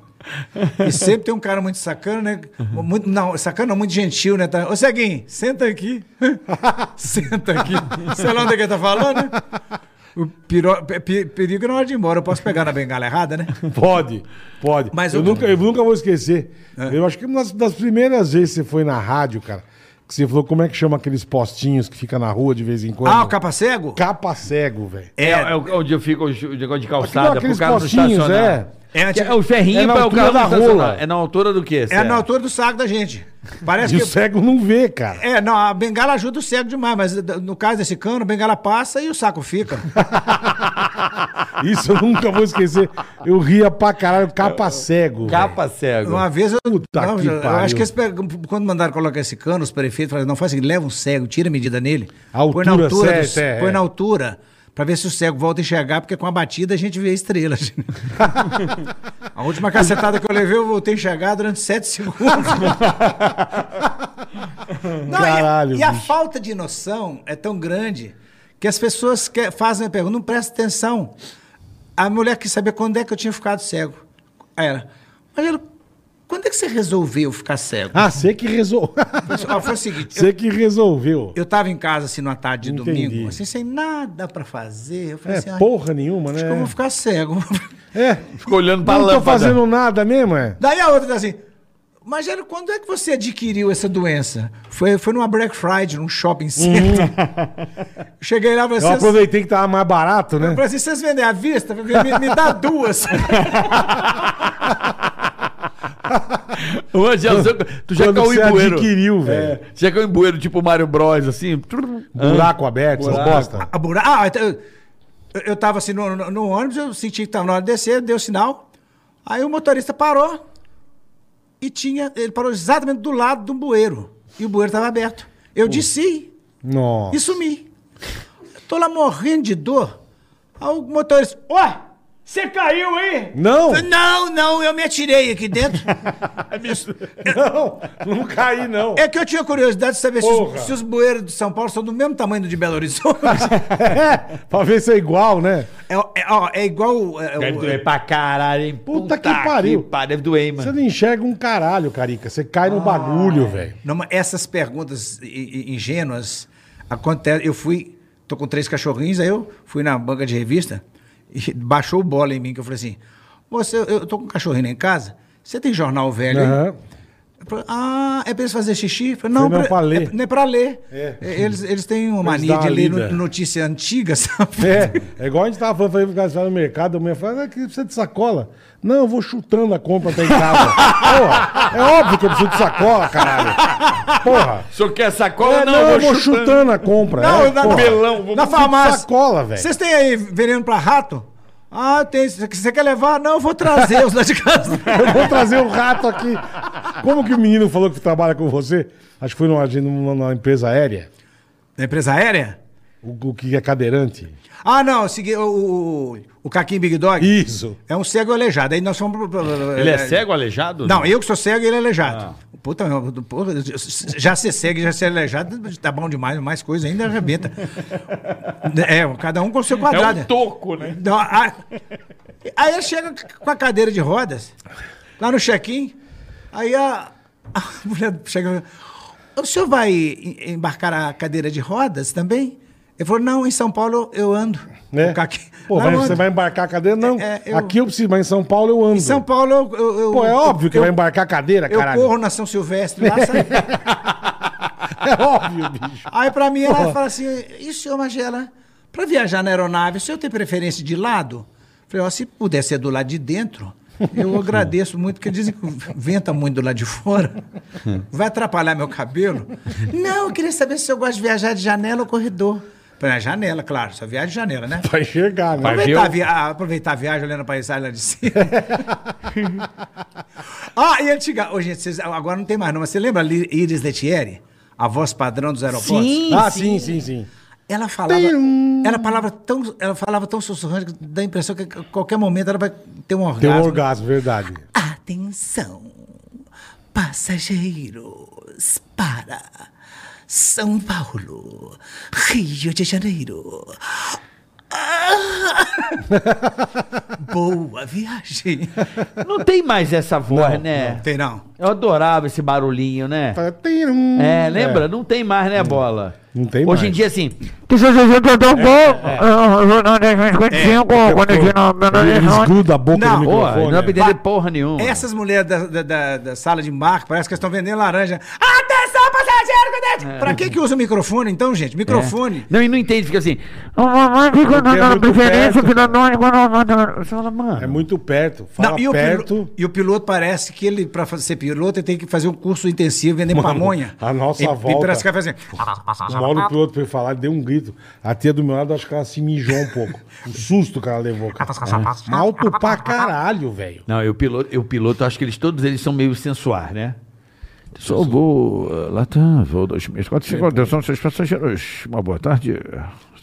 A: E sempre tem um cara muito sacana, né? Muito, não, sacana não, muito gentil, né? Tá, Ô, Ceguinho, senta aqui. senta aqui. Sei lá onde é que ele tá falando, né? O piro- pe- pe- perigo é na hora de ir embora. Eu posso pegar na bengala errada, né?
D: Pode, pode.
A: Mas É.
D: eu,
A: eu-
D: nunca, eu nunca vou esquecer. Eu acho que uma das, das primeiras vezes que você foi na rádio, cara, que você falou como é que chama aqueles postinhos que fica na rua de vez em quando.
A: Ah, o tá. capa cego?
D: Capa cego, velho.
F: É, é o- é onde eu fico o negócio de calçada,
D: Aqueles
F: pro carro não
D: postinhos,
F: estacionar.
A: é. É,
F: Que É,
A: tipo,
F: o ferrinho
D: é na
F: pra o
D: altura
F: carro
D: da
F: não estacionar.
D: rola.
F: É na altura do quê?
A: É
F: Sérgio?
A: na altura do saco da gente. Parece
D: E o
A: que.
D: cego não vê, cara.
A: É, não, a bengala ajuda o cego demais, mas d- no caso desse cano, a bengala passa e o saco fica.
D: Isso eu nunca vou esquecer. Eu ria pra caralho, capa cego.
C: Capa cego.
A: Uma vez eu.
D: Puta
A: não,
D: que
A: eu
D: pariu.
A: acho que eles pegam- quando mandaram colocar esse cano, os prefeitos falaram: não, faz assim, leva um cego, tira a medida nele.
D: A altura
A: põe na altura. do-
D: certa, é,
A: põe
D: é.
A: na altura. Pra ver se o cego volta a enxergar, porque com a batida a gente vê estrelas. a última cacetada que eu levei, eu voltei a enxergar durante sete segundos. Não, e a-
D: Caralho,
A: e a,
D: bicho.
A: falta de noção é tão grande que as pessoas que- fazem a pergunta, não presta atenção. A mulher quis saber quando é que eu tinha ficado cego. Aí ela, mas ela, quando é que você resolveu ficar cego?
D: Ah, você que resolveu.
A: Ela foi o seguinte, eu,
D: Você que resolveu.
A: eu tava em casa assim numa tarde de
D: Entendi.
A: domingo, assim, sem nada pra fazer. Eu falei
D: É,
A: assim, "Ai,
D: porra nenhuma, né?
A: acho que eu vou ficar cego.
D: É.
F: Ficou olhando pra
D: Não tô
F: lâmpada.
A: né?
D: fazendo nada mesmo, é?
A: Daí a outra tá assim, Magério, quando é que você adquiriu essa doença? Foi, foi numa Black Friday, num shopping center. Cheguei lá e
D: Hum. Eu
A: falei assim,
D: aproveitei que tava mais barato, né?
A: Eu falei assim, vocês vendem à vista? Me, me dá duas.
F: O Angelo, seu- tu já
D: Quando
F: caiu
D: você
F: em bueiro.
D: adquiriu,
C: É.
D: velho.
F: Tu já caiu em bueiro, tipo Mario Bros, assim.
D: Buraco aberto, essa bosta.
A: A bura... Ah, então, eu- eu tava assim no, no- no ônibus, eu senti que tava na hora de descer, deu sinal. Aí o motorista parou e tinha. Ele parou exatamente do lado de um bueiro. E o bueiro tava aberto. Eu desci
D: Nossa.
A: e sumi. Eu Tô lá morrendo de dor. Aí o motorista. Ó!
E: Você caiu, hein?
D: Não,
A: Não, não, eu me atirei aqui dentro.
D: É não, não caí, não.
A: É que eu tinha curiosidade de saber se
D: Porra.
A: os, se os bueiros de São Paulo são do mesmo tamanho do de Belo Horizonte.
D: pra ver se é igual, né?
A: É, é- ó, é igual. é, o-
F: pra caralho, hein?
D: Puta que pariu.
F: Deve doer, hein,
D: Você
F: mano.
D: não enxerga um caralho, Carica. Você cai no bagulho, velho.
A: Não, mas essas perguntas i- i- ingênuas acontecem. Eu fui, tô com três cachorrinhos, aí eu fui na banca de revista e baixou o bola em mim, que eu falei assim: Moça, eu, eu tô com um cachorrinho lá em casa, você tem jornal velho? aí?"
D: Aham.
A: Eu falei, ah, é pra eles fazer xixi? Eu falei, não,
D: Foi não pra ler."
A: É, não é pra ler.
D: É.
A: É, Eles, eles têm uma mania
D: Eles dão
A: de
D: uma
A: ler
D: lida.
A: no- notícia antiga, sabe?
D: É, é igual a gente tava falando, falei pro cara você vai no mercado, a mulher fala, ah, que precisa de sacola. Não, eu vou chutando a compra até em casa. Porra, é óbvio que eu preciso de sacola, caralho. Porra.
F: O senhor quer sacola?
D: É, não, eu vou chutando, a compra.
A: Não,
D: é,
A: na,
D: porra.
F: melão,
D: vou
A: na
D: precisar de
A: farmácia.
D: sacola, velho.
A: Vocês têm aí veneno pra rato? Ah, tem. Você quer levar? Não, eu vou trazer os lá de casa.
D: Eu vou trazer o rato aqui. Como que o menino falou que trabalha com você? Acho que foi numa, numa- numa empresa aérea.
A: Da empresa aérea?
D: O, o que é cadeirante.
A: Ah, não, segui, o, o, o Caquinho Big Dog
D: Isso.
A: é um cego aleijado. Aí nós fomos. pro- pro- pro-
F: Ele é cego, Ah. aleijado?
A: Não, eu que sou cego e ele é aleijado. Puta, meu, porra, já ser cego e já ser aleijado tá bom demais, mais coisa ainda arrebenta. é, cada um com o seu
F: É
A: quadrado.
F: um toco, né?
A: Não, a- aí ele chega com a cadeira de rodas, lá no check-in, aí a, a mulher chega e fala, o senhor vai em- embarcar a cadeira de rodas também? Ele falou, não, em São Paulo eu ando.
D: Né?
A: Com caqui-
D: Pô,
A: Lá
D: vai-
A: eu ando.
D: você vai embarcar a cadeira? Não.
A: É, é, eu-
D: Aqui eu preciso, mas em São Paulo eu ando.
A: Em São Paulo eu... eu- eu-
D: Pô, é
A: eu-
D: óbvio que
A: eu,
D: vai embarcar a cadeira,
A: Eu
D: caralho.
A: corro na São Silvestre lá, sabe?
D: É óbvio, bicho.
A: Aí pra mim ela fala assim: e senhor Magela, pra viajar na aeronave, o senhor tem preferência de lado? Falei, ó, se puder ser do lado de dentro, eu agradeço muito, porque dizem que venta muito do lado de fora. Vai atrapalhar meu cabelo? Não, eu queria saber se eu gosto de viajar de janela ou corredor. Falei, "Ah, janela, claro, só viaja de janela, né?
D: Vai enxergar, né?
A: Aproveitar, a via- ah, aproveitar a viagem olhando a paisagem lá de cima. ah, e ele chega. Ô, gente, vocês- agora não tem mais, não, mas você lembra a Li- Iris Letieri? A voz padrão dos aeroportos?
D: Ah, sim, sim, sim.
A: Ela falava, ela falava tão, ela falava tão sussurrante que dá a impressão que a qualquer momento ela vai ter um orgasmo.
D: Tem um orgasmo, verdade.
A: Atenção, passageiros para São Paulo, Rio de Janeiro. Ah! Boa viagem.
C: Não tem mais essa voz, né?
A: Tem não.
C: Eu adorava esse barulhinho, né?
D: Fala, "Tirum".
C: É, lembra? Não tem mais, né, bola?
D: Tá Não tem
C: Hoje em
D: mais.
C: dia, assim,
H: um É, ah,
D: Ele esgruda a boca
A: Não,
D: no
C: pô, é
D: microfone. é.
C: não é vai
A: Vai.
C: perder porra nenhuma.
A: Essas mulheres da, da- da- da sala de marca, parece que elas estão vendendo laranja. Atenção, passageiro! cuidado! Pra que que usa o microfone, então, gente? Microfone.
C: É. Não, e não entende, fica assim.
D: Porque é muito perto.
C: Você fala, mano.
D: É muito perto. Fala
A: Não, e, o
D: perto.
A: piloto, e o piloto parece que ele, pra fa- ser piloto, ele tem que fazer um curso intensivo vender pamonha.
D: a nossa
A: e,
D: volta-
A: E parece que vai fazer.
D: Uma hora o piloto pra ele falar, ele deu um grito. A tia do meu lado, acho que ela se mijou um pouco. O susto que ela levou. Cara. Mas Alto pra caralho, velho.
F: Não, eu piloto, eu piloto, acho que eles todos eles são meio sensuais, né? Sou voo uh, Latam, voo 2450, atenção, seus passageiros. Uma boa tarde.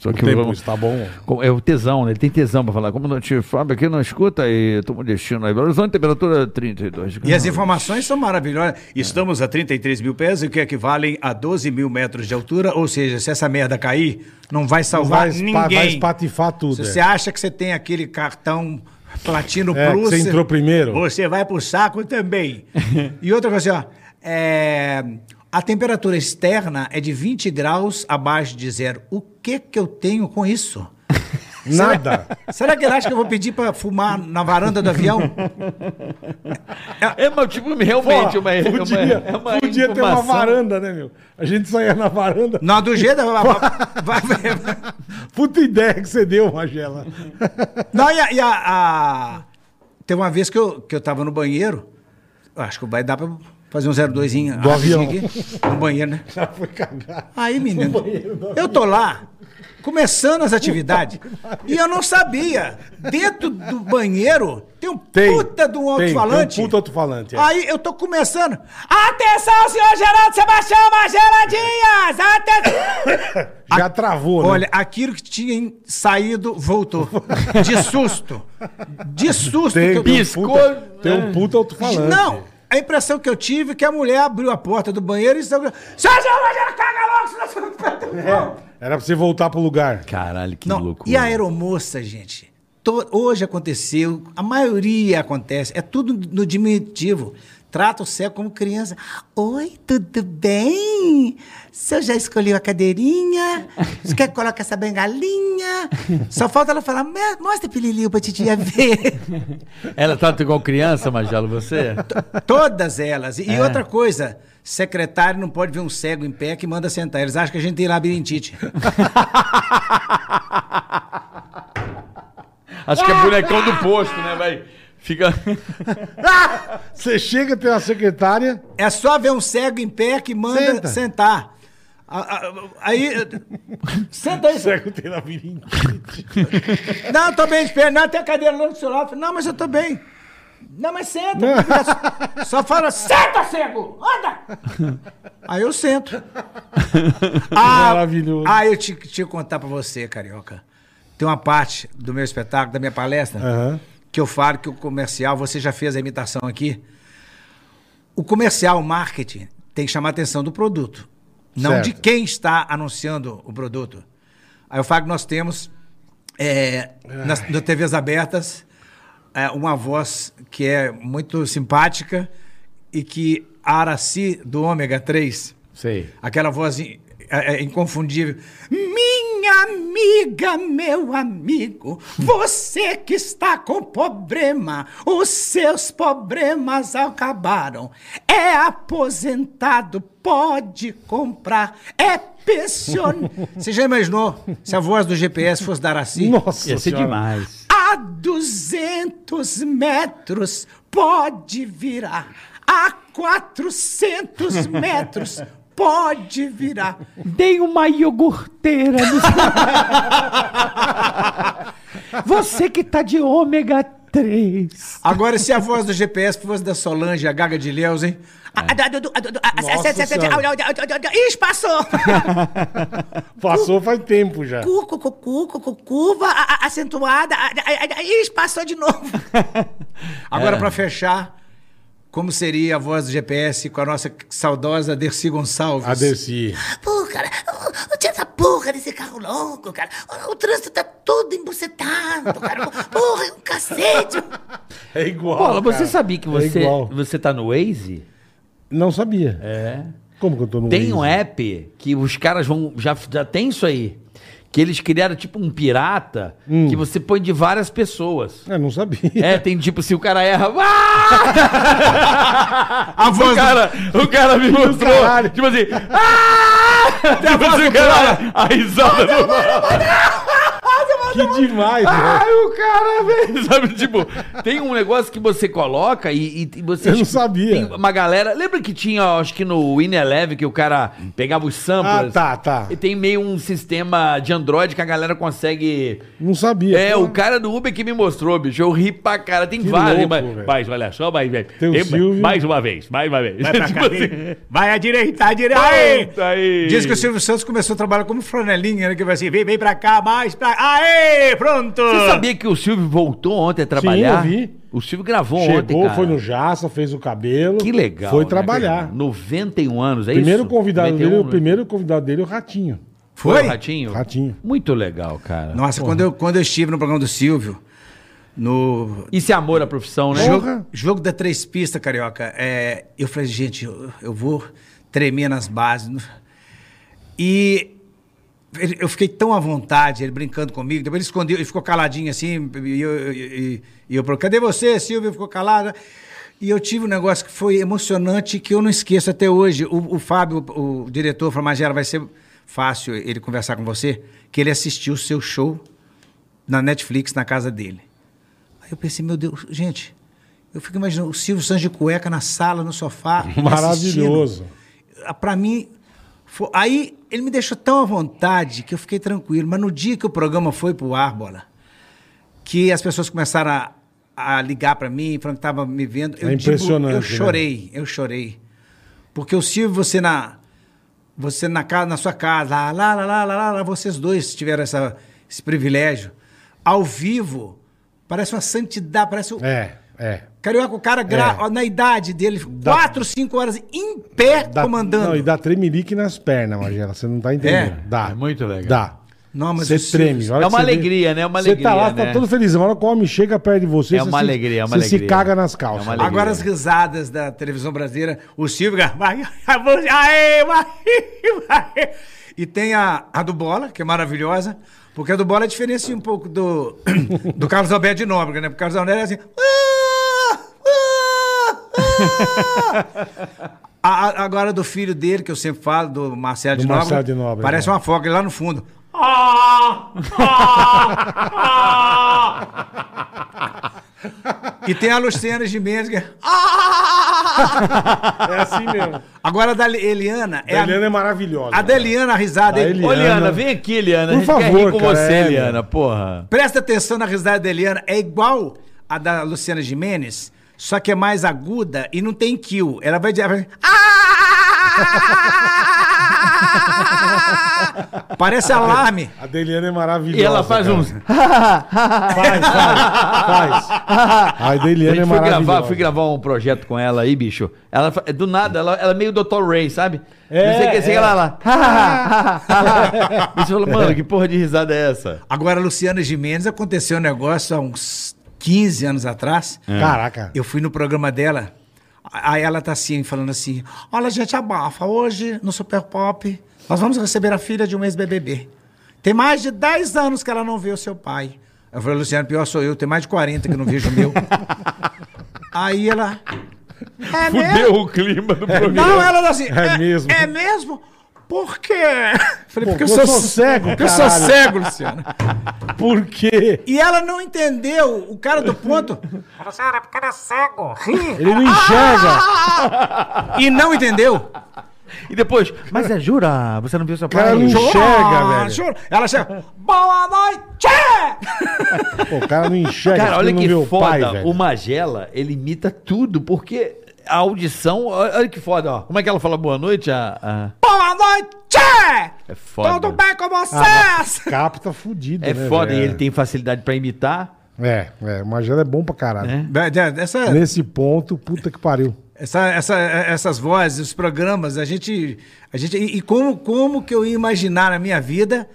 F: Só que
D: Tempo,
F: vamos-
D: isso tá bom.
F: com- É o tesão, né? Ele tem tesão pra falar. Como não te Fábio aqui não escuta e toma um destino aí. Belo Horizonte, temperatura 32
A: E as
F: graus.
A: informações são
D: É.
A: maravilhosas.
E: Estamos a 33 mil pés, o que equivalem a 12 mil metros de altura. Ou seja, se essa merda cair, não vai salvar
D: Vai, espa- vai
E: ninguém.
D: espatifar tudo.
A: Se
D: é.
A: você acha que você tem aquele cartão Platino
D: É, que
A: Plus,
D: você entrou primeiro.
A: você vai pro saco também. e outra coisa, assim, ó, é, a temperatura externa é de 20 graus abaixo de zero. O que que eu tenho com isso?
D: Nada.
A: Será que ele acha que eu vou pedir pra fumar na varanda do avião?
F: É, mas tipo, realmente, uma, é uma,
D: podia
F: é uma
D: podia ter uma
F: informação.
D: varanda, né, meu? A gente saía na varanda.
A: Não, do jeito. vai- vai- vai-
D: Puta ideia que você deu, Magela.
A: Não, e a. e a- a- Tem uma vez que eu, que eu tava no banheiro, eu acho que vai dar pra. Fazer um 02zinho
D: Do
A: rapidinho
D: avião.
A: aqui, no banheiro, né?
D: Já foi cagado.
A: Aí, menino, eu tô lá, começando as atividades, e eu não sabia. Dentro do banheiro tem um
D: Tem,
A: puta de um
D: tem,
A: alto-falante.
D: tem um puta alto-falante, é.
A: Aí eu tô começando.
G: Atenção, senhor Geraldo Sebastião Mageladinhas! Atenção!
D: Já travou, né?
A: Olha, aquilo que tinha saído voltou. De susto. De susto. que
D: tem,
A: eu- né?
D: tem um puta, tem um puta alto-falante.
A: Não! A impressão que eu tive é que a mulher abriu a porta do banheiro e saiu.
G: Senhor Geraldo Mageladinhas, caga logo, senão você não
A: É.
G: perde o pão!
D: É, Era pra você voltar pro lugar.
C: Caralho, que
A: Não,
C: loucura.
A: e a aeromoça, gente? To- hoje aconteceu, a maioria acontece, é tudo no diminutivo. Trata o cego como criança. Oi, tudo bem? O senhor já escolheu a cadeirinha? Você quer que coloque essa bengalinha? Só falta ela falar, "Me- mostra pililinho pra titia ver.
C: Ela
F: tá
C: trata igual criança, Magelo, você?
A: Todas elas. E
C: É.
A: outra coisa, secretário não pode ver um cego em pé que manda sentar. Eles acham que a gente tem labirintite.
C: Acho que é bonecão do posto, né, velho? Fica.
D: Você chega, tem uma secretária.
A: É só ver um cego em pé que manda
D: Senta.
A: sentar. A- a- Aí. Senta aí. senhor.
D: Cego tem labirinto.
A: Não, eu tô bem de pé. Não, tem a cadeira lá do seu lado. Eu falei, Não, mas eu tô bem. Não, mas senta. Só fala, senta!
G: Senta, cego! Anda!
A: Aí eu sento. Ah,
D: Maravilhoso.
A: Ah, eu te, te contar pra você, carioca. Tem uma parte do meu espetáculo, da minha palestra,
D: Aham.
A: que eu falo que o comercial, você já fez a imitação aqui. O comercial, o marketing, tem que chamar a atenção do produto, não
D: Certo.
A: de quem está anunciando o produto. Aí eu falo que nós temos, é, nas nas TVs abertas, é, uma voz que é muito simpática e que a Araci do ômega 3
C: Sei.
A: aquela voz in- é- é inconfundível. Minha amiga, meu amigo, você que está com problema, os seus problemas acabaram. É aposentado, pode comprar, é pensionado. você já imaginou se a voz do GPS fosse dar assim?
D: Nossa
C: Ia ser
D: Senhora.
C: demais.
A: A 200 metros pode virar. A 400 metros pode virar.
L: Dei uma iogurteira no Você que tá de ômega 3.
A: Agora, se a voz do GPS fosse da Solange, é a Gaga de Leus, hein?
G: Espaço!
D: Passou faz tempo já.
G: Cucu, cucu, cucu, curva a- a- acentuada. a- a- a- Ih, espaçou de novo.
A: Agora, pra fechar, como seria a voz do GPS com a nossa saudosa Dercy Gonçalves?
D: A Dercy.
G: Pô, cara, eu tinha essa porra desse carro louco, cara. O, o trânsito tá todo embucetado, cara. Porra, é um cacete.
D: É igual.
C: Bola, você
D: cara.
C: sabia que
D: É
C: você,
D: igual.
C: você tá no Waze?
D: Não sabia.
C: É.
D: Como que eu tô no
C: Tem um
D: Waze?
C: app que os caras vão. Já, já tem isso aí. Que eles criaram tipo um pirata que você põe de várias pessoas.
D: Ah, não sabia.
C: É, tem tipo, se o cara erra. Ah!
A: A voz
C: O cara, o cara me mostrou.
D: caralho.
C: Tipo assim. Ah! Tipo assim, o cara, a risada do.
D: Que demais, né?
C: Ai, o cara, velho. Sabe, tipo, tem um negócio que você coloca e, e- e você.
D: Eu não
C: tipo,
D: sabia.
C: Tem uma galera. Lembra que tinha, ó, acho que no In Eleven, que o cara pegava os
D: Ah,
C: samplers?
D: tá, tá.
C: E tem meio um sistema de Android que a galera consegue.
D: Não sabia.
C: É,
D: Pô,
C: o cara do Uber que me mostrou, bicho. Eu ri pra cara. Tem
D: Que
C: vários.
D: louco,
C: mas,
D: velho.
C: mas olha só, mas, velho.
D: Tem o
C: tem-
D: Silvio.
C: mais uma vez, mais uma vez.
M: Vai pra
C: Tipo
M: cá,
C: assim,
M: vem. Vai à direita, à direita. Aê!
C: tá aí.
A: Diz que o Silvio Santos começou a trabalhar como flanelinha, né? Que vai assim,
M: Vem, vem pra cá, mais pra... Aê, pronto!
C: Você sabia que o Silvio voltou ontem a trabalhar?
D: Ah. eu vi.
C: O Silvio gravou ontem,
D: Chegou,
C: cara.
D: foi no Jaça, fez o cabelo.
C: Que legal.
D: Foi
C: né,
D: trabalhar.
C: cara? 91 anos, é
D: primeiro
C: isso?
D: convidado
C: 91,
D: dele, o
C: né?
D: primeiro convidado dele é o Ratinho.
C: Foi?
A: foi?
C: o Ratinho?
D: Ratinho.
C: Muito legal, cara.
A: Nossa, quando eu, quando eu estive no programa do Silvio, no
C: Isso é amor à profissão, né?
A: Jogo, jogo da três pistas, carioca. É, eu falei, gente, eu, eu vou tremer nas bases. E ele- eu fiquei tão à vontade, ele brincando comigo. Depois ele escondeu, ele ficou caladinho assim. E eu, e, e eu falei, cadê você, Silvio? Ficou calado. E eu tive um negócio que foi emocionante que eu não esqueço até hoje. O, o Fábio, o, o diretor, falou, Magera, vai ser fácil ele conversar com você, que ele assistiu o seu show na Netflix, na casa dele. Aí eu pensei, meu Deus, gente, Eu fico imaginando o Silvio Santos de cueca na sala, no sofá.
D: Maravilhoso.
A: assistindo. Ah, Pra mim. fo- Aí ele me deixou tão à vontade que eu fiquei tranquilo. Mas no dia que o programa foi pro ar, bola, que as pessoas começaram a, a ligar pra mim, falando que tava me vendo. eu digo,
D: impressionante, né?
A: eu chorei, eu chorei. Porque o Silvio, você na. Você na, casa, na sua casa, lá, lá, lá, lá, lá, lá, vocês dois tiveram essa- esse privilégio. Ao vivo, parece uma santidade, parece o-
D: É, é.
A: Carioca, o cara gra- ó, na idade dele, 4, 5 horas em pé
D: Dá-
A: comandando.
D: Não, e dá tremelique nas pernas, Magela. Você não tá entendendo.
A: É.
D: Dá.
F: É muito legal.
D: Dá.
A: Não, mas
D: Você
A: o Silvio-
D: treme. A hora
F: É
D: que
F: uma
D: você vê-
F: alegria, né? É uma
D: Você tá lá,
F: alegria,
D: tá
F: né?
D: todo feliz. A hora que o homem chega perto de você,
F: É
D: você
F: uma
D: se-
F: alegria, é uma
D: você se
F: alegria.
D: caga nas
F: É
D: calças.
F: uma alegria.
A: Agora as risadas da televisão brasileira, o Silvio. gra- vai, vai, aê, vai, vai. E tem a, a do Bola, que é maravilhosa, porque a do Bola é diferente um pouco do, do Carlos Alberto de Nóbrega, né? Porque o Carlos Alberto é assim. "Ah, ah, ah." A- a- agora do filho dele, que eu sempre falo, do Marcelo,
D: Do
A: de, Nóbrega,
D: Marcelo de Nóbrega,
A: Parece
D: né?
A: uma foca ele lá no fundo. E tem a Luciana Gimenez, que é.
D: É assim mesmo.
A: Agora a da Eliana é
D: A
A: a,
D: Eliana é maravilhosa.
A: a da Eliana, a risada.
D: Da
A: é-
D: Eliana.
F: Ô, Liana, vem aqui, Liana. a gente
D: Por
F: quer
D: favor,
F: rir com
D: cara,
F: você,
D: é,
F: Liana, porra.
A: Presta atenção na risada da Eliana, é igual a da Luciana Jimenez, só que é mais aguda e não tem kill. Ela vai dizer. vai- Ah! Parece alarme.
D: A Deliana é maravilhosa.
F: E ela faz
D: cara.
F: uns.
D: Faz, faz, faz. A
F: A
D: Deliana é
F: gente foi
D: maravilhosa.
F: gravar, fui gravar um projeto com ela aí, bicho. Ela fa- do nada, ela, ela é meio Dr. Ray, sabe?
D: É,
F: não sei o que, sei
D: é.
F: que ela lá. Você falou, mano, que porra de risada é essa?
A: Agora, a Luciana Jimenez aconteceu um negócio há uns 15 anos atrás.
D: Caraca.
A: Eu fui no programa dela, aí ela tá assim, falando assim: Olha, gente, abafa, hoje no Super Pop nós vamos receber a filha de um ex-BBB. Tem mais de 10 anos que ela não vê o seu pai. Eu falei, Luciano, pior sou eu, tem mais de 40 que não vejo o meu. aí ela. É mesmo?
F: o clima do programa.
A: Não, ela assim.
D: É mesmo."
A: É mesmo? Por quê? Falei,
D: Pô, eu sou cego,
A: Porque eu sou
D: caralho."
A: cego, Luciano.
D: é Por quê?
A: E ela não entendeu o cara do ponto.
D: Ele não enxerga.
A: Ah! e não entendeu.
F: E depois,
C: Mas é jura? Você não viu seu
D: O cara não
C: pai?
D: enxerga,
A: Ah,
D: velho.
A: juro. Ela chega. Boa noite!
D: Pô, o cara não enxerga.
F: cara, olha
D: não
F: que
D: vê o
F: foda.
D: pai, velho.
F: o Magela, ele imita tudo, porque a audição. Olha olha que foda, ó. Como é que ela fala boa noite? A, a-
A: Boa noite!
F: É foda.
A: Tudo bem com
D: Ah, mas
A: vocês?
D: capta fudido,
F: É
D: né,
F: foda,
D: velho?
F: e ele tem facilidade pra imitar.
D: É, é, o Magela é bom pra caralho.
A: Essa,
D: Nesse ponto, puta que pariu.
A: essa- essa- essas vozes, os programas, a gente. A gente e e como, como que eu ia imaginar na minha vida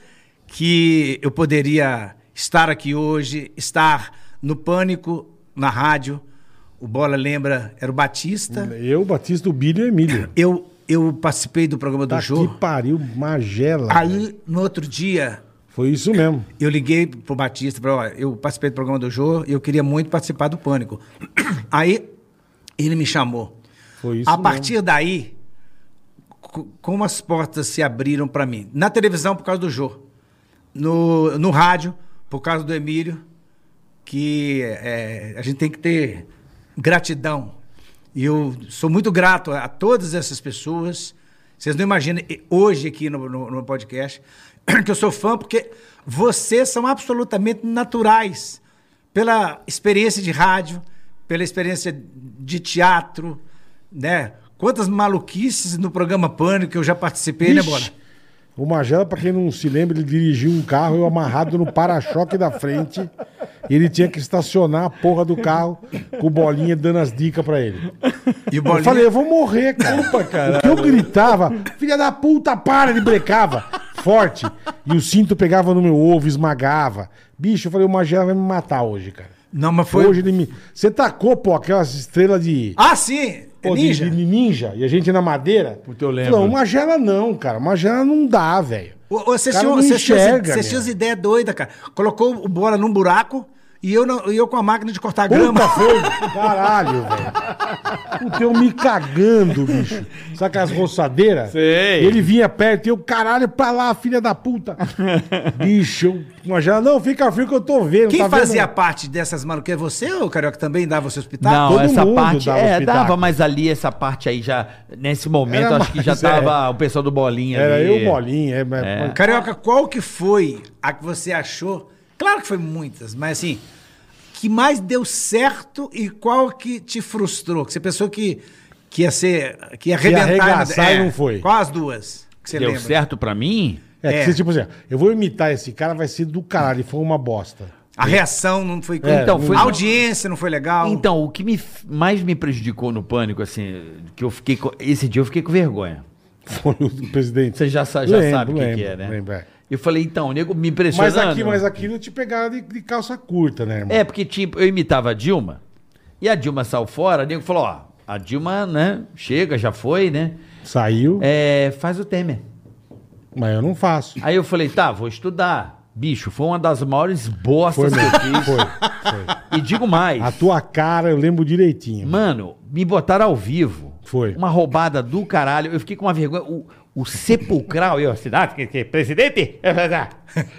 A: que eu poderia estar aqui hoje, estar no pânico, na rádio? O Bola lembra, era o Batista.
D: Eu, Batista, o Bilho e o Emílio.
A: Eu, eu participei do programa
D: Tá
A: do jogo.
D: que pariu, Magela. velho.
A: Aí, no outro dia,
D: Foi isso mesmo.
A: eu liguei pro Batista, falei, olha, eu participei do programa do Jô e eu queria muito participar do Pânico. Aí, ele me chamou.
D: Foi isso
A: A
D: mesmo.
A: partir daí, co- como as portas se abriram para mim? Na televisão, por causa do Jô. No, no rádio, por causa do Emílio, que é, a gente tem que ter gratidão. E eu sou muito grato a, a todas essas pessoas. Vocês não imaginam, e hoje aqui no, no- no podcast, que eu sou fã, porque vocês são absolutamente naturais. Pela experiência de rádio, pela experiência de teatro, né? Quantas maluquices no programa Pânico que eu já participei, né,
D: Ixi,
A: Bora?
D: O Magela, pra quem não se lembra, ele dirigiu um carro eu amarrado no para-choque da frente. E ele tinha que estacionar a porra do carro com o bolinha dando as dicas pra ele.
A: E o
D: Eu falei, eu vou morrer, cara. o que eu gritava, filha da puta, para, ele brecava. Forte. E o cinto pegava no meu ovo, esmagava. Bicho, eu falei, o Magela vai me matar hoje, cara.
A: Não, mas foi.
D: Hoje ele me. Você tacou, pô, aquelas estrelas de.
A: Ah, sim!
D: Pô, de-
A: Ninja?
D: De, ninja, e a gente na madeira. Puta,
F: eu lembro.
D: Não, magela não, cara. Magela não dá, velho.
A: Ô, um- ô, Vocês
D: Cara,
A: tinham
D: não
A: vocês tinham-
D: enxerga,
A: vocês tinham
D: meu.
A: as ideias doidas, cara. Colocou o bola num buraco E eu, não- e eu com a máquina de cortar grama.
D: Puta foi, caralho, velho. Puta, eu me cagando, bicho. Sabe aquelas roçadeiras?
F: Sei.
D: E Ele vinha perto e eu, caralho, pra lá, filha da puta. bicho, eu, uma já, não, fica frio que eu tô vendo.
A: Quem
D: tá vendo?
A: fazia parte dessas maluquices? Você, ô Carioca, também dava seus pitacos?
C: Não,
D: Tá, todo
C: essa
D: mundo
C: parte.
D: dava
C: é,
D: espetáculo.
C: dava, mas ali, essa parte aí já. Nesse momento,
D: Era
C: acho que já
D: mais, é.
C: tava o pessoal do Bolinha
D: Era
C: ali.
D: eu, bolinha. É, mas-
A: Carioca, qual que foi a que você achou? Claro que foi muitas, mas assim, que mais deu certo e qual que te frustrou? Que você pensou que, que ia ser. que ia
D: ia
A: arrebentar. né? É,
D: arregaçar e não foi.
A: Qual as duas que você
C: Deu
A: lembra?
C: certo pra mim?
D: É, que
A: É.
D: você, tipo assim, ó, eu vou imitar esse cara, vai ser do caralho. E foi uma bosta.
A: A reação não foi.
D: É,
C: Então, foi-
A: a audiência não foi legal.
C: Então, o que me, f- mais me prejudicou no pânico, assim, que eu fiquei. com- esse dia eu fiquei com vergonha.
D: Foi o do presidente.
C: Você já, sa- já
D: Lembro,
C: sabe o que,
D: lembro,
C: que é, né?
D: lembro, é.
C: Eu falei, então, o nego me impressionando.
D: Mas aqui, mas aquilo te pegaram de, de calça curta, né, irmão?
C: É, porque tipo, eu imitava a Dilma, e a Dilma saiu fora, o nego falou, ó, a Dilma, né, chega, já foi, né,
D: Saiu,
C: é, faz o Temer.
D: mas eu não faço.
C: Aí eu falei, tá, vou estudar. Bicho, foi uma das maiores
D: Foi
C: bostas que
D: mesmo.
C: eu fiz.
D: Foi, foi.
C: E digo mais.
D: A tua cara, eu lembro direitinho.
C: Mano, me botaram ao vivo.
D: Foi.
C: Uma roubada do caralho. Eu fiquei com uma vergonha. O, o sepulcral, eu, cidade, que, que, presidente? "Ah."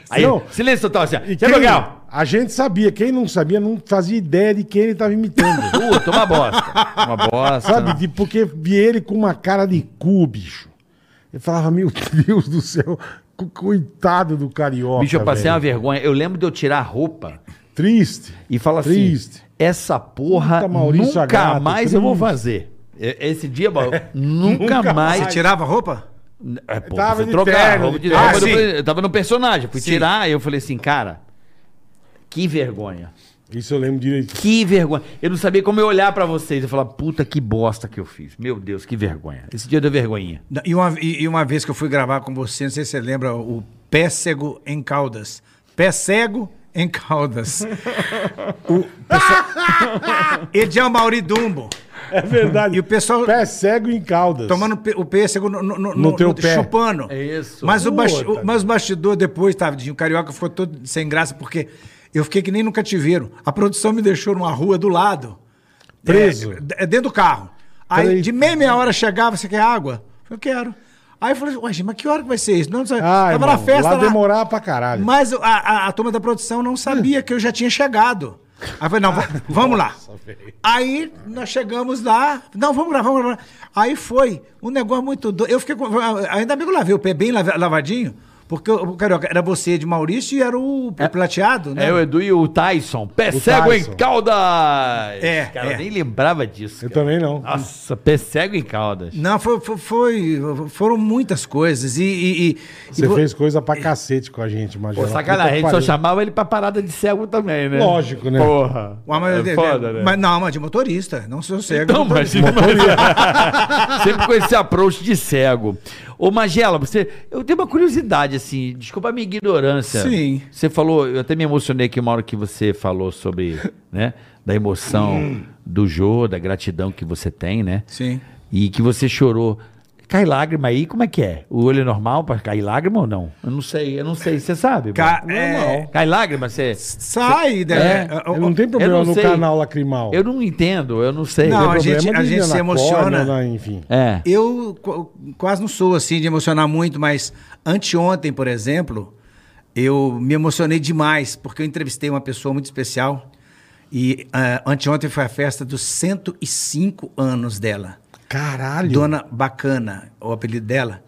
C: Aí,
D: Não.
C: silêncio total, assim, ó.
D: E quem,
C: sepulcral.
D: a gente sabia, quem não sabia não fazia ideia de quem ele tava imitando.
C: Puta, uma bosta. Uma bosta.
D: Sabe? De- porque vi ele com uma cara de cu, bicho. Eu falava, meu Deus do céu, co- coitado do carioca.
C: Bicho, eu passei
D: velho.
C: uma vergonha. Eu lembro de eu tirar a roupa
D: Triste.
C: e falar assim:
D: Triste.
C: essa porra
D: Puta, Maurício
C: nunca
D: Agato,
C: mais eu vou
D: triste. É,
C: fazer. E- Esse dia, Mauro, nunca,
D: Nunca
C: mais.
A: Você tirava a roupa?
C: É, pô,
D: Tava
C: fui
D: de
C: trocar
D: terno,
C: a roupa
D: de
C: de
D: terno.
C: roupa
A: Ah,
C: do-
A: sim.
C: eu tava no personagem, fui
A: Sim.
C: tirar, e eu falei assim, cara, que vergonha.
D: Isso eu lembro direitinho.
C: Que vergonha. Eu não sabia como eu olhar pra vocês. Eu falava, puta que bosta que eu fiz. Meu Deus, que vergonha. Esse dia deu vergonhinha.
A: Não, E uma, e, e uma vez que eu fui gravar com você, não sei se você lembra, o Pé Cego em Caldas. Pé Cego em Caldas. o pessoal- Ediel Mauri Dumbo.
D: É verdade.
A: E o pessoal-
D: Pé cego em caldas.
A: Tomando pe- o pêssego no, no, no,
D: teu pé.
A: chupando.
C: É isso.
A: Mas o, bas-
D: Puta.
A: o- mas o bastidor depois, Tadinho, o carioca ficou todo sem graça, porque eu fiquei que nem no cativeiro. A produção me deixou numa rua do lado.
D: Preso. "Hum."
A: É, d- é, dentro do carro. Aí,
D: Peraí.
A: de meia meia hora chegava, você quer água? Eu quero. Aí eu falei, ué, gente, mas que hora que vai ser isso? Não, não sei.
D: Ah,
A: Tava
D: irmão,
A: na festa
D: lá,
A: lá.
D: demorava pra caralho.
A: Mas a, a, a turma da produção não sabia que eu já tinha chegado. Aí eu falei, não, va- vamos lá. Aí nós chegamos lá, não, vamos lá, vamos lá. Aí foi um negócio muito doido. Eu fiquei com. Ainda bem que eu lavei o pé bem lava- lavadinho, porque o o Carioca era você de Maurício e era o Plateado, né?
C: É o Edu e o Tyson. Pé
D: O
C: cego
D: Tyson.
C: em Caldas!
A: É,
C: Cara, eu
A: é.
C: nem lembrava disso.
D: Eu
C: cara.
D: também não.
C: Nossa, pé cego em Caldas.
A: Não, foi, foi- foi- foram muitas coisas. E. e- e-
D: Você
A: e vo-
D: fez coisa pra cacete com a gente, imagina.
C: Pô, sacanagem, a gente só chamava ele pra parada de cego também, né?
D: Lógico, né?
C: Porra.
A: Ué, mas,
C: é foda, né?
A: mas não, mas de motorista, não sou cego.
C: Então,
A: motorista.
C: mas, sempre com esse approach de cego. Ô, Magela, você. Eu tenho uma curiosidade, assim. Desculpa a minha ignorância.
A: Sim.
C: Você falou, eu até me emocionei aqui uma hora que você falou sobre, né? Da emoção do Jô, da gratidão que você tem, né?
A: Sim.
C: E que você chorou. Cai lágrima aí, como é que é? O olho é normal pra cair lágrima ou não? Eu não sei, eu não sei. Você sabe?
A: Ca-
C: Bom?
A: é-
C: Normal. Cai lágrima, você.
A: Sai, né?
C: É,
D: Eu não tem problema
C: não
D: no
C: sei.
D: canal lacrimal.
C: Eu não entendo, eu não sei.
A: Não,
D: Tem
A: a
D: problema
A: gente- a
D: de
A: gente se
D: na
A: emociona.
D: córnea, na- enfim.
C: É.
A: Eu qu- quase não sou assim de emocionar muito, mas anteontem, por exemplo, eu me emocionei demais, porque eu entrevistei uma pessoa muito especial. E ah, anteontem foi a festa dos 105 anos dela.
D: Caralho.
A: Dona Bacana, o apelido dela.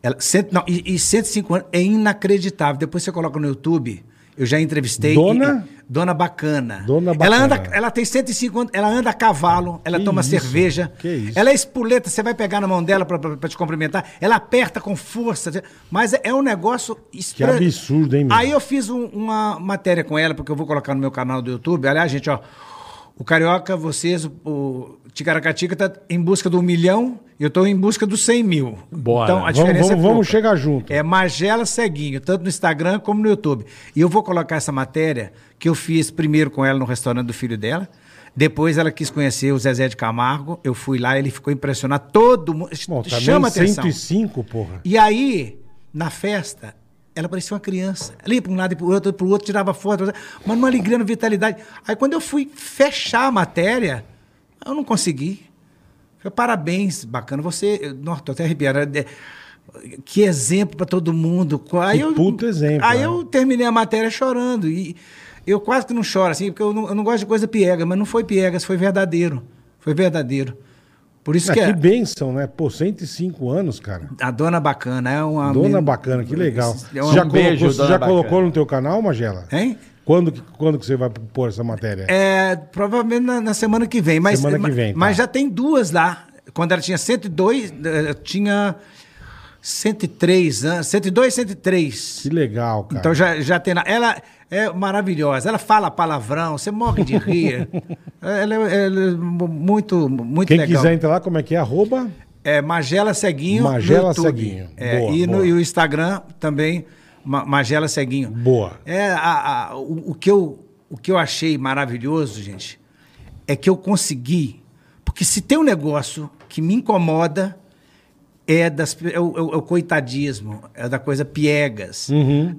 A: Ela, cento, não, e, e 105 anos é inacreditável. Depois você coloca no YouTube. Eu já entrevistei.
D: Dona?
A: e- e- Dona Bacana.
D: Dona
A: Ela, anda,
D: Bacana.
A: ela tem 105 anos, ela anda a cavalo, ela
D: Que
A: toma
D: isso,
A: cerveja.
D: que isso.
A: Ela é espoleta, você vai pegar na mão dela pra- pra pra te cumprimentar. Ela aperta com força. Mas é- é um negócio
D: Que absurdo, hein, meu?
A: Aí eu fiz um- uma matéria com ela, porque eu vou colocar no meu canal do YouTube. Aliás, gente, ó. O Carioca, vocês, o- o Ticaracatica tá em busca do um milhão, eu tô em busca dos 100 mil.
C: Bora.
A: Então, a
D: Vamos-
A: diferença
D: vamos-
A: é
D: vamos
A: pouca.
D: chegar junto.
A: É Magela Ceguinho, tanto no Instagram como no YouTube. E eu vou colocar essa matéria que eu fiz primeiro com ela no restaurante do filho dela. Depois ela quis conhecer o Zezé de Camargo. Eu fui lá, ele ficou impressionado. Todo mundo.
D: Bom, tá também
A: chama atenção.
D: 105, porra.
A: E aí, na festa, Ela parecia uma criança. Ela ia para um lado e para o outro, para o outro, tirava foto, mas numa alegria, numa vitalidade. Aí quando eu fui fechar a matéria, eu não consegui. Falei, parabéns, bacana. Você. eu- Nossa, tô até arrepiado. É, Que exemplo para todo mundo. Qual- Aí
D: Que
A: eu,
D: puto exemplo,
A: Aí
D: né?
A: eu terminei a matéria chorando. E eu quase que não choro, assim, porque eu não, eu não gosto de coisa piega, mas não foi piegas, foi verdadeiro. Foi verdadeiro. Por isso
D: Ah,
A: que,
D: que
A: é-
D: bênção, né? Pô, 105 anos, cara.
A: a dona bacana é uma.
D: Dona
A: men-
D: Bacana, que legal.
A: É
D: Você
A: uma-
D: já,
A: um-
D: colocou,
F: beijo,
D: você
F: Dona
D: já
F: Bacana.
D: colocou no teu canal, Magela?
A: Hein?
D: Quando que, quando que você vai pôr essa matéria?
A: É, provavelmente na, na semana que vem. Mas,
D: Semana que vem, tá.
A: Mas já tem duas lá. Quando ela tinha 102, eh, tinha 103 anos. 102, 103.
D: Que legal, cara.
A: Então já, já tem. na- Ela é maravilhosa. Ela fala palavrão, você morre de rir. ela, é, ela é mu- muito, muito
D: Quem
A: legal.
D: quiser entrar lá, como é que é? Arroba?
A: É Magela Ceguinho. no
D: Magela
A: YouTube.
D: Ceguinho.
A: É,
D: Boa,
A: e, no-
D: boa.
A: e o Instagram também, Ma- Magela Ceguinho.
D: Boa.
A: É, a- a- o, o que eu, o que eu achei maravilhoso, gente, é que eu consegui. Porque se tem um negócio que me incomoda, é, das, pe- é, o, é o- é o coitadismo, é da coisa piegas,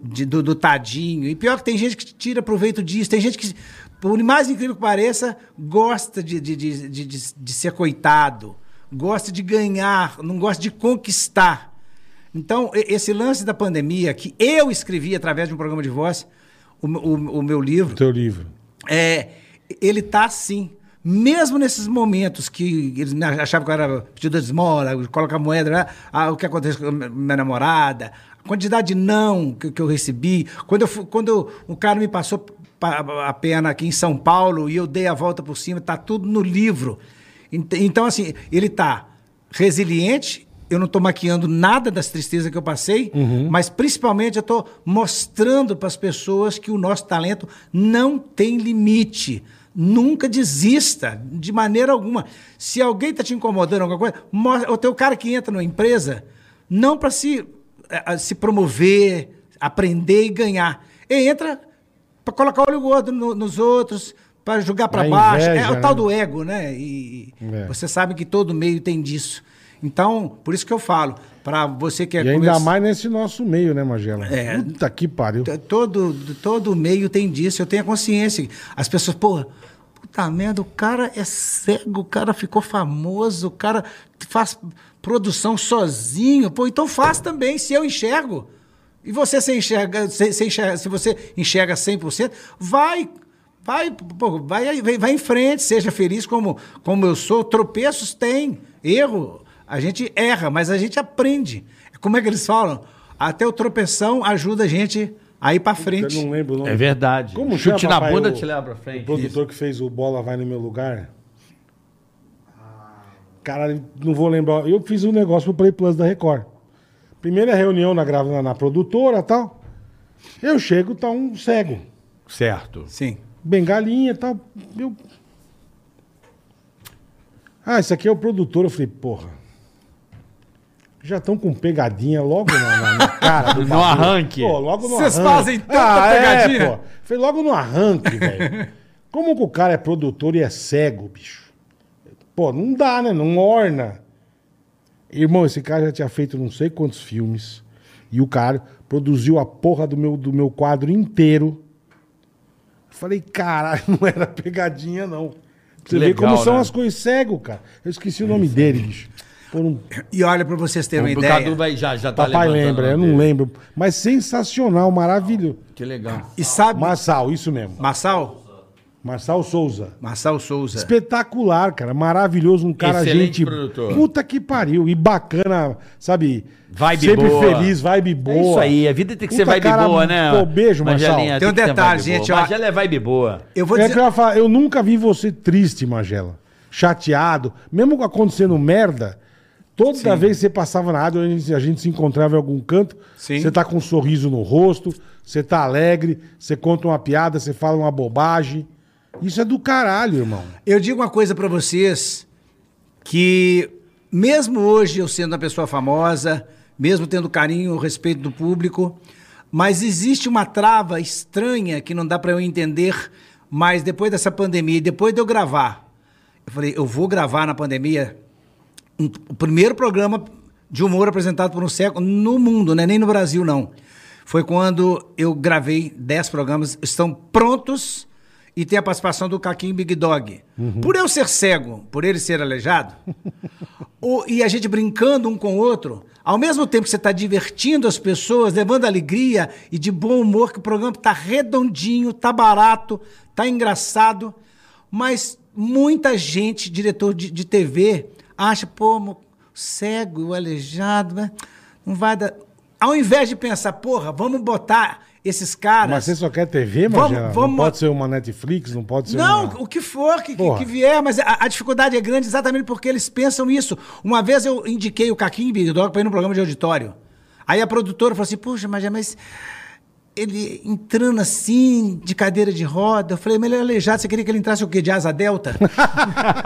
A: de- do, do tadinho. E pior que tem gente que tira proveito disso, tem gente que, por mais incrível que pareça, gosta de, de, de, de, de- de ser coitado, gosta de ganhar, não gosta de conquistar. Então, e- esse lance da pandemia, que eu escrevi através de um programa de voz, o, meu- o- o meu livro,
D: O teu livro.
A: é, ele tá assim. Mesmo nesses momentos que eles me achavam que eu era pedido de esmola, coloca a moeda, né? Ah, o que acontece com a minha- minha namorada, a quantidade de não que, que eu recebi. Quando, eu, fu- quando um cara me passou pa- a perna aqui em São Paulo e eu dei a volta por cima, tá tudo no livro. Ent- Então, assim, ele tá resiliente, eu não estou maquiando nada das tristezas que eu passei,
D: Uhum.
A: mas principalmente eu estou mostrando para as pessoas que o nosso talento não tem limite. Nunca desista, de maneira alguma. Se alguém está te incomodando alguma coisa, mostra, o teu cara que entra numa empresa, não para se, eh, ah, se promover, aprender e ganhar. Ele entra para colocar olho gordo no- nos outros, para jogar para
D: Na
A: baixo.
D: inveja,
A: é o tal
D: né?
A: do ego, né? E e
D: É.
A: você sabe que todo meio tem disso. Então, por isso que eu falo, para você que é
D: e ainda
A: comerci-
D: mais nesse nosso meio, né, Magela?
A: É.
D: Puta que pariu.
A: T- todo todo meio tem disso, eu tenho a consciência. As pessoas, porra, puta merda, o cara é cego, o cara ficou famoso, o cara faz produção sozinho. Pô, então faz também, se eu enxergo. E você se enxerga, se, se enxerga- se você enxerga 100%, vai vai, pô, vai, aí, vai, vai em frente, seja feliz como como eu sou. Tropeços tem, erro, a gente erra, mas a gente aprende. Como é que eles falam? Até o tropeção ajuda a gente a ir pra frente.
D: Eu Então não lembro o nome.
C: É verdade.
D: Como
C: Chute
D: chama,
C: na
D: papai,
C: bunda
D: o-
C: te leva pra
D: O
C: frente.
D: produtor que fez o Bola Vai no Meu Lugar. Cara, não vou lembrar. Eu fiz um negócio pro Play Plus da Record. Primeira reunião na, grava- na, na produtora e tal. Eu chego, tá um cego.
C: Certo.
A: Sim.
D: Bengalinha e tal. Eu... Ah, esse aqui é o produtor. Eu falei, porra. Já estão com pegadinha logo na, na- na cara do
F: No arranque.
D: Pô, logo no
A: Vocês
D: arranque. Ah, é,
A: fazem tanta pegadinha?
D: pô. Foi logo no arranque, velho. Como que o cara é produtor e é cego, bicho? Pô, não dá, né? Não orna. Irmão, esse cara já tinha feito não sei quantos filmes. E o cara produziu a porra do meu, do meu quadro inteiro. Eu Falei, caralho, não era pegadinha, não. Pra Você vê
F: legal,
D: como são
F: né?
D: as coisas cego, cara. Eu esqueci o nome dele, bicho. Pô, não-
A: E é olha, pra vocês terem uma
F: O
A: ideia.
F: Cadu vai já, já tá
D: Papai
F: levantando
D: lembra,
F: o
D: eu
F: nome
D: não
F: dele.
D: lembro. Mas sensacional, maravilhoso.
F: Que legal.
A: E sabe,
D: Marçal, isso mesmo.
A: Marçal?
D: Marçal Souza.
A: Marçal Souza.
D: Espetacular, cara. Maravilhoso, um cara,
F: Excelente
D: gente.
F: produtor.
D: Puta que pariu. E bacana, sabe?
F: Vibe
D: Sempre
F: boa.
D: feliz, vibe boa.
C: É isso aí, a vida tem que ser
D: Puta
C: vibe
D: cara,
C: boa, né?
D: pô, beijo, Marçal.
C: Magelinha,
A: Tem um
C: que ter
A: detalhe,
C: vibe boa.
A: gente, ó.
C: Magela é vibe boa.
A: Eu vou
D: é
A: dizer.
D: que eu, ia falar, eu nunca vi você triste, Magela. Chateado. Mesmo acontecendo merda, toda vez que você passava na rádio, a gente, a gente se encontrava em algum canto,
A: Sim.
D: você tá com um sorriso no rosto, você tá alegre, você conta uma piada, você fala uma bobagem. Isso é do caralho, irmão.
A: Eu digo uma coisa pra vocês que mesmo hoje eu sendo uma pessoa famosa, mesmo tendo carinho, respeito do público, mas existe uma trava estranha que não dá pra eu entender, mas depois dessa pandemia, e depois de eu gravar, eu falei, eu vou gravar na pandemia um- o primeiro programa de humor apresentado por um século no mundo, né? Nem no Brasil não. foi quando eu gravei 10 programas, estão prontos e tem a participação do Caquinho Big Dog. Por eu ser cego, por ele ser aleijado, o- e a gente brincando um com o outro, ao mesmo tempo que você está divertindo as pessoas, levando alegria e de bom humor, que o programa está redondinho, tá barato, tá engraçado, mas muita gente, diretor de, de TV, acha, pô, mo- cego, o aleijado, né? não vai dar. Ao invés de pensar, porra, vamos botar esses caras.
D: Mas você só quer TV,
A: Vamos-
D: Magela? Não
A: vamos-
D: pode ser uma Netflix, não pode ser
A: Não,
D: uma...
A: o que for que, que-
D: Porra.
A: que vier, mas a, a dificuldade é grande exatamente porque eles pensam isso. Uma vez eu indiquei o Caquinho Big Dog pra ir num programa de auditório. Aí a produtora falou assim: Puxa, mas, mas ele entrando assim, de cadeira de roda. Eu falei: Mas ele é aleijado, você queria que ele entrasse o quê? De asa delta?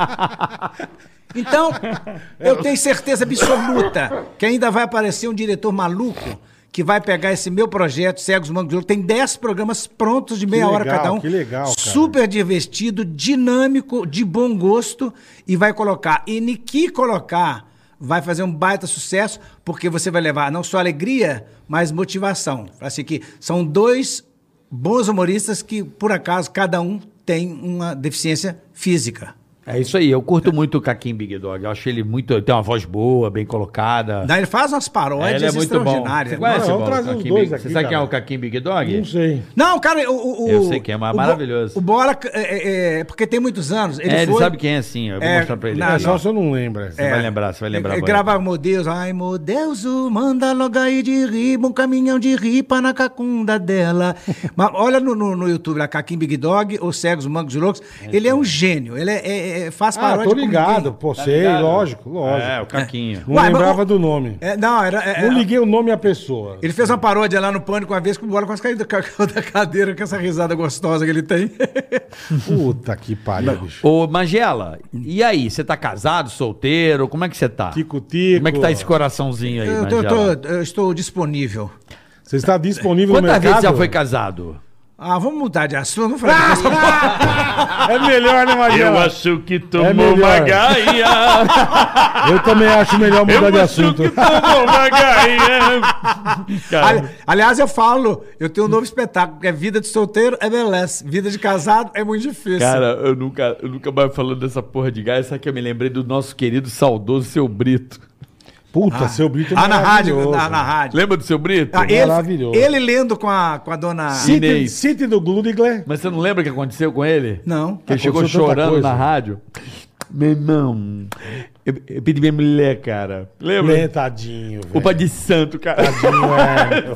A: Então,
D: É
A: eu tenho certeza absoluta que ainda vai aparecer um diretor maluco que vai pegar esse meu projeto, Cegos Mangos de Ouro. Tem 10 programas prontos de meia hora
D: legal,
A: cada um.
D: que legal, cara.
A: Super divertido, dinâmico, de bom gosto e vai colocar. E ni que colocar vai fazer um baita sucesso porque você vai levar não só alegria, mas motivação. Assim que são dois bons humoristas que por acaso cada um tem uma deficiência física.
C: É isso aí, eu curto muito o Caquinho Big Dog. Eu acho ele muito. Ele tem uma voz boa, bem colocada.
A: Daí É. ele faz umas paródias
C: ele é muito bom.
A: extraordinárias.
C: Você conhece,
D: Não, vamos
C: Bola,
D: trazer os
C: Caquinho
D: dois
C: Big-
D: aqui,
C: Você sabe quem é
D: cara.
C: o Caquinho Big Dog?
D: Não sei.
A: Não, cara, o, o- o-
C: Eu sei que é
A: o Bo-
C: maravilhoso.
A: O Bola é, é, é, porque tem muitos anos. Ele
C: é, ele
A: foi-
C: sabe quem é sim, eu vou
A: É,
C: mostrar pra ele.
A: na-
D: É
C: Olha
D: só
C: lá.
D: se eu não lembro. é.
C: Você vai lembrar, você vai lembrar.
A: Ele
C: vai
A: grava meu Deus, ai meu Deus, o manda logo aí de riba, um caminhão de ripa na cacunda dela. Mas olha no, no, no YouTube lá, Caquim Big Dog, ou Cegos, Mangos e Loucos. ele é um gênio, ele é, é- é- faz
D: Ah,
A: paródia.
D: tô
A: como
D: ligado,
A: ninguém.
D: pô, sei,
C: ligado?
D: lógico, lógico.
C: É, o Caquinho.
D: Não
A: Ué, mas
D: lembrava
A: o-
D: do nome.
A: É, não, era. é-
D: Não liguei o nome à pessoa.
A: ele fez uma paródia lá no Pânico uma vez com o Bola quase caiu da, ca- da cadeira com essa risada gostosa que ele tem.
D: Puta que pariu, bicho.
C: Ô, Magela, e aí? Você tá casado, solteiro? Como é que você tá?
D: Tico-tico.
C: Como é que tá esse coraçãozinho aí,
A: Eu, tô- eu
C: Magela?
A: tô- eu estou disponível.
D: Você está disponível no
C: Quantas
D: mercado?
C: vezes já foi casado?
A: Ah, vamos mudar de assunto. Vamos falar
D: Ah!
A: de coisa-
D: É melhor, né,
H: Eu
D: Magela?
H: acho que
D: É
H: tomou
D: melhor.
H: uma gaia.
D: Eu também acho melhor mudar de
H: Eu acho
D: assunto.
H: que tomou uma gaia. Cara,
A: Ali- aliás, eu falo, eu tenho um novo espetáculo, que é Vida de Solteiro é MLS. Vida de casado é muito difícil.
F: Cara, eu nunca, eu nunca mais falando dessa porra de gás, sabe que eu me lembrei do nosso querido saudoso seu Brito.
D: Puta, seu Brito é
A: ah, na rádio,
D: maravilhoso. é
A: na, na rádio.
F: Lembra do seu Brito?
A: Ah, ele,
D: Maravilhoso.
A: ele lendo com a, com a dona.
D: City,
F: Inês.
D: City do Glurigler.
F: Mas você não lembra o que aconteceu com ele?
A: Não.
F: Que ele chegou
D: Aconteceu tanta
F: chorando
D: coisa.
F: na rádio. Meu irmão, eu, eu pedi minha mulher, cara. Lembra?
D: Lentadinho,
F: O
D: velho.
F: pai de santo, cara.
D: Tadinho,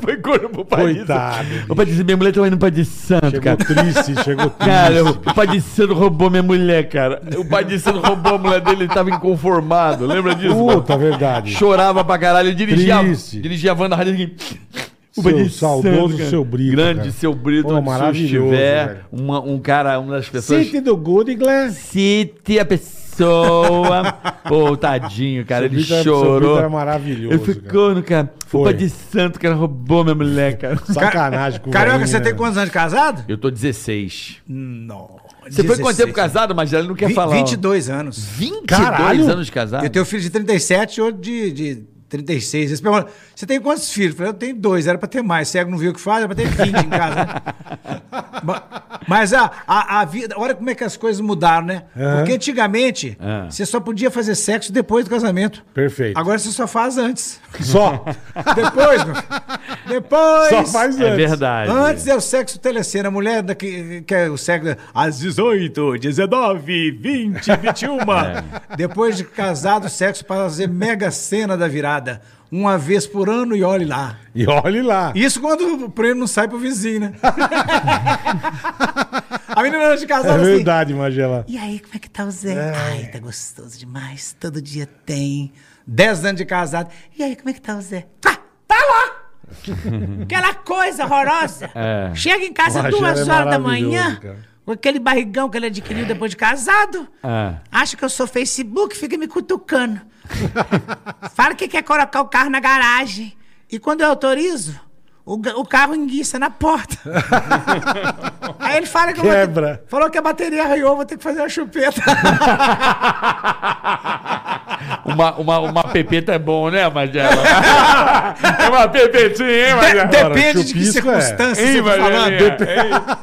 F: Foi corno pro pai de
D: Coitado,
F: santo. O pai disse, minha mulher tá indo pra de santo,
D: é. Chegou
F: cara.
D: triste, chegou triste.
F: Cara, o o pai de santo roubou minha mulher, cara. O pai de santo roubou a mulher dele, ele tava inconformado. Lembra disso? mano?
D: Puta, verdade.
F: Chorava pra caralho. Eu dirigia,
D: Triste.
F: dirigia a van da rádio. assim, O
D: Seu
F: Benito
D: saudoso
F: Santos, cara.
D: seu Brito,
F: Grande
D: cara.
F: seu Brito,
D: Pô,
F: onde você
D: maravilhoso,
F: estiver.
D: velho.
F: Uma, um cara, uma das pessoas.
D: City do Glurigler.
F: Cite a pessoa. Pô, tadinho, cara.
D: Seu
F: ele
D: Brito era- seu Brito
F: chorou.
D: era maravilhoso,
F: Ele ficou, no cara.
D: Foi.
F: O pai de santo, cara, roubou minha mulher, cara.
D: Sacanagem com o
A: Carioca,
D: velhinho,
A: você
D: né?
A: tem quantos anos de casado?
F: Eu tô né? 16.
A: Não.
F: Você foi quanto tempo casado, mas ele não quer falar. ó.
A: 22 anos.
F: 22
D: Caralho.
F: anos casado?
A: Eu tenho filho de 37 e outro de, de 36. Eles perguntam, você tem quantos filhos? Eu falei, eu tenho dois, era pra ter mais. Cego não viu o que faz, era pra ter 20 em casa. Ma- Mas a, a, a vida, olha como é que as coisas mudaram, né? Porque antigamente,
D: Ah.
A: você só podia fazer sexo depois do casamento.
D: Perfeito.
A: Agora você só faz antes.
D: Só.
A: Depois, meu. Depois.
D: Só faz antes.
F: É verdade.
A: Antes é o sexo telecena. A mulher da que, que é o sexo às 18, 19, 20, 21. Depois de casado, o sexo para fazer mega cena da virada. Uma vez por ano e olhe lá.
D: E olhe lá.
A: Isso quando o prêmio não sai pro vizinho, né? A menina antes de
D: É
A: casada assim.
D: verdade, Magela.
G: E aí, como é que tá o Zé? Ai, tá gostoso demais. Todo dia tem.
A: 10 anos de casado.
G: E aí, como é que tá o Zé?
B: Ah, tá lá! Aquela coisa horrorosa. Chega em casa
D: Magela
B: duas
D: é
B: horas da
D: maravilhoso,
B: manhã,
D: cara. É.
B: com aquele barrigão que ele adquiriu depois de casado.
A: É.
B: Acha que eu sou Facebook, fica me cutucando. Fala que quer colocar o carro na garagem. E quando eu autorizo, o, ga- o carro enguiça na porta. Aí ele fala que eu vou ter-
D: Quebra.
B: falou que a bateria arranhou, vou ter que fazer uma chupeta.
H: Uma, uma, uma
F: tá
H: pepeta é bom, né, Magela? é uma pepetinha, hein, Magela?
A: Depende de que
D: chupisco é.
A: circunstância
H: Hein,
A: você tá falando.
H: Magela?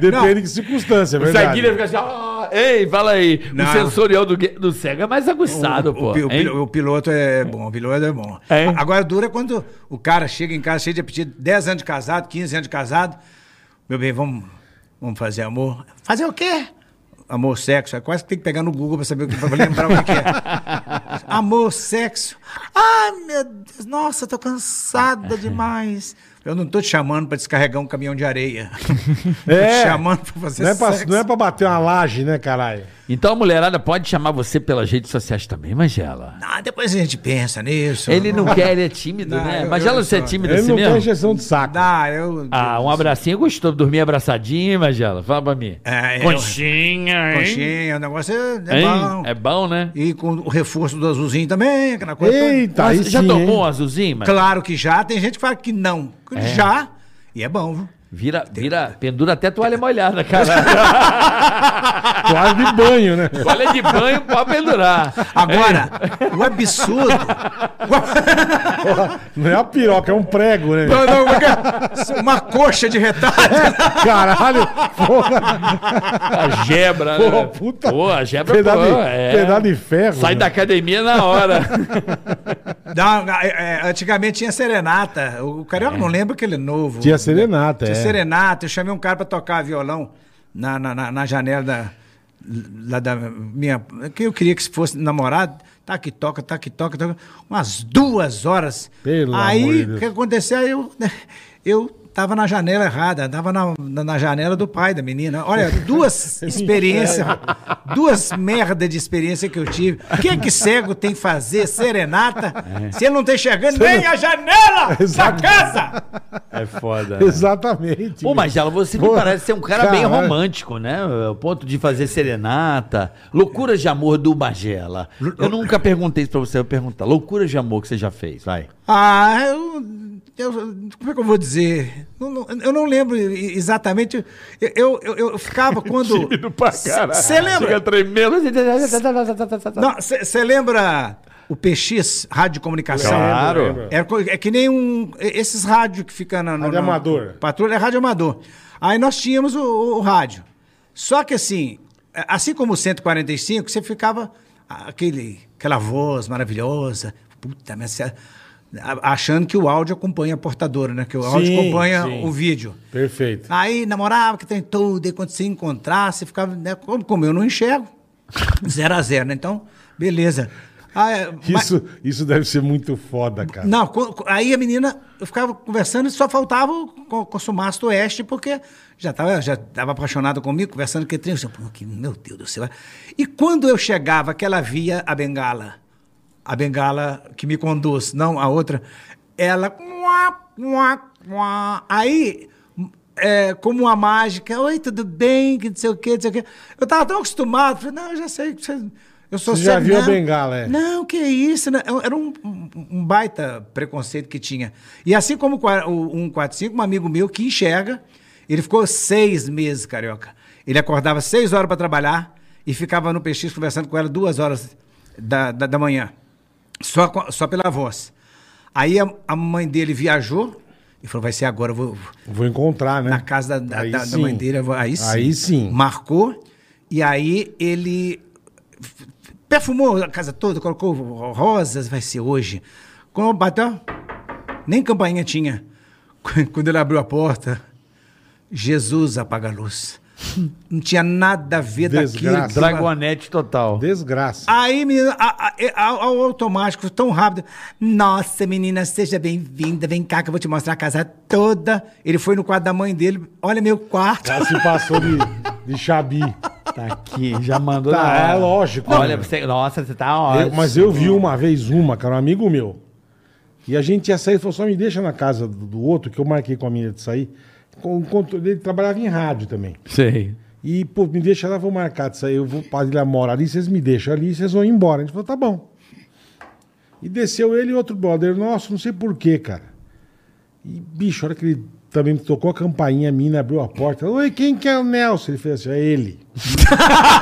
D: Depende de circunstância, é
H: O
D: verdade.
H: Zaguinha fica assim, ó, ei, fala aí.
A: Não.
H: O sensorial do, gue- do cego é mais aguçado,
A: O,
H: pô.
A: pi- o
H: hein?
A: pil- o piloto é bom, o piloto é bom.
H: Hein?
A: A- Agora dura quando o cara chega em casa cheio de apetite, 10 anos de casado, 15 anos de casado. Meu bem, vamos, vamos fazer amor. Fazer o quê? Amor, sexo. É quase que tem que pegar no Google pra saber o que- pra lembrar o que, que é. Amor, sexo. Ai, meu Deus, nossa, eu tô cansada demais. Eu não tô te chamando pra descarregar um caminhão de areia. Tô te chamando pra fazer
D: Não é pra,
A: sexo.
D: não é pra bater uma laje, né, caralho?
F: Então a mulherada pode chamar você pelas redes sociais também, Magela.
A: Ah, depois a gente pensa nisso.
F: Ele não quer, ele é tímido,
A: Não,
F: né?
A: eu-
F: Magela,
A: eu
F: você é
A: sou-
F: tímido
D: Ele
F: assim
D: não tem
F: mesmo?
D: injeção de saco.
A: Dá, eu... É,
F: Ah, um abracinho gostou. Dormir abraçadinho, Magela. Fala pra mim.
A: É, eu-
H: Conchinha, hein?
A: Conchinha, o negócio é, é
F: Hein?
A: bom.
F: É bom, né?
A: E com o reforço do azulzinho também, aquela coisa. toda.
D: Eita,
F: Mas
D: aí
F: já
D: sim, hein?
F: tomou um azulzinho, mas
A: Claro que já, tem gente que fala que não. que Já, e é bom, viu?
F: vira, vira, pendura até toalha molhada, cara.
D: Toalha de banho, né?
F: toalha de banho pode pendurar.
A: Agora, o absurdo.
D: Não é uma piroca, é um prego, né?
A: Não, não, porque- uma coxa de retalho.
D: Caralho, porra,
F: É, A gebra, né?
D: Porra, puta.
F: Pô, a gebra,
D: pedaço,
F: pô,
D: de,
F: é.
D: pedaço de ferro.
F: Sai
D: né?
F: da academia na hora.
A: Não, é, é, antigamente tinha serenata. O carioca não lembra que ele é novo.
D: Tinha serenata,
A: Tinha
D: é.
A: serenata, eu chamei um cara pra tocar violão na, na, na- na janela da, lá da minha. Que eu queria que fosse namorado. Tá que toca, tá que toca, toca. Umas duas horas.
D: Pelo amor de
A: aí,
D: Deus.
A: o que aconteceu? Aí eu, eu tava na janela errada, tava na, na, na janela do pai da menina. Olha, duas experiências, duas merda de experiência que eu tive. O que é que cego tem que fazer, serenata, se ele não tá enxergando nem a janela da
D: Exato.
A: casa?
F: É foda.
D: Exatamente.
F: Pô, Magela, você me
D: né? Pô,
F: parece ser um cara bem
D: caralho.
F: romântico, né? Ao ponto de fazer serenata. Loucuras de amor do Magela. Eu nunca perguntei isso pra você, eu vou perguntar. Loucuras de amor que você já fez, vai.
A: Ah, eu, eu- Como é que eu vou dizer? Não- não- eu não lembro e- exatamente. Eu, eu, eu- eu ficava quando. Você
H: Fica
A: lembra?
H: tremendo.
A: Você lembra o PX, Rádio de Comunicação?
F: Claro.
A: É, co- é que nem um. é- Esses rádios que fica na. no-
D: Rádio
A: na-
D: amador.
A: Patrulha é rádio amador. Aí nós tínhamos o, o- o rádio. Só que assim, é, assim como o 145, você ficava aquele, aquela voz maravilhosa. Puta, mas você- a- achando que o áudio acompanha a portadora, né? Que o áudio acompanha
D: sim.
A: o vídeo.
D: Perfeito.
A: Aí namorava, que tem tudo, e quando se encontrasse, ficava, né? Como, como eu não enxergo. zero a zero, né? Então, beleza. Ah, é, mas-
D: Isso, isso deve ser muito foda, cara.
A: não, co- co- aí a menina, eu ficava conversando e só faltava o co- consumar do oeste, porque já estava já tava apaixonada comigo, conversando que trem. Eu, pô, que- meu Deus do céu. E quando eu chegava, que ela via a bengala, a bengala que me conduz, não a outra, ela. "Mua, mua, mua". Aí, é, como uma mágica, oi, tudo bem, que não sei o quê, não sei o quê. Eu estava tão acostumado, falei, não, eu já sei que você. Eu sou
D: Você já
A: cego,
D: viu a
A: não.
D: bengala, é.
A: Não, não, que isso, né? Era um, um- um baita preconceito que tinha. E assim como o qua- o 145, um amigo meu que enxerga, ele ficou seis meses, carioca. Ele acordava seis horas para trabalhar e ficava no PX conversando com ela duas horas da, da, da manhã. Só, com- só pela voz. Aí a, a mãe dele viajou e falou: vai ser agora, eu vou,
D: Vou encontrar, né?
A: na casa da,
D: Aí
A: da, da
D: sim.
A: mãe dele. Aí sim.
D: Aí sim.
A: Marcou. E aí ele f- f- perfumou a casa toda, colocou ro- rosas, vai ser hoje. Quando bateu, nem campainha tinha. Qu- Quando ele abriu a porta, Jesus apaga a luz. Não tinha nada a ver
D: Desgraça.
A: daquilo.
F: Dragonete total.
D: Desgraça.
A: Aí, menina, a- a- a- ao automático, tão rápido. Nossa, menina, seja bem-vinda. Vem cá que eu vou te mostrar a casa toda. Ele foi no quarto da mãe dele. Olha meu quarto.
D: Ela se passou de, de xabi.
F: Tá aqui, já mandou.
D: Tá,
F: na-
D: é lógico,
F: Olha,
D: né?
F: você, nossa, você tá ótimo.
D: Eu- mas eu vi uma vez uma, cara, um amigo meu. E a gente ia sair, ele falou, só me deixa na casa do, do outro, que eu marquei com a menina de sair. Com, com- ele trabalhava em rádio também.
F: Sei.
D: E, pô, me deixa lá, vou marcar disso aí. Eu vou padilha mora ali, vocês me deixam ali, vocês vão embora. A gente falou, tá bom. E desceu ele e outro brother nosso, não sei porquê, cara. E, bicho, a hora que ele Também tocou a campainha, a mina abriu a porta. Oi, quem que é o Nelson? Ele fez assim, é ele.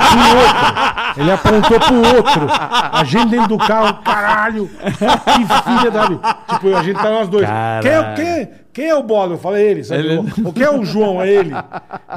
D: pro outro. Ele apontou pro outro. A gente dentro do carro, caralho. Que filha da... Tipo, a gente tá nós dois. Quem é, o- quem, quem é o Bola? Eu falei, ele. Sabe? O quem é o João? É ele.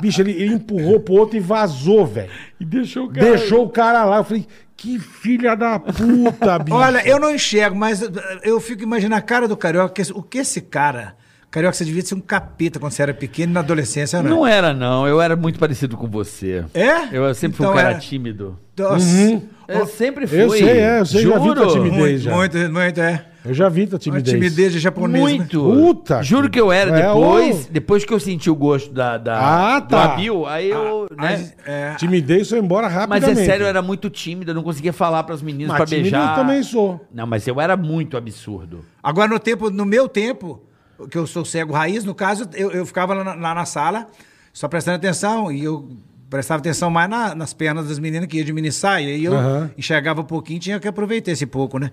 D: Bicho, ele, ele empurrou pro outro e vazou, velho.
N: E deixou o cara.
D: Deixou o cara lá. Eu falei, que filha da puta, bicho.
A: Olha, eu não enxergo, mas eh, eu fico imaginando a cara do Carioca. que esse- O que esse cara... Carioca, você devia ser um capeta quando você era pequeno, na adolescência, não,
C: Não era, não. Eu era muito parecido com você.
A: É?
C: Eu sempre fui um
A: Então
C: cara
A: era.
C: tímido.
A: Nossa.
C: Eu sempre fui.
D: Eu sei, é, eu sei, já vi tua timidez.
A: Muito,
D: já.
A: muito, muito, é.
D: Eu já vi tua
A: Uma
D: timidez.
A: timidez de japonês. né?
C: Muito.
D: Puta
C: Juro
D: que-
C: que eu era
D: É,
C: depois.
D: ô.
C: Depois que eu senti o gosto da, da,
D: Ah,
C: do
D: tá.
C: Abil, aí eu. né?
A: Mas, é,
D: Timidez foi embora
C: Mas
D: rapidamente.
C: é sério, eu era muito tímido, eu não conseguia falar para os meninos
D: Mas
C: para
D: tímido
C: beijar.
D: eu também sou.
C: Não, mas eu era muito absurdo.
A: Agora, no tempo, no meu tempo, que eu sou cego raiz, no caso, eu, eu ficava lá na, lá na sala, só prestando atenção, e eu prestava atenção mais na- nas pernas das meninas que ia de mini saia, e eu
D: Aham.
A: enxergava um pouquinho, tinha que aproveitar esse pouco, né?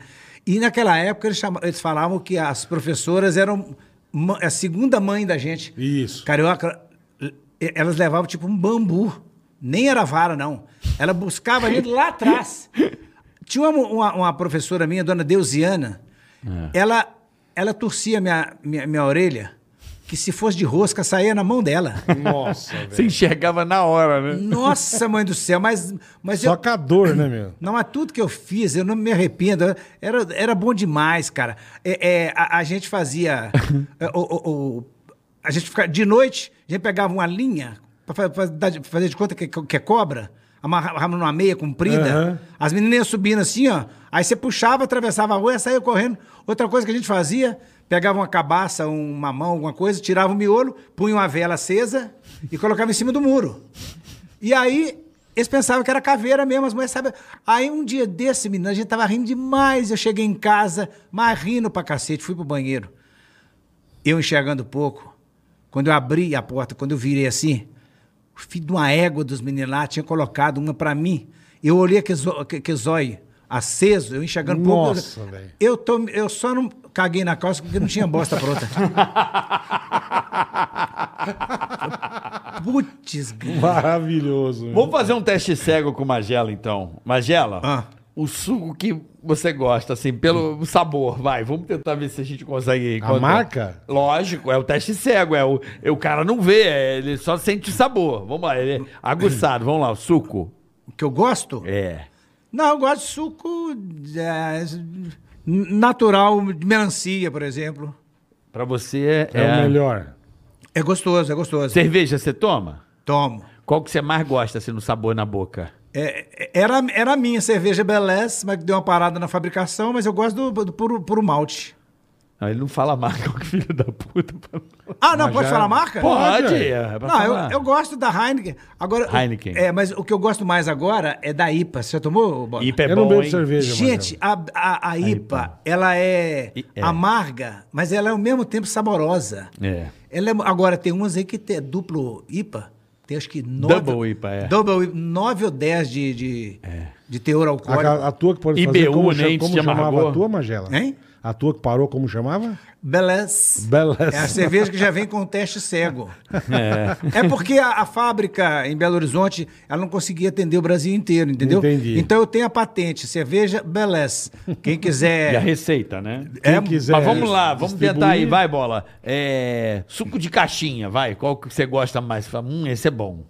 A: E naquela época, eles, chama- eles falavam que as professoras eram ma- a segunda mãe da gente.
D: Isso.
A: Carioca, e- elas levavam tipo um bambu. Nem era vara, não. Ela buscava a gente lá atrás. Tinha uma, uma- uma professora minha, dona Deusiana,
D: É.
A: ela, ela torcia minha, minha, minha orelha, que se fosse de rosca, saía na mão dela.
D: Nossa, velho.
N: Você enxergava na hora, né?
A: Nossa, mãe do céu, mas, mas
D: Só
A: eu,
D: com a dor, né, meu?
A: não, mas tudo que eu fiz, eu não me arrependo. Era, era bom demais, cara. É, é, a, a gente fazia. é, o- o- o- a gente ficava. De noite, a gente pegava uma linha para fazer de conta que, que é cobra, amarrava numa meia comprida.
D: Aham.
A: As meninas iam subindo assim, ó. Aí você puxava, atravessava a rua, saía correndo. Outra coisa que a gente fazia, pegava uma cabaça, um mamão, alguma coisa, tirava o miolo, punha uma vela acesa e colocava em cima do muro. E aí, eles pensavam que era caveira mesmo, as mulheres sabem. Aí um dia desse, menino, a gente tava rindo demais. Eu cheguei em casa, mas rindo pra cacete, fui pro banheiro. Eu enxergando pouco. Quando eu abri a porta, quando eu virei assim, o filho de uma égua dos meninos lá tinha colocado uma pra mim. Eu olhei aquele zo- que, que zóio aceso, eu enxergando
D: Nossa,
A: pouco.
D: velho.
A: Eu, tô, eu só não caguei na calça porque não tinha bosta pronta. Putz, grilo.
D: Maravilhoso. meu.
C: Vamos fazer um teste cego com Magela, então. Magela,
A: Ah.
C: o suco que você gosta, assim, pelo sabor, vai. Vamos tentar ver se a gente consegue. encontrar.
D: marca?
C: Lógico, é o teste cego. É o, é o cara não vê, é- ele só sente o sabor. Vamos lá, ele é aguçado. Vamos lá, o suco.
A: O que eu gosto?
C: É.
A: Não, eu gosto de suco é, natural, de melancia, por exemplo.
C: Pra você é.
D: É, o melhor.
A: É gostoso, é gostoso.
C: Cerveja você toma?
A: Tomo.
C: Qual que você mais gosta, assim, no sabor na boca?
A: É, é, era, era a minha cerveja Belés, mas que deu uma parada na fabricação, mas eu gosto do, do puro, puro malte.
C: Não, ele não fala marca, que filho da puta.
A: Ah, não, pode falar a marca?
C: Pode! é pra
A: Não,
C: falar.
A: eu, eu gosto da Heineken. Agora, o-
C: Heineken.
A: é, mas o que eu gosto mais agora é da IPA. Você já tomou, Bola?
C: Ipa é
D: eu
C: bom,
D: não bebo
C: hein?
D: cerveja,
A: Gente, a, a, a IPA, ela é,
C: I- é.
A: amarga, mas ela é ao mesmo tempo saborosa.
C: É.
A: Ela é- agora, tem umas aí que tem duplo IPA. Tem acho que nove.
C: Double IPA, é.
A: Double IPA, nove ou dez de, de, de teor
D: Magela.
A: alcoólico.
D: A, a tua que pode fazer
C: IBU,
D: como,
C: né,
D: cha-
C: a gente
D: como
C: se
D: chamava
C: amargou.
D: a tua, Magela?
A: Hein?
D: A tua que parou, como chamava?
A: Belez.
D: Bela.
A: É a cerveja que já vem com um teste cego. É, porque a, a fábrica em Belo Horizonte, ela não conseguia atender o Brasil inteiro, entendeu?
D: Entendi.
A: Então eu tenho a patente, cerveja Belez. Quem quiser...
C: E a receita, né?
D: Quem
A: É,
D: quiser
C: Mas vamos lá, vamos
D: distribuir.
C: tentar aí, vai bola. É, suco de caixinha, vai. Qual que você gosta mais? Fala, Hum, esse é bom.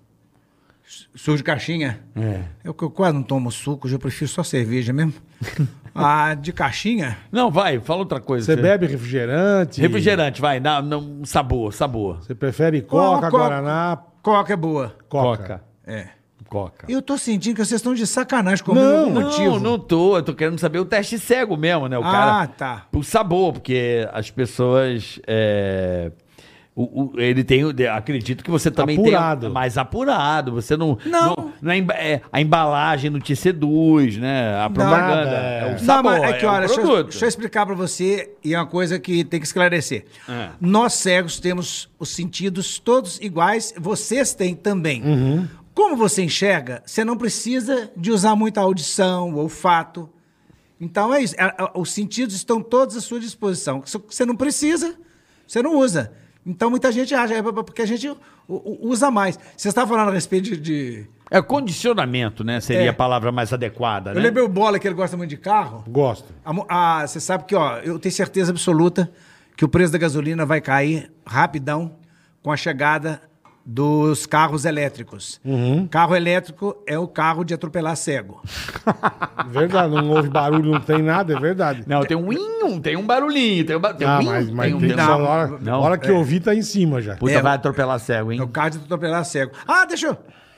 A: Suco de caixinha? É. Eu, eu quase não tomo suco, eu prefiro só cerveja mesmo. ah, de caixinha?
C: Não, vai, fala outra coisa.
D: Você bebe refrigerante?
C: Refrigerante, vai. Na, na- sabor, sabor.
D: Você prefere coca,
A: Coca, Coca.
D: guaraná,
A: Coca é boa.
D: coca.
A: É.
C: Coca.
A: Eu tô sentindo que vocês estão de sacanagem comigo por algum
C: não,
A: motivo.
C: não tô. Eu tô querendo saber o teste cego mesmo, né? O
A: Ah,
C: cara.
A: tá.
C: O sabor, porque as pessoas. é, o- o- ele tem. o- Acredito que você também
D: Apurado.
C: tem. Mais apurado. Você não.
A: Não.
C: é emba- é, a embalagem não te seduz, né? A propaganda.
D: Nada,
C: é.
D: é.
C: o sabor.
A: não, mas é que,
C: o
A: olha, deixa, eu,
C: produto.
A: deixa eu explicar pra você, e é uma coisa que tem que esclarecer. Nós cegos temos os sentidos todos iguais, vocês têm também. Como você enxerga, você não precisa de usar muita audição, olfato. Então é isso. A- a- Os sentidos estão todos à sua disposição. Se Você não precisa, você não usa. Então muita gente acha, é porque a gente u- u- usa mais. Você está falando a respeito de. de-
F: É condicionamento, né? Seria
A: É.
F: a palavra mais adequada,
A: Eu
F: né?
A: lembrei o Bola que ele gosta muito de carro.
D: Gosto.
A: A mo- a- Você sabe que, ó, eu tenho certeza absoluta que o preço da gasolina vai cair rapidão com a chegada dos carros elétricos.
F: Uhum.
A: Carro elétrico é o carro de atropelar cego.
D: É Verdade, não houve barulho, não tem nada, é verdade.
F: Não, tem um inho, tem um barulhinho, tem um barulhinho.
D: Ah, mas, mas
F: tem um
D: tem
F: tem um-
D: que só na hora,
F: Não.
D: hora que eu ouvi, tá em cima já.
F: Puta,
A: É,
F: vai atropelar cego, hein?
A: É o carro de atropelar cego. Ah, deixa eu...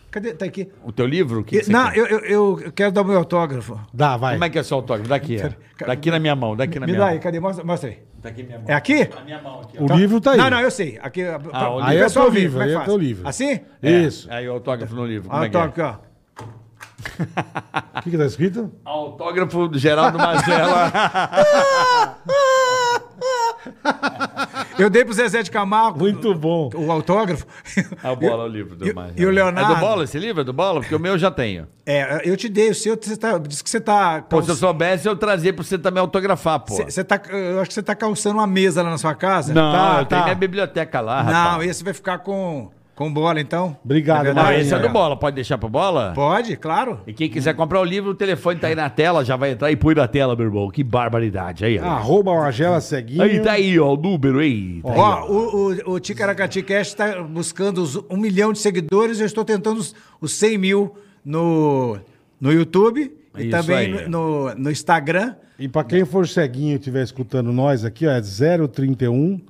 A: Cadê? Tá aqui.
F: O teu livro? O que que você
A: não,
F: quer?
A: eu, eu, eu quero dar o meu autógrafo.
D: Dá, vai.
F: Como é que é seu autógrafo? Daqui, ó. Daqui na minha mão, daqui na
A: Me
F: minha
A: dá aí,
F: mão.
A: cadê? Mostra, mostra aí.
F: Tá aqui minha mão.
A: É aqui?
F: minha mão aqui,
D: O livro tá aí.
A: Não, não, eu sei. Aqui, pra-
F: o
A: pro
D: livro.
A: pessoal
D: Aí é teu
A: ver,
D: livro,
A: como é que
D: aí é
A: faz?
D: teu livro.
A: Assim?
C: é.
D: Isso.
F: É. Aí o autógrafo no livro. Como é que é?
A: Autógrafo, aqui, ó.
D: O que, que tá escrito?
F: Autógrafo do Geraldo Magela.
A: Eu dei pro Zezé de Camargo.
D: Muito bom.
A: O autógrafo.
F: é o Bola, o livro do
A: E-
F: Magela.
A: e o Leonardo?
F: É do Bola esse livro? É do Bola? Porque o meu eu já tenho.
A: É, eu te dei o seu. Você tá, diz que você tá.
F: Pô,
A: cal-
F: se eu soubesse, eu trazia pra você também autografar, pô.
A: você- você tá- eu acho que você tá calçando uma mesa lá na sua casa.
F: Não,
D: Tá,
F: eu tenho
D: tá.
F: minha biblioteca lá,
A: Não,
F: rapaz.
A: esse vai ficar com, com bola, então.
D: Obrigado,
F: Não,
D: Marinho.
F: esse é do Bola. Pode deixar pro Bola?
A: Pode, claro.
F: E quem quiser comprar o livro, o telefone tá aí na tela, já vai entrar e põe na tela, meu irmão. Que barbaridade. Aí, ó.
D: Arroba Magela Ceguinho.
F: aí tá aí, ó, o número, aí. Tá aí, ó.
A: Ah, Ó, o, o, o Ticaracati Cash está buscando os um milhão de seguidores. Eu estou tentando os, os 100 mil no, no YouTube
F: É Isso
A: e também
F: aí.
A: no, no Instagram.
D: E pra quem for ceguinho e estiver escutando nós aqui, ó, é 031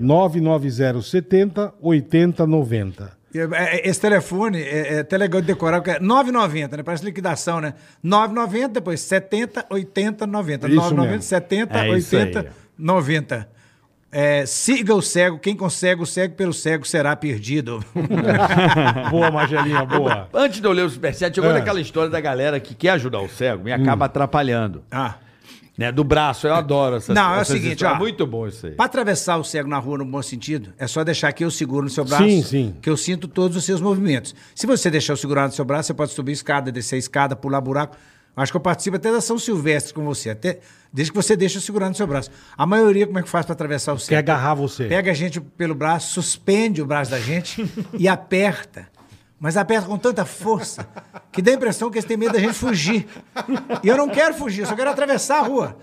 D: 99070 8090.
A: E, é, é, Esse telefone é, é até legal de decorar, porque é 9,90, né? Parece liquidação, né? 9,90, depois 70, 80, 90.
D: Isso
A: 9,90,
D: mesmo.
A: 70,
F: É isso
A: 80,
F: aí.
A: 90. É, siga o cego, quem consegue o cego pelo cego será perdido.
D: Boa, Magelinha, boa.
F: Antes de eu ler o superchat, eu vou
D: É.
F: naquela história da galera que quer ajudar o cego e acaba atrapalhando.
A: ah.
F: Né? Do braço, eu adoro essa
A: Não, é o seguinte, ó.
F: muito bom isso aí.
A: Para atravessar o cego na rua no bom sentido, é só deixar que eu seguro no seu braço.
D: Sim, sim.
A: Que eu sinto todos os seus movimentos. Se você deixar eu segurar no seu braço, você pode subir escada, descer escada, pular buraco. Acho que eu participo até da São Silvestre com você, até desde que você deixa eu segurar no seu braço. A maioria, como é que faz para atravessar o cego?
D: Quer agarrar você.
A: Pega a gente pelo braço, suspende o braço da gente e aperta. Mas aperta com tanta força que dá a impressão que eles têm medo da gente fugir. E eu não quero fugir, eu só quero atravessar a rua.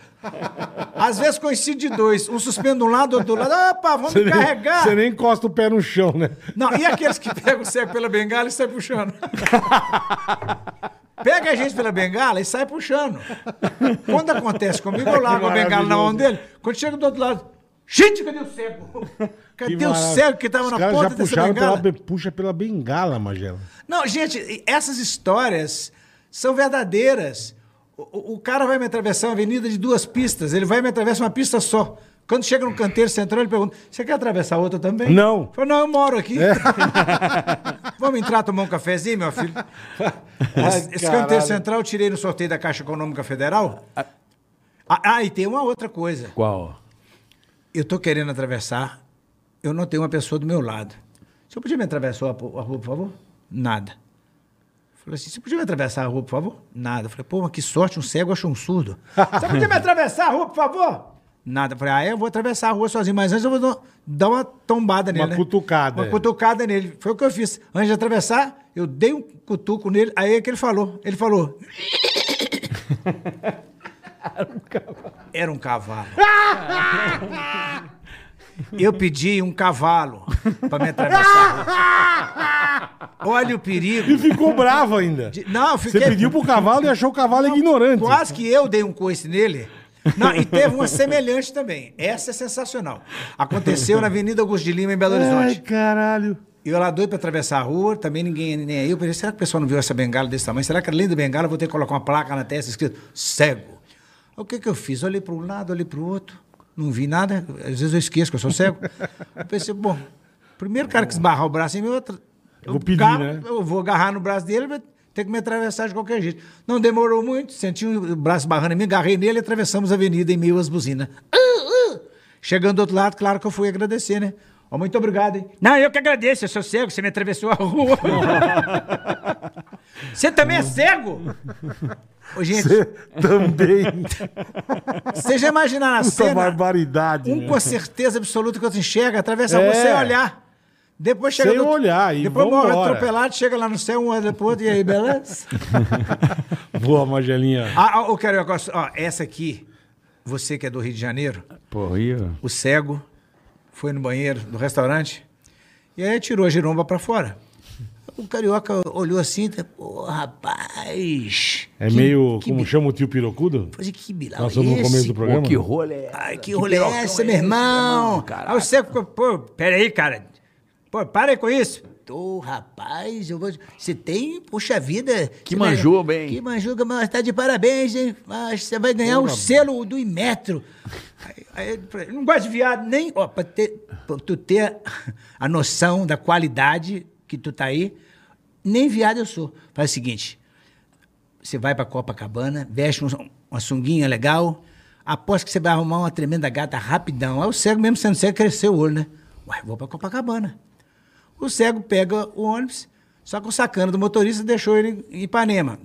A: Às vezes coincide de dois. Um suspende de um lado, outro do lado. Opa, vamos me carregar.
D: Você nem encosta o pé no chão, né?
A: Não, e aqueles que pegam o cego pela bengala e saem puxando? Pega a gente pela bengala e sai puxando. Quando acontece comigo, eu largo a bengala na mão dele. Quando chega do outro lado, gente, cadê o cego? Cadê
D: Que
A: o
D: maravilha.
A: cego que tava
D: Os
A: na
D: caras
A: ponta
D: já
A: dessa
D: puxaram pela,
A: bengala?
D: be- puxa pela bengala, Magela.
A: Não, gente, essas histórias são verdadeiras. O, o- o cara vai me atravessar uma avenida de duas pistas, ele vai me atravessar uma pista só. Quando chega no canteiro central, ele pergunta: Você quer atravessar outra também?
D: Não. É.
A: Fala, não, eu moro aqui. Vamos entrar tomar um cafezinho, meu filho? Esse, esse
D: caralho.
A: canteiro central eu tirei no sorteio da Caixa Econômica Federal. Ah, ah, e tem uma outra coisa.
F: Qual?
A: Eu tô querendo atravessar, eu não tenho uma pessoa do meu lado. O senhor podia me atravessar a po- a rua, por favor? Nada. Falei assim, você podia me atravessar a rua, por favor? Nada. Falei, pô, mas que sorte, um cego acha um surdo. Você podia me atravessar a rua, por favor? Nada. Falei, ah, eu vou atravessar a rua sozinho, mas antes eu vou dar- dar uma tombada nele.
D: Uma
A: né?
D: cutucada,
A: Uma
D: é.
A: cutucada nele. Foi o que eu fiz. Antes de atravessar, eu dei um cutuco nele, aí é que ele falou. Ele falou. Era um cavalo. Eu pedi um cavalo pra me atravessar. Olha o perigo.
D: E ficou bravo ainda.
A: De- Não, eu
D: Você
A: fiquei.
D: pediu pro cavalo e achou o cavalo ignorante.
A: Quase que eu dei um coice nele. Não, e teve uma semelhante também. Essa é sensacional. Aconteceu na Avenida Augusto de Lima, em Belo
D: Ai,
A: Horizonte.
D: caralho.
A: E eu lá doido pra atravessar a rua, também ninguém é nem aí. Eu pensei, será que o pessoal não viu essa bengala desse tamanho? Será que além da bengala eu vou ter que colocar uma placa na testa escrito cego? Aí O que que eu fiz? Olhei para um lado, olhei para o outro, não vi nada. Às vezes eu esqueço que eu sou cego. Eu pensei, bom, primeiro cara que esbarrar o braço em mim, eu, tra-
D: Eu vou pedir, né?
A: eu vou agarrar no braço dele, vai ter que me atravessar de qualquer jeito. Não demorou muito, senti o braço barrando em mim, agarrei nele e atravessamos a avenida em meio às buzinas. Uh, uh. Chegando do outro lado, claro que eu fui agradecer, né? Ó, muito obrigado, hein? Não, eu que agradeço, eu sou cego, você me atravessou a rua. Você também é cego? Ô, gente,
D: Também.
A: vocês já imaginaram a
D: Puta
A: cena?
D: barbaridade.
A: Um
D: né?
A: com a certeza absoluta que o outro enxerga, atravessa a rua
D: É.
A: sem olhar. Depois chega
D: Sem
A: do-
D: olhar, e
A: Depois morre
D: vambora.
A: atropelado, chega lá no céu, um olha pro outro, e aí, beleza?
D: Boa, Magelinha.
A: ah, ah, ô, Carioca, ó, essa aqui, você que é do Rio de Janeiro,
C: Porra, Ian.
A: o cego, foi no banheiro do restaurante, e aí tirou a giromba pra fora. O carioca olhou assim, tá, pô, rapaz.
D: É meio.
A: que
D: como
A: bi-
D: chama o tio Pirocudo?
A: Falei, que bilau
D: Nós estamos
A: é
D: no começo
A: esse?
D: do programa. né?
O: Que rolê é essa?
A: Ai, que rolê é essa, meu irmão? Aí o Seco ficou, pô, peraí, cara. Pô, para aí com isso. Ô, rapaz, eu vou... Você tem, puxa vida... Que
O: manjou bem.
A: Que manjuga, mas tá de parabéns, hein? Mas você vai ganhar o selo do Imetro. Aí, aí ele falou, não gosto de viado nem... Ó, pra, ter, pra tu ter a noção da qualidade que tu tá aí, nem viado eu sou. Faz o seguinte, você vai pra Copacabana, veste um- uma sunguinha legal, aposto que você vai arrumar uma tremenda gata rapidão. Aí o cego, mesmo sendo cego, cresceu o olho, né? Ué, vou pra Copacabana. O cego pega o ônibus, só que o sacana do motorista deixou ele em Ipanema.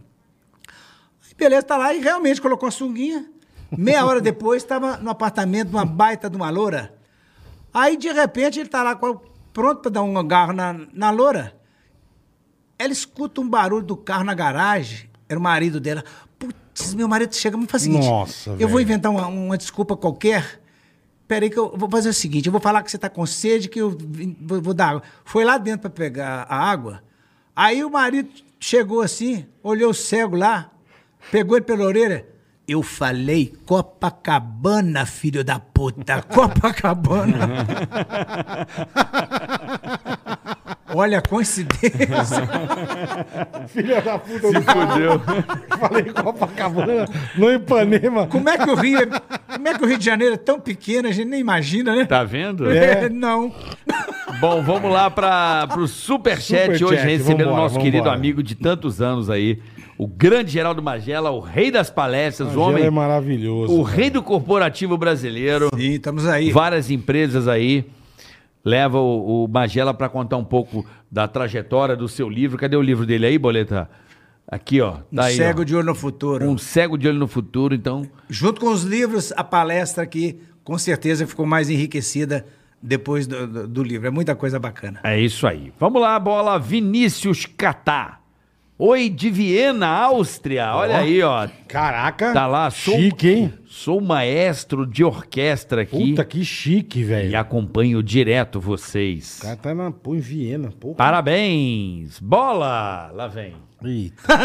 A: Aí, beleza, tá lá e realmente colocou a sunguinha. Meia hora depois, estava no apartamento de uma baita de uma loura. Aí, de repente, ele tá lá com a- pronto pra dar um agarro na, na loura. Ela escuta um barulho do carro na garagem. Era o marido dela. Putz, meu marido chega e faz o seguinte.
D: Nossa,
A: eu
D: velho.
A: vou inventar uma, uma desculpa qualquer. Peraí que eu vou fazer o seguinte. Eu vou falar que você tá com sede, que eu vim- vou, vou dar água. Foi lá dentro pra pegar a água. Aí o marido chegou assim, olhou o cego lá, pegou ele pela orelha. Eu falei Copacabana, filho da puta. Copacabana. Olha a coincidência.
D: Filha da puta Se fudeu. Falei Copacabana, no Ipanema.
A: Como é que o Rio, é- como é que o Rio de Janeiro é tão pequeno, a gente nem imagina, né?
C: Tá vendo?
A: É, não.
C: Bom, vamos lá para o Superchat.
D: Superchat,
C: hoje recebendo o
D: vambora,
C: nosso querido
D: vambora.
C: amigo de tantos anos aí, o grande Geraldo Magela, o rei das palestras, o
D: Angela
C: homem,
D: é maravilhoso.
C: o rei do corporativo brasileiro.
A: Sim, estamos aí.
C: Várias empresas aí. Leva o, o Magela para contar um pouco da trajetória do seu livro. Cadê o livro dele aí, Boleta? Aqui, ó.
A: Um
C: Tá aí,
A: cego
C: ó.
A: de olho no futuro.
C: Um cego de olho no futuro, então.
A: Junto com os livros, a palestra aqui, com certeza, ficou mais enriquecida depois do, do- do livro. É muita coisa bacana.
C: É isso aí. Vamos lá, bola. Vinícius Catá. Oi, de Viena, Áustria. Olha aí, ó.
D: Caraca.
C: Tá lá, sou,
D: Chique, hein?
C: sou maestro de orquestra aqui
D: Puta, que chique,
C: e
D: velho.
C: acompanho direto vocês.
D: O cara tá na, pô, em Viena, pô.
C: Parabéns! Bola! Lá vem.
D: Eita,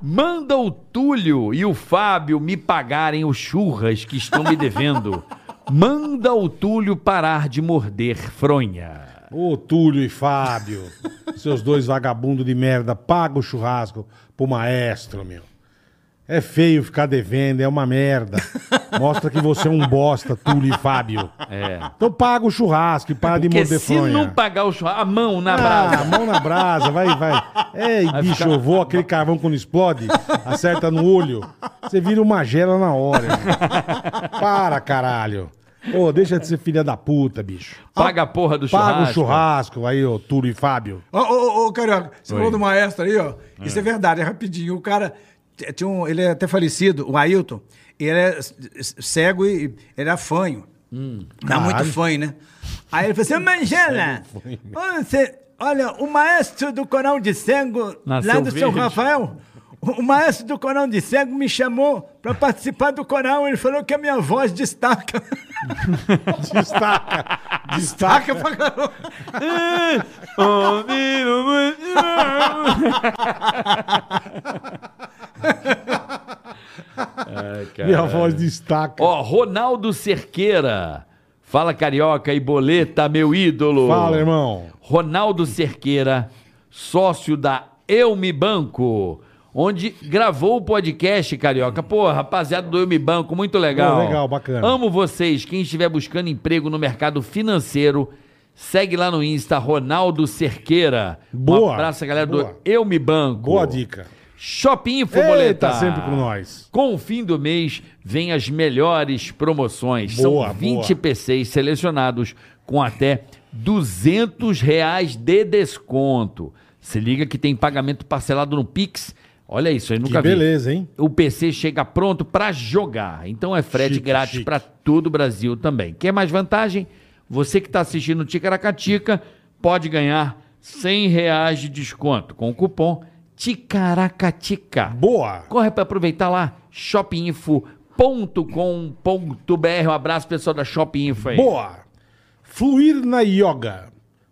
C: Manda o Túlio e o Fábio me pagarem os churras que estão me devendo. Manda o Túlio parar de morder fronha.
D: Ô, Túlio e Fábio, seus dois vagabundos de merda, paga o churrasco pro maestro, meu. É feio ficar devendo, é uma merda. Mostra que você é um bosta, Túlio e Fábio.
C: É.
D: Então paga o churrasco e para de
C: Porque
D: morder
C: se
D: fronha.
C: não pagar o churrasco, a mão na
D: Ah,
C: brasa.
D: mão na brasa, vai, vai. Ei, bicho, eu vou, aquele carvão quando explode, acerta no olho, você vira uma gela na hora. irmão. Para, caralho. Ô, deixa de ser filha da puta, bicho.
C: Paga a porra do churrasco.
D: Paga o churrasco aí, ô, Túlio e Fábio.
P: Ô, ô, ô, Carioca, você falou do maestro aí, ó. Isso é verdade, é rapidinho. O cara, t- tinha um, ele é até falecido, o Ailton, ele é c- c- cego e e ele é fanho.
D: Hum,
P: Dá muito fanho, né?
A: Aí ele falou assim, Mangela,
D: né?"
A: ô, você- olha, o maestro do Coral de Cego, lá
C: Nasceu
A: do São
C: verde.
A: Rafael, o o maestro do Coral de Cego me chamou para participar do coral. Ele falou que a minha voz destaca.
D: Tá. Destaca.
A: Destaca pra caramba.
D: Minha voz destaca.
C: Ó, Ronaldo Cerqueira. Fala, carioca e boleta, meu ídolo.
D: Fala, irmão.
C: Ronaldo Cerqueira, sócio da Eu Me Banco, onde gravou o podcast, carioca. Pô, rapaziada do Eu Me Banco, muito legal.
D: Pô, legal, bacana.
C: Amo vocês. Quem estiver buscando emprego no mercado financeiro, segue lá no Insta, Ronaldo Cerqueira. Um
D: Boa,
C: abraço, galera
D: boa.
C: do Eu Me Banco.
D: Boa dica.
C: Shopping Info,
D: Ele
C: boleta.
D: tá sempre com nós.
C: Com o fim do mês, vem as melhores promoções.
D: Boa,
C: São 20
D: boa.
C: PCs selecionados com até 200 reais de desconto. Se liga que tem pagamento parcelado no Pix. Olha isso, eu nunca
D: que
C: vi.
D: beleza, hein?
C: O PC chega pronto para jogar. Então é frete
D: Chique,
C: grátis
D: chique.
C: para todo o Brasil também. Quer mais vantagem? Você que está assistindo o Ticaracatica pode ganhar 100 reais de desconto com o cupom Ticaracatica.
D: Boa.
C: Corre para aproveitar lá, shopinfo.com.br. Um abraço, pessoal da Shopping Info aí.
D: Boa! Fluir na Yoga.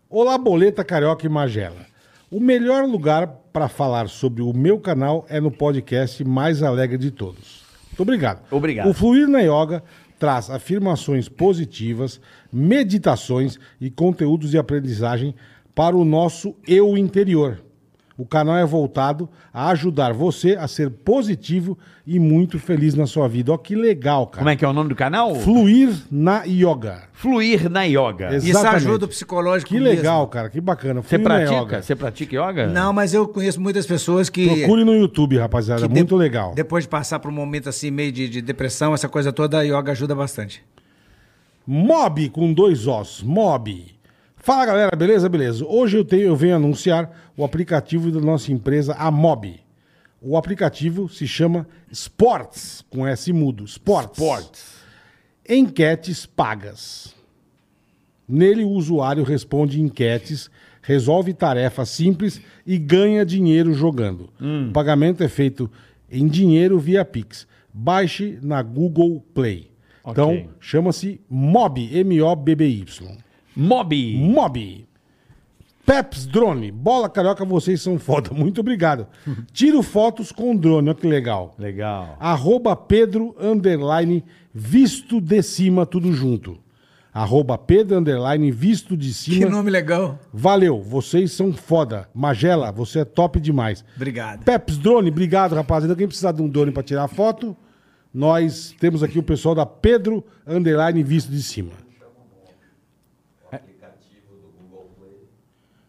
D: Olá, Boleta Carioca e Magela. O melhor lugar para falar sobre o meu canal é no podcast mais alegre de todos. Muito obrigado.
Q: Obrigado.
D: O Fluir na Yoga traz afirmações positivas, meditações e conteúdos de aprendizagem para o nosso eu interior. O canal é voltado a ajudar você a ser positivo e muito feliz na sua vida. Ó, que legal, cara.
Q: Como é que é o nome do canal?
D: Fluir na Yoga.
Q: Fluir na Yoga.
D: Exatamente.
A: Isso ajuda o psicológico
D: Que
A: mesmo.
D: legal, cara, que bacana.
C: Você
D: Fui na
C: pratica?
D: yoga.
C: Você pratica yoga?
A: Não, mas eu conheço muitas pessoas que...
D: Procure no YouTube, rapaziada,
A: que de-
D: muito legal.
A: Depois de passar por um momento assim, meio de, de depressão, essa coisa toda, a yoga ajuda bastante.
D: Mob com dois Os, Mob. Fala galera, beleza? Beleza. Hoje eu, tenho, eu venho anunciar o aplicativo da nossa empresa, a Mob. O aplicativo se chama Sports, com S mudo. Sports. Sports. Enquetes pagas. Nele, o usuário responde enquetes, resolve tarefas simples e ganha dinheiro jogando. O pagamento é feito em dinheiro via Pix. Baixe na Google Play. Então, chama-se Mob, M-O-B-B-Y.
C: Mob.
D: Mob. Peps Drone. Bola carioca, vocês são foda. Muito obrigado. Tiro fotos com drone, olha que legal.
Q: Legal.
D: Arroba Pedro, underline, visto de cima, tudo junto. Arroba Pedro, underline, visto de
A: Que
D: cima.
A: nome legal.
D: Valeu, vocês são foda. Magela, você é top demais.
A: Obrigado.
D: Peps Drone, obrigado, rapaziada. Quem precisar de um drone pra tirar foto, nós temos aqui o pessoal da Pedro, underline, visto de cima.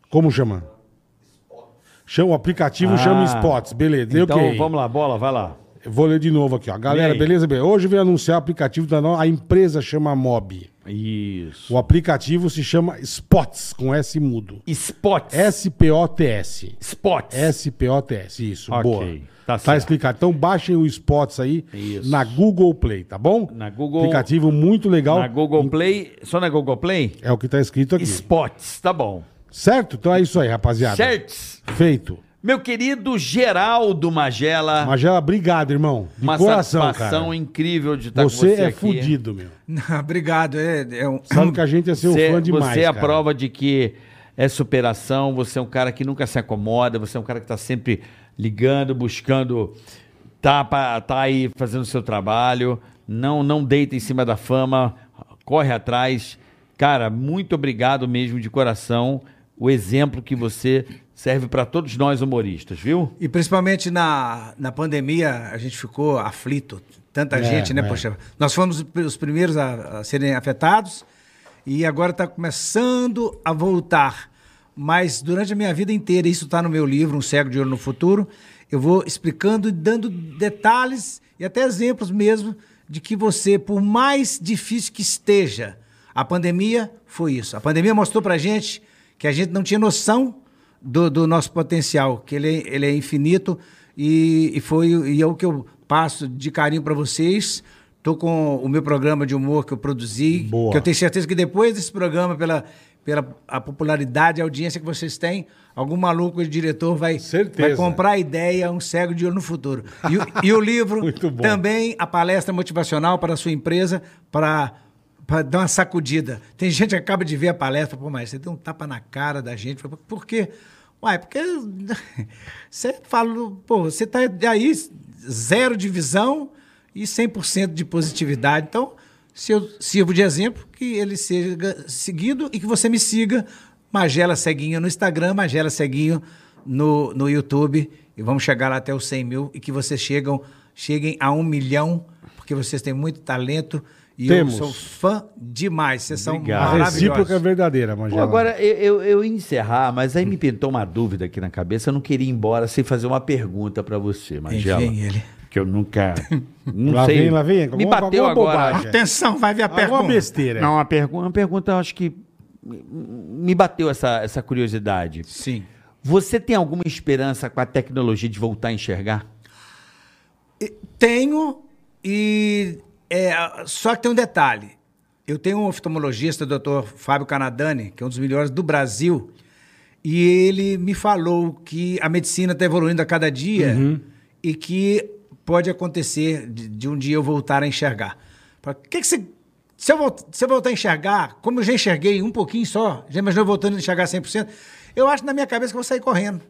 D: Como chama? Chama o aplicativo, chama Spots. Beleza,
Q: Então
D: ok.
Q: vamos lá, bola, vai lá.
D: Eu Vou ler de novo aqui, ó. Galera,
Q: Lê aí.
D: beleza? Beleza. Hoje veio anunciar o aplicativo da nova. A empresa chama Mob.
Q: Isso.
D: O aplicativo se chama Spots, com S mudo.
Q: Spots.
D: S-P-O-T-S.
Q: Spots.
D: S-P-O-T-S. Isso,
Q: Ok,
D: boa.
Q: tá
D: Tá,
Q: certo.
D: explicado. Então baixem o Spots aí na Google Play, tá bom?
C: Na Google-
D: Aplicativo muito legal.
C: Na Google Play, só na Google Play?
D: É o que tá escrito aqui.
C: Spots, tá bom.
D: Certo? Então é isso aí, rapaziada.
C: Certs.
D: Feito.
C: Meu querido Geraldo Magela,
D: Magela, obrigado, irmão. De
C: uma
D: coração,
C: satisfação
D: cara.
C: incrível de estar
D: Você,
C: com você
D: é
C: aqui.
D: fudido, meu.
A: Não, obrigado. É, é um...
D: Sabe que a gente é seu
C: Você,
D: fã demais.
C: você é a
D: cara.
C: prova de que é superação, você é um cara que nunca se acomoda, você é um cara que está sempre ligando, buscando, tá, pa- tá aí fazendo o seu trabalho, não, não deita em cima da fama, corre atrás. Cara, muito obrigado mesmo de coração, o exemplo que você serve para todos nós humoristas, viu?
A: E principalmente na, na pandemia, a gente ficou aflito. Tanta gente, né?
D: é.
A: Poxa, nós fomos os primeiros a, a serem afetados e agora está começando a voltar. Mas durante a minha vida inteira, isso está no meu livro, Um Cego de Ouro no Futuro, eu vou explicando e dando detalhes e até exemplos mesmo de que você, por mais difícil que esteja, a pandemia foi isso. A pandemia mostrou pra gente que a gente não tinha noção do, do nosso potencial, que ele, é- ele é infinito e, e foi e é o que eu passo de carinho para vocês. Estou com o meu programa de humor que eu produzi,
D: Boa.
A: que eu tenho certeza que depois desse programa, pela, pela a popularidade e audiência que vocês têm, algum maluco de diretor vai,
D: Certeza.
A: vai comprar a ideia, um cego de olho no futuro. E, o- e o livro
D: Muito bom.
A: também, a palestra motivacional para a sua empresa, para para dar uma sacudida. Tem gente que acaba de ver a palestra, pô, mas você deu um tapa na cara da gente. Fala, Por quê? Uai, porque você falou, pô, você tá aí zero de visão e 100% de positividade. Então, se eu sirvo de exemplo, que ele seja seguido e que você me siga, Magela Ceguinho no Instagram, Magela Ceguinho no, no YouTube. E vamos chegar lá até os 100 mil e que vocês chegam, cheguem a um milhão, porque vocês têm muito talento. E
D: Temos.
A: eu sou fã demais. Vocês são
D: A recíproca é
A: maravilhosos.
D: verdadeira,
C: Pô,
D: Magela.
C: agora é eu, eu, eu ia encerrar, mas aí me pintou uma dúvida aqui na cabeça, eu não queria ir embora sem fazer uma pergunta para você, Magela.
A: Enfim, ele.
C: que eu nunca. Não
D: Lá
C: sei.
D: vem, lá vem.
C: Me
D: Alguma-
C: bateu
D: alguma
C: agora.
D: bobagem.
A: Atenção, vai vir a
D: Alguma
A: pergunta.
D: É besteira.
C: Não, uma pergunta, uma pergunta, eu acho que me- me bateu essa, essa curiosidade.
A: Sim.
C: Você tem alguma esperança com a tecnologia de voltar a enxergar?
A: Tenho, e é, só que tem um detalhe. Eu tenho um oftalmologista, o doutor Fábio Canadani, que é um dos melhores do Brasil, e ele me falou que a medicina está evoluindo a cada dia
D: Uhum.
A: e que pode acontecer de, de um dia eu voltar a enxergar. Pra- que que você- se, eu volt- se eu voltar a enxergar, como eu já enxerguei um pouquinho só, já imaginou eu voltando a enxergar 100%, eu acho na minha cabeça que eu vou sair correndo.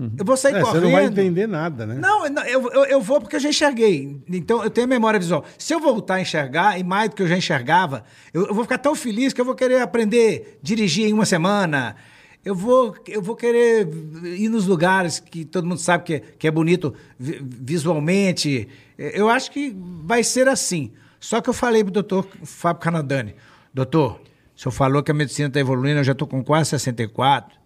A: Eu vou
C: tá
A: sair
D: É,
A: correndo.
D: você não vai entender nada, né?
A: Não, eu não- eu, eu, eu vou porque eu já enxerguei. Então, eu tenho memória visual. Se eu voltar a enxergar, e mais do que eu já enxergava, eu, eu vou ficar tão feliz que eu vou querer aprender a dirigir em uma semana. Eu vou, eu vou querer ir nos lugares que todo mundo sabe que é, que é bonito vi- visualmente. Eu acho que vai ser assim. Só que eu falei pro doutor Fábio Canadani, doutor, o senhor falou que a medicina está evoluindo, eu já estou com quase 64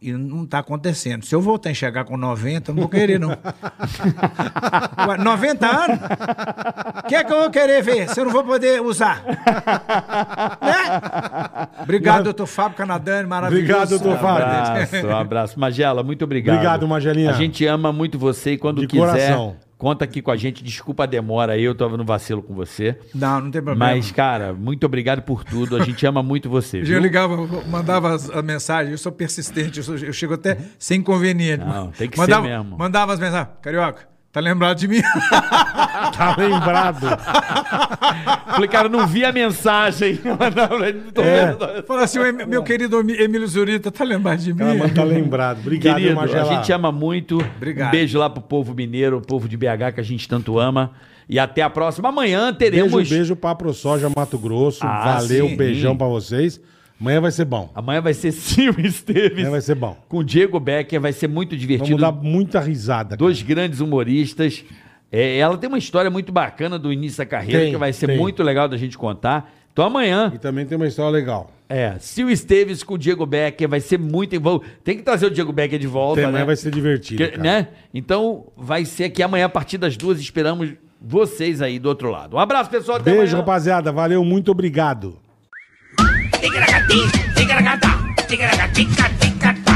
A: e não está acontecendo. Se eu voltar a enxergar com 90, eu não vou querer, não. Ué, 90 anos? O que é que eu vou querer ver se eu não vou poder usar? Né? Obrigado, doutor Fábio Canadani, maravilhoso.
D: Obrigado, doutor
C: Um
D: Fábio.
C: abraço, um abraço. Magela, muito obrigado.
D: Obrigado, Magelinha.
C: A gente ama muito você e quando
D: De
C: quiser,
D: coração.
C: conta aqui com a gente. Desculpa a demora aí, eu tava no vacilo com você.
A: Não, não tem problema.
C: Mas, cara, muito obrigado por tudo. A gente ama muito você.
A: Eu
C: Viu?
A: ligava, mandava as- a mensagem, eu sou persistente, eu, sou- eu chego até sem inconveniente.
C: Não, tem que ser
A: mandava,
C: mesmo.
A: Mandava as mensagens, Carioca, tá lembrado de mim?
D: Tá lembrado.
F: Falei, cara, não vi a mensagem. Não tô
D: É.
F: vendo.
A: Fala assim, "O Em- meu querido Em- Emílio Zurita, tá lembrado de mim?
D: Ela manda tá lembrado. Obrigado,
C: é. Querido,
D: Magela.
C: a gente ama muito.
A: Obrigado.
C: Um beijo lá pro povo mineiro, povo de BH que a gente tanto ama. E até a próxima. Amanhã teremos.
D: Beijo, beijo pra ProSoja Mato Grosso.
C: Ah,
D: Valeu,
C: sim.
D: beijão pra vocês. Amanhã vai ser bom.
C: Amanhã vai ser Sil Esteves.
D: Amanhã vai ser bom.
C: Com o Diego Becker, vai ser muito divertido.
D: Vamos dar muita risada. cara.
C: Dois grandes humoristas. É, ela tem uma história muito bacana do início da carreira,
D: Tem,
C: que vai ser
D: tem.
C: muito legal da gente contar. Então amanhã,
D: E também tem uma história legal.
C: é, Sil Esteves com o Diego Becker, vai ser muito envol- Tem que trazer o Diego Becker de volta,
D: Tem,
C: né?
D: amanhã vai ser divertido.
C: Que-
D: cara.
C: né? Então vai ser aqui amanhã, a partir das duas, esperamos vocês aí do outro lado. Um abraço, pessoal. Até
D: Beijo,
C: amanhã.
D: rapaziada. Valeu, muito obrigado.
G: Tica-tica-tica, tica-tica-tica, tica-tica-tica.